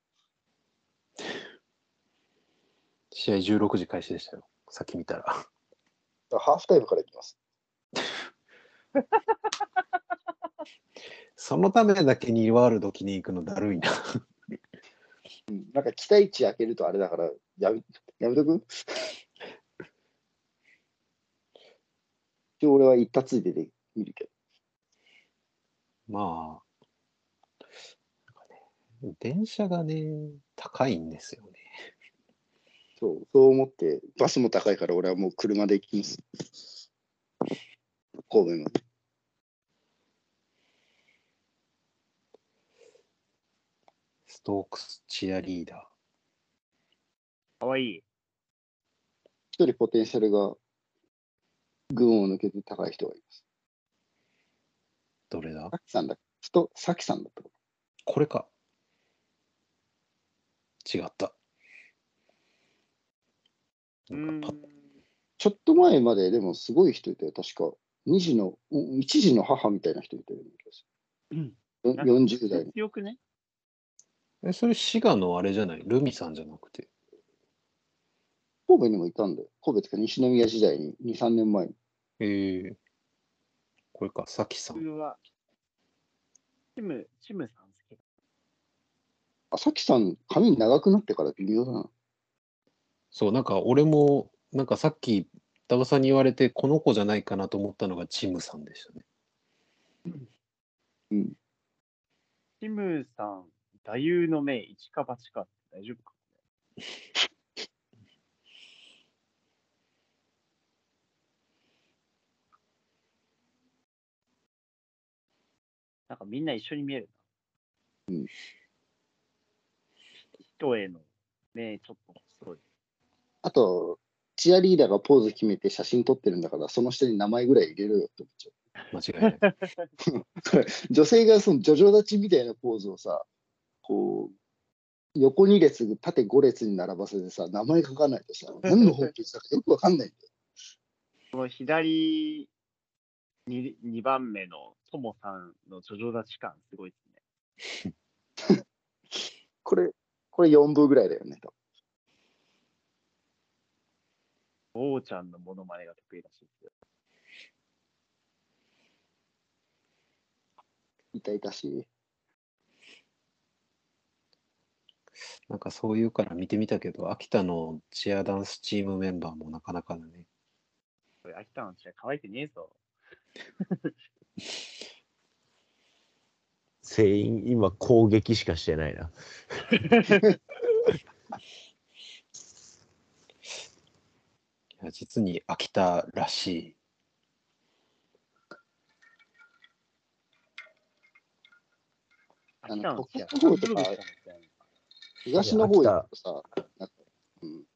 試合16時開始でしたよ。さっき見たら。だからハーフタイムから行きますそのためだけにワールド気に行くのだるいな。なんか期待値開けるとあれだから、やめやめとく 一応俺は行ったついでで見るけまあ、なんかね電車がね、高いんですよね。ど、そうそう思って、バスも高いから俺はもう車で行きます。神戸まで。ストークスチアリーダかわいい。一人ポテンシャルが群を抜けて高い人がいます。ー。どれださきさんだ。人、さきさんだと。これか。違った。うなんかパッんちょっと前まででもすごい人いたよ、確か。2時の、うん1時の母みたいな人いたよ、ね、んよ40代の。強くね。えそれ滋賀のあれじゃないルミさんじゃなくて。神戸にもいたんだよ。神戸っていうか西宮時代に2、3年前に。ええこれか、さきさん。僕は、チム、チムさん好き。あさきさん、髪長くなってから微妙だな。そう、なんか俺も、なんかさっき、田場さんに言われて、この子じゃないかなと思ったのがチムさんでしたね。うんシムさん、座右の銘、一か八かって大丈夫かなんかみんな一緒に見えるな。うん人への銘、ちょっと強い。あと、チアリーダーがポーズ決めて写真撮ってるんだから、その下に名前ぐらい入れろよって思っちゃう。間違いない。それ女性がその叙々立ちみたいなポーズをさ、こう、横2列、縦5列に並ばせてさ、名前書かないとさ、 何の本気したかよくわかんないんだよ。この左 2, 二番目のトモさんの叙々立ち感、すごいですね。これ、これ4部ぐらいだよね、と。おーちゃんのモノマネが得意らしいですよ。痛々しい。なんかそういうから見てみたけど、秋田のチアダンスチームメンバーもなかなかだね。これ、秋田の血は乾いてねえぞ。全員今攻撃しかしてないな。いや実に秋田らしい。あの秋田の血はポケットボールとか乾いてねえぞ東の方行くとさ、なんか、うん。キ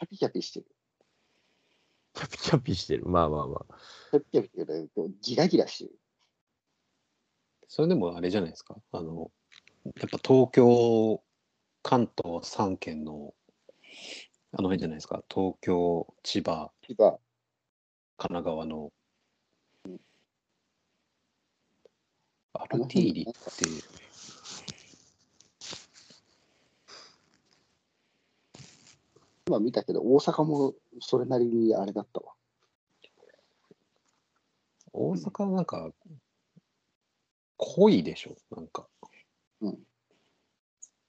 ャピキャピしてる。キャピキャピしてる。まあまあまあ。キャピキャピしてる。こうギラギラしてる。それでもあれじゃないですか。あの、やっぱ東京、関東3県の、あの辺じゃないですか。東京、千葉、千葉、神奈川の。アあのルティーリって、今見たけど、大阪もそれなりにあれだったわ。大阪はなんか、濃いでしょ、なんか。うん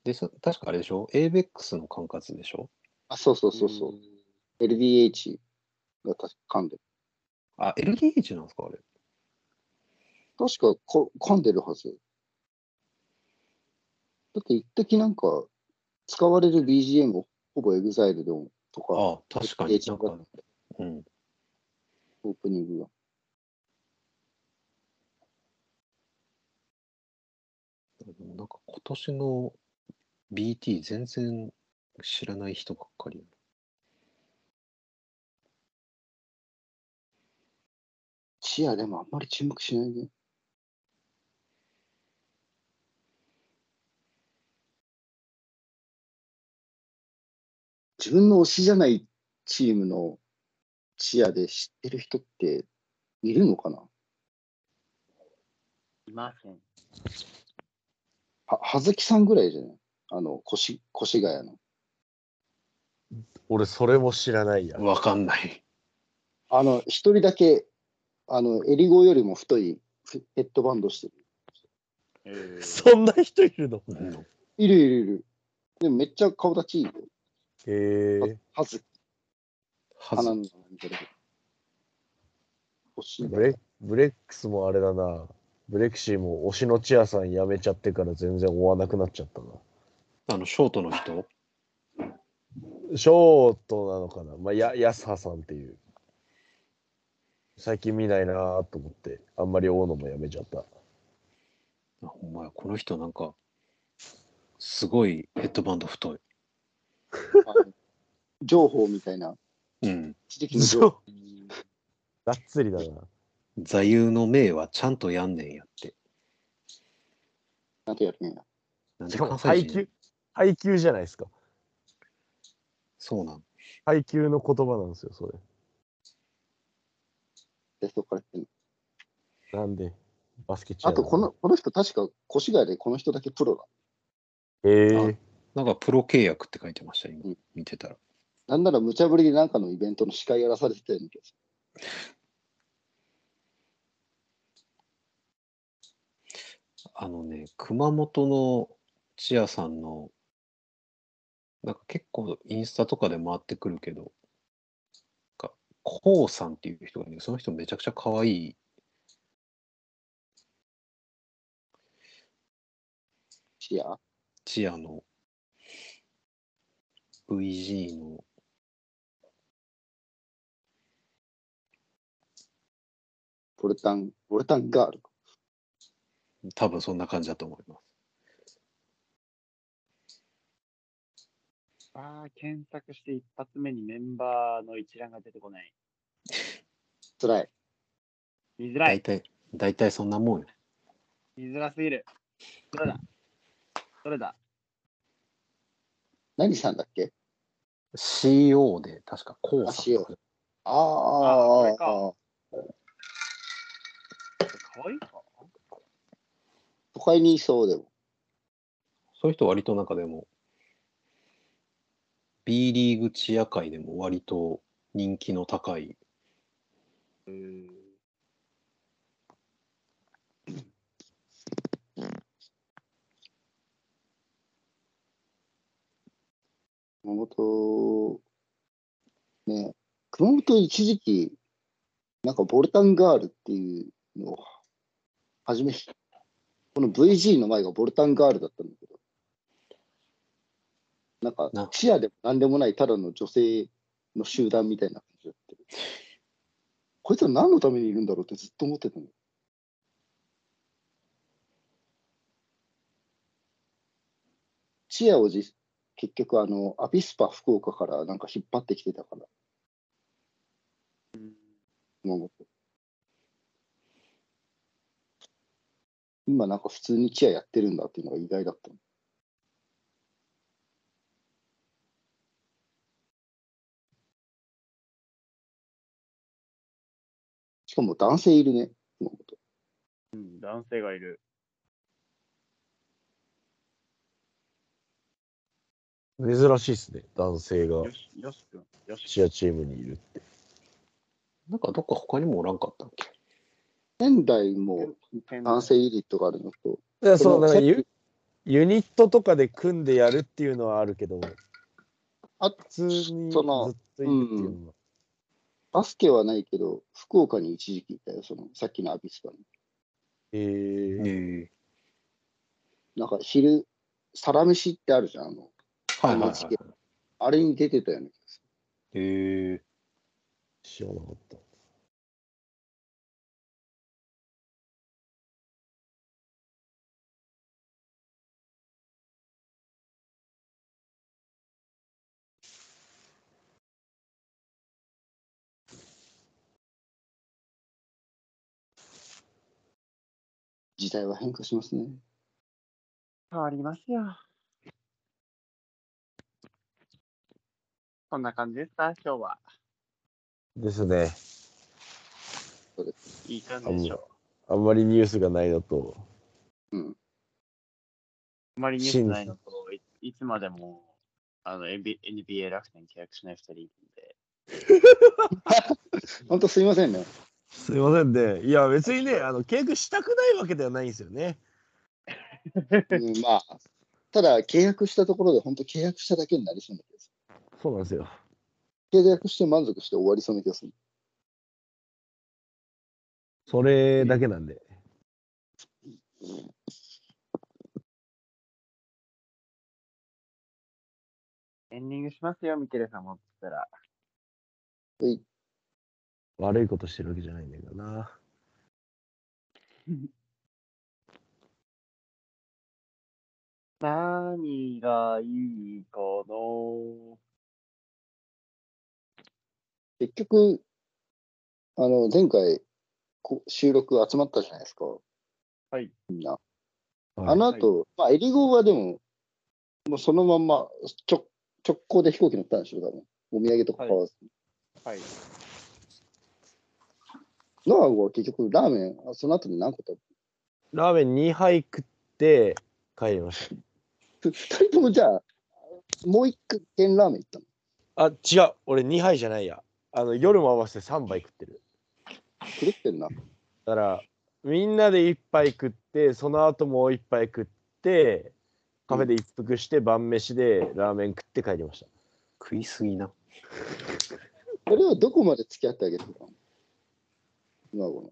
で、そ確かあれでしょ ?ABEX の管轄でしょあ、そうそうそうそう。LDH が確か噛んでる。あ、LDH なんですかあれ。確かこ噛んでるはず。だって一時なんか、使われる BGM をほぼ EXILE でもとか、あ確かに LDH なとんか、うん。オープニングが。なんか今年の BT 全然知らない人ばっかり。チアでもあんまり注目しないね。自分の推しじゃないチームのチアで知ってる人っているのかないません。は、葉月さんぐらいじゃないあの、越越谷の。俺それも知らないや。わかんない。あの、一人だけ、あの、エリゴよりも太いフヘッドバンドしてる。えーそんな人いるのうんいるいるいる。でもめっちゃ顔立ちいいよ。へえ。葉月、は花ずの名前みたいな。越ブレブレックスもあれだな。ブレクシーも推しのチアさん辞めちゃってから全然追わなくなっちゃったな。あの、ショートの人ショートなのかな、まあ、や安葉さんっていう。最近見ないなぁと思って、あんまり追うのもやめちゃった。あほんまや、この人なんか、すごいヘッドバンド太い。あの 情報みたいな、うん。知的の情そ報う。がっつりだな。座右の銘はちゃんとやんねんやって。なんてやるんや。なんしでかも関配西人給、配給じゃないですか。そうなん。配給の言葉なんですよ、それ。で、そこからやってんのなんで、バスケチアあだなと、この、この人確か越谷でこの人だけプロだ。へえなんかプロ契約って書いてました、う今ん。見てたら。なんなら無茶ぶりでなんかのイベントの司会やらされてたような気がすあのね、熊本のチアさんの、なんか結構インスタとかで回ってくるけど、なんか、コウさんっていう人がいるその人めちゃくちゃ可愛いチアチアの VG のボルタン、ボルタンガール。多分そんな感じだと思います。あー、検索して一発目にメンバーの一覧が出てこない。辛い。見づら大い。体、大体そんなもんよ。見づらすぎる。どれだどれだ何さんだっけ CO で、確かこうさんとかああ、ああこあれかああかわいいか都会にいそうでも。そういう人割となんかでも、B リーグチア界でも割と人気の高い。熊本、ね、熊本一時期、なんかボルタンガールっていうのを、はじめ、この VG の前がボルタンガールだったんだけど、なんかな、チアでもなんでもないただの女性の集団みたいな感じだって。こいつは何のためにいるんだろうってずっと思ってたの。チアを実結局あのアビスパ福岡からなんか引っ張ってきてたから。熊本今なんか普通にチアやってるんだっていうのが意外だったのしかも男性いるね熊本うん、男性がいる。珍しいですね、男性がよし、よしくん。よし。チアチームにいるって。なんかどっか他にもおらんかったっけ仙台も男性ユニットがあるのといやそうこなんかのさっきユユニットとかで組んでやるっていうのはあるけども、あ普通にずそっのといるっていうのは。バスケはないけど福岡に一時期いたよそのさっきのアビスパにえーえなんか昼サラメシってあるじゃんあのえはいはいはい NHK あれに出てたよねええ知らなかった。時代は変化しますね変わりますよ。こんな感じですか今日は。ですね。いい感あじんでましょ。あんまりニュースがないのと、あまりニュースないのと、いいつまでもあの NB NBA 楽天契約しない2人いるんで。本当すいませ んねすいませんね。いや、別にね、あの契約したくないわけではないんですよね。うん、まあ、ただ契約したところで、本当契約しただけになりそうな気がすそうなんですよ。る。契約して満足して終わりそうな気がする。それだけなんで。エンディングしますよ、ミケレさんもって言ったら。悪いことしてるわけじゃないんだけどな。何がいいかな結局、あの、前回、こ収録集まったじゃないですか。はい。みんな。はいあの後、まあ、エリゴーはでも、もうそのまんま直直行で飛行機乗ったんでしょ、多分。お土産とか買わずに。はい。ノアは結局、ラーメン、あその後で何個食ラーメン2杯食って帰りましべ二人ともじゃあ、もう一軒ラーメン行ったの。た。あ、違う。俺2杯じゃないや。あの夜も合わせて3杯食ってる。狂ってんな。だから、みんなで1杯食って、その後もう1杯食って、カフェで一服して晩飯でラーメン食って帰りました。食いすぎな。それはどこまで付き合ってあげてたの今頃。も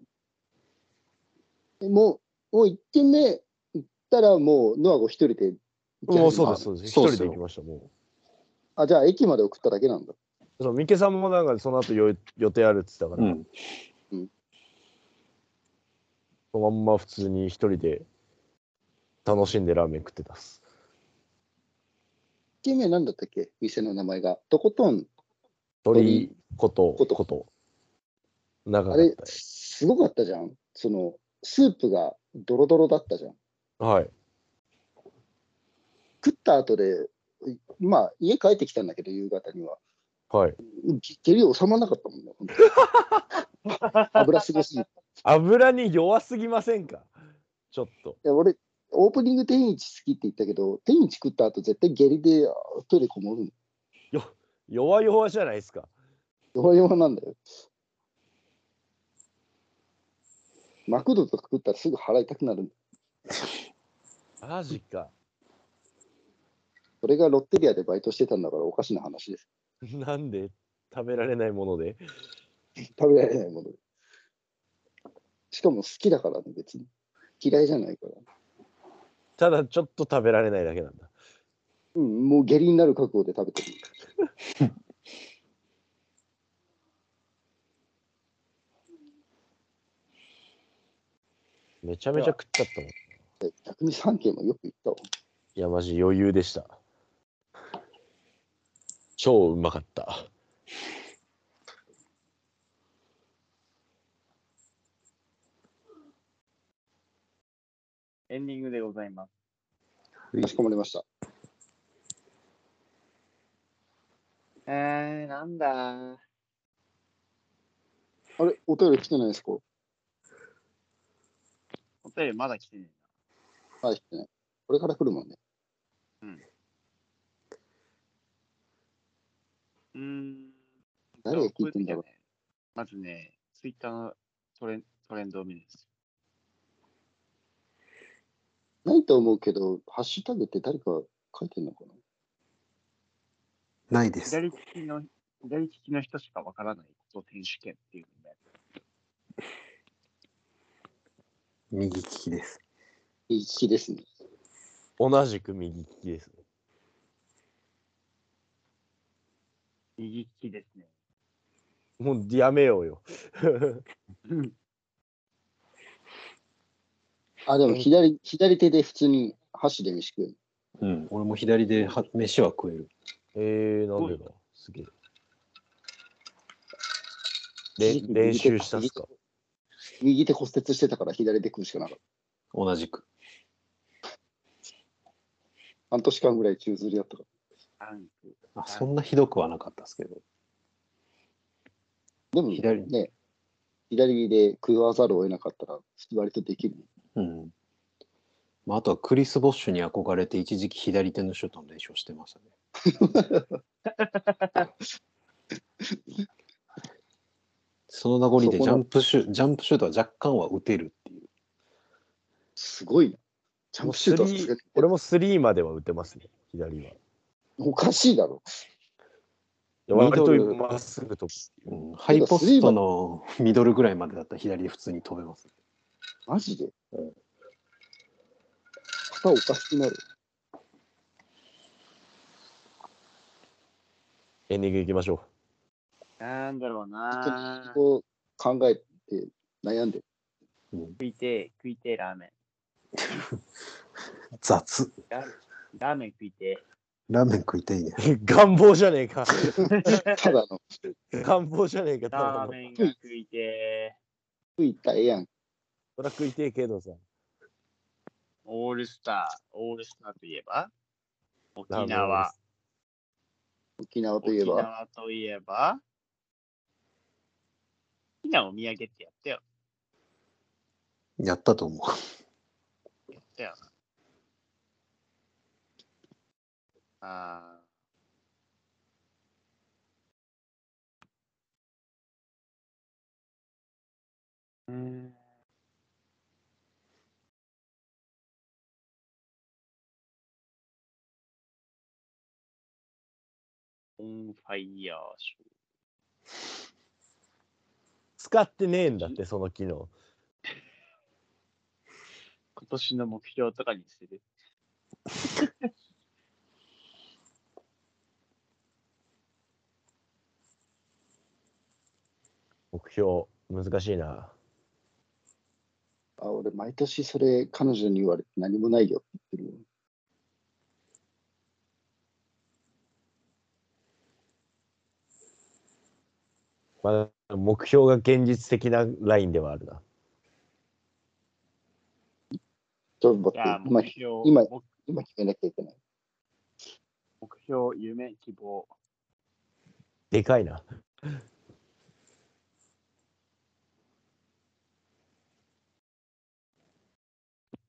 う、もう1軒目行っったらもうノアゴ一人で行きもう始そうめたです、そうです。一そうっ人すでよ行きました、もあじゃあ駅まで送っただけなんだう。そう、三毛さんもなんかその後よ予定あるって言ってたかうら、ん。そのまんま普通に一人で楽しんでラーメン食ってたっす。一軒目なんだったっけ店の名前がとことん鳥こと、ことこと。長あかっれすごかったじゃんそのスープがドロドロだったじゃんた。はい。食った後でまあ家帰ってきたんだけど夕方にははい。下痢収まらなかったもんね本当 に油すごすぎて油に弱すぎませんかちょっと。いや俺、オープニング天一好きって言ったけど、天一食った後絶対下痢であトイレこもるの。弱々じゃないですか。弱々なんだよ。マクドとか食ったらすぐ腹痛くなるんだよマジか。それがロッテリアでバイトしてたんだからおかしな話です。なんで食べられないもので。食べられないもので。しかも好きだからね、別に。嫌いじゃないから。ただちょっと食べられないだけなんだ。うん、もう下痢になる覚悟で食べてる。めちゃめちゃ食っちゃったもん。い逆に3軒もよく行ったわ。や、マジ余裕でした。超うまかった。エンディングでございます。かしこまりました。えー、なんだ。あれ、お便り来てないですかお便りまだ来てねはい、来てない。これから来るもんね。えな。うーん。誰が聞いてんだろうこういう時はねまずね、ツイッターのトレントレンドを見るんですないと思うけど、ハッシュタグって誰か書いてんのかなないでよ。す。左利きの、左利きの人しかわからないこと選手権っていうので、右利きです。右利きですね。同じく右利きです。右利きですね。もうやめようよ。うん。あ、でも左、左手で普通に箸で飯食う。うん。俺も左では飯は食える。えー、なんでだすげえ。れ一時期練習したっすか右手骨折してたから左で食うしかなかった。同じく。半年間ぐらい宙吊りだったかアンク。あ、そんなひどくはなかったですけど。ら。でも、左ね、左で食わざるを得なかったら、割とできる。うん。まあ、あとはクリス・ボッシュに憧れて一時期左手のシュートの練習をしてま したね。その名残でジャンプシュジャンプシュートは若干は打てるっていう。すごいな。ジャンプシュートはさすがに俺も3までは打てますね、左は。おかしいだろ。ミ割ドとルまっすぐ飛ぶ。うん、ハイポストのミドルぐらいまでだったら左で普通に飛べます。マジで。肩おかしくなる。エンディングいきましょう。なんだろうなこう考えて悩んで。食いてえ、食いてえラーメン。雑。ララーメン食いてラーメン食いたいね。願望じゃねえか。え。ただの、願望じゃねえか。ただラーの。メンが食いてえ。食いたらええやん。そら食いてえけどさ。オールスター、オールスターといえば沖ラーメン縄。沖縄とい沖えば、縄といえば好きなお土産ってやったよ。やったと思やったよな。あーうーんオンファイヤーショー。使ってねえんだって、その機能。今年の目標とかにしてる。目標、難しいな。あ、俺、毎年それ、彼女に言われて何もないよって言ってるよ。まあ、目標が現実的なラインではあるな。ちょっとじゃあ、待っ目て、標、今目今、今決めなきゃいけない。目標、夢、希望。でかいな。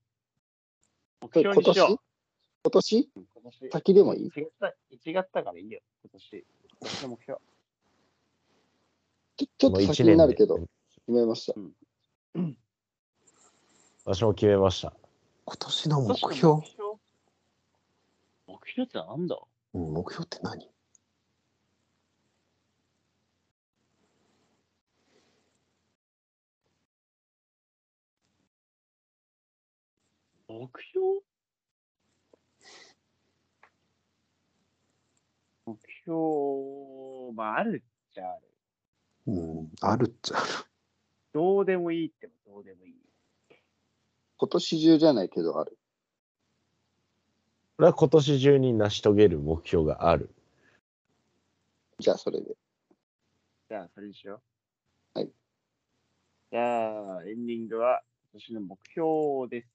目それ標にしよう。今年今年先でもいい1月だ ?1 月だからいいよ、今年。今年の目標。ちょちょっもとう先一に年なでるけど、決めました。私も決めました。今年の目標目標目標ってなんだうん目標って何目標目標、まあ、あるっちゃある。うん、あるっちゃある。どうでもいいってもどうでもいい。今年中じゃないけど、ある。これは今年中に成し遂げる目標がある。じゃあ、それで。じゃあ、それにしよう。はい。じゃあ、エンディングは、今年の目標です。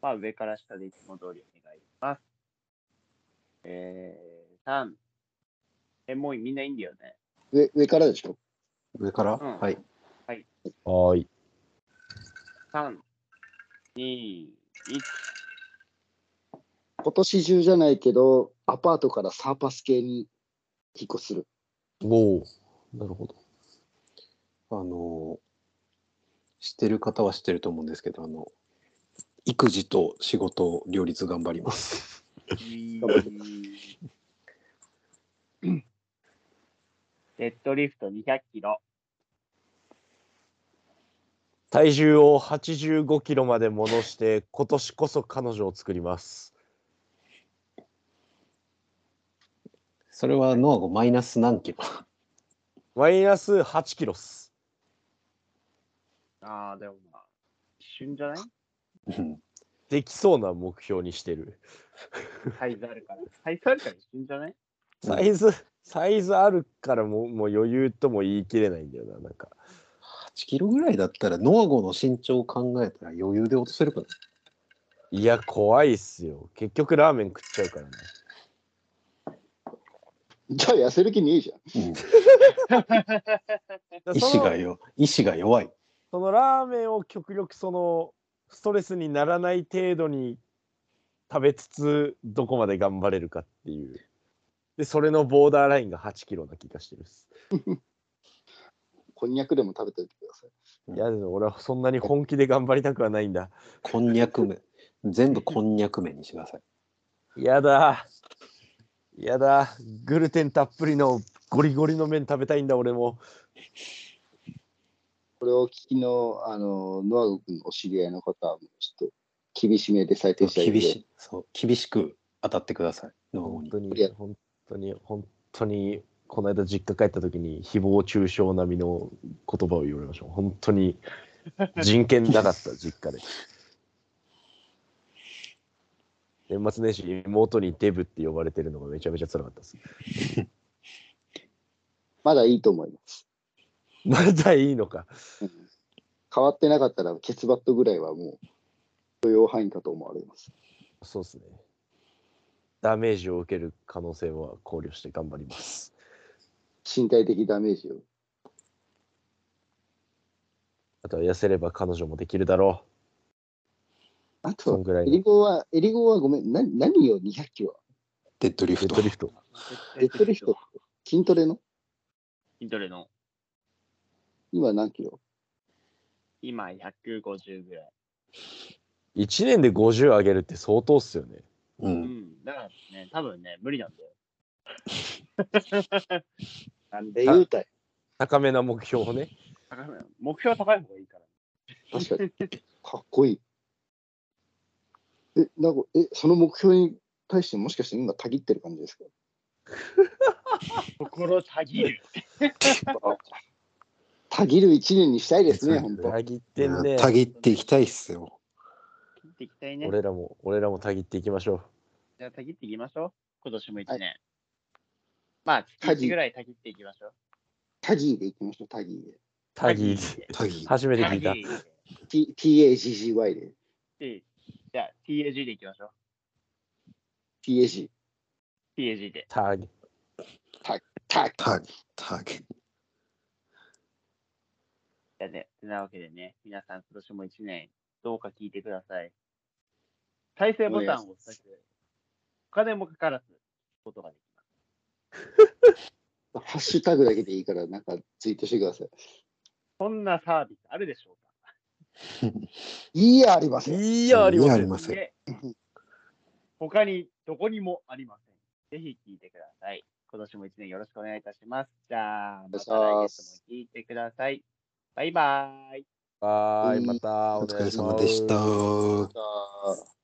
まあ、上から下でいつも通りお願いします。えー、3。え、もうみんないいんだよね。上上からでしょ上から、うんはい。はーい。 3、2、1。今年中じゃないけど、アパートからサーパス系に引っ越しする。おお。なるほど。あの、知ってる方は知ってると思うんですけど、あの、育児と仕事を両立頑張ります。デッドリフト200キロ。体重を85キロまで戻して、今年こそ彼女を作ります。それはノアゴマイナス何キロマイナス8キロっす。ああ、でもまあ、一瞬じゃないうんできそうな目標にしてる。サイズあるから。サイズあるから一瞬じゃないサイズ、サイズあるからもうもう余裕とも言い切れないんだよな、なんか。 8キロぐらいだったらノアゴの身長を考えたら余裕で落とせるかないや、怖いっすよ。結局ラーメン食っちゃうからね。じゃあ、痩せる気ねえじゃん。意そ志のがよ意志が弱いそのラーメンを極力そのストレスにならない程度に食べつつどこまで頑張れるかっていうでそれのボーダーラインが8キロな気がしてるっすこんにゃくでも食べておいてください。いやでも俺はそんなに本気で頑張りたくはないんだこんにゃく麺全部こんにゃく麺にしてくださいやだやだグルテンたっぷりのゴリゴリの麺食べたいんだ俺もこれをお聞きの、あの、ノアゴ君のお知り合いの方は、ちょっと厳しめで採点してあげ厳て、しそう厳しく当たってくださいノアゴ本に当にいや本当に本当にこの間実家帰った時に誹謗中傷並みの言葉を言われました本当に人権なかった実 家で年末年始妹にデブって呼ばれてるのがめちゃめちゃ辛かったですまだいいと思います。まだいいのか変わってなかったら、ケツバットぐらいはもう、許容範囲かと思われます。そうですねダメージを受ける可能性は考慮して頑張ります身体的ダメージを。あとは痩せれば彼女もできるだろあうそとんぐらエいリのゴは、エリゴはごめん、な何よ、200キロは。デッドリデフットドリフトデッドリフト。、筋トレの筋トレの。今何キロ今、150ぐらい。 1年で50上げるって相当っすよねううんん。だからね、多分ね、無理なんだよ。なんで言うたい。高めな目標をね高め目標は高い方がいいから。確かに。かっこいい。え、なんか、え、その目標に対してもしかして今、たぎってる感じですか心たぎる。たぎる一年にしたいですね、本当。たぎってんね。たぎっていきたいっすよ。切っていきたいね。俺らも、俺らもたぎっていきましょじゃあ、たぎっていきましょう。今年も一年。まあ、た月ぎ1ぐらいたぎっていきましょう。タギーでいきましょう、タギーで。う。たぎ。たぎ。初めて聞いたた。ぎ T- TAGGY で。でじゃあ、TAG でいきましょう。 TAG。 TAG で。たぎ。タギ。たぎ。たぎ。じゃあね、てなわけでね、皆さん今年も一年、どうか聞いてください。再生ボタンを押すだけで、お金もかからず、ことができます。ハッシュタグだけでいいから、なんかツイートしてください。そんなサービスあるでしょうかいいや、ありません。いや、ありまやすりません。いえ他にどこにもありません。ぜひ聞いてください。今年も一年よろしくお願いいたします。じゃあ、また来月も聞いてください。バイバーイ。はーい、またおお疲願いれします。様でした。あー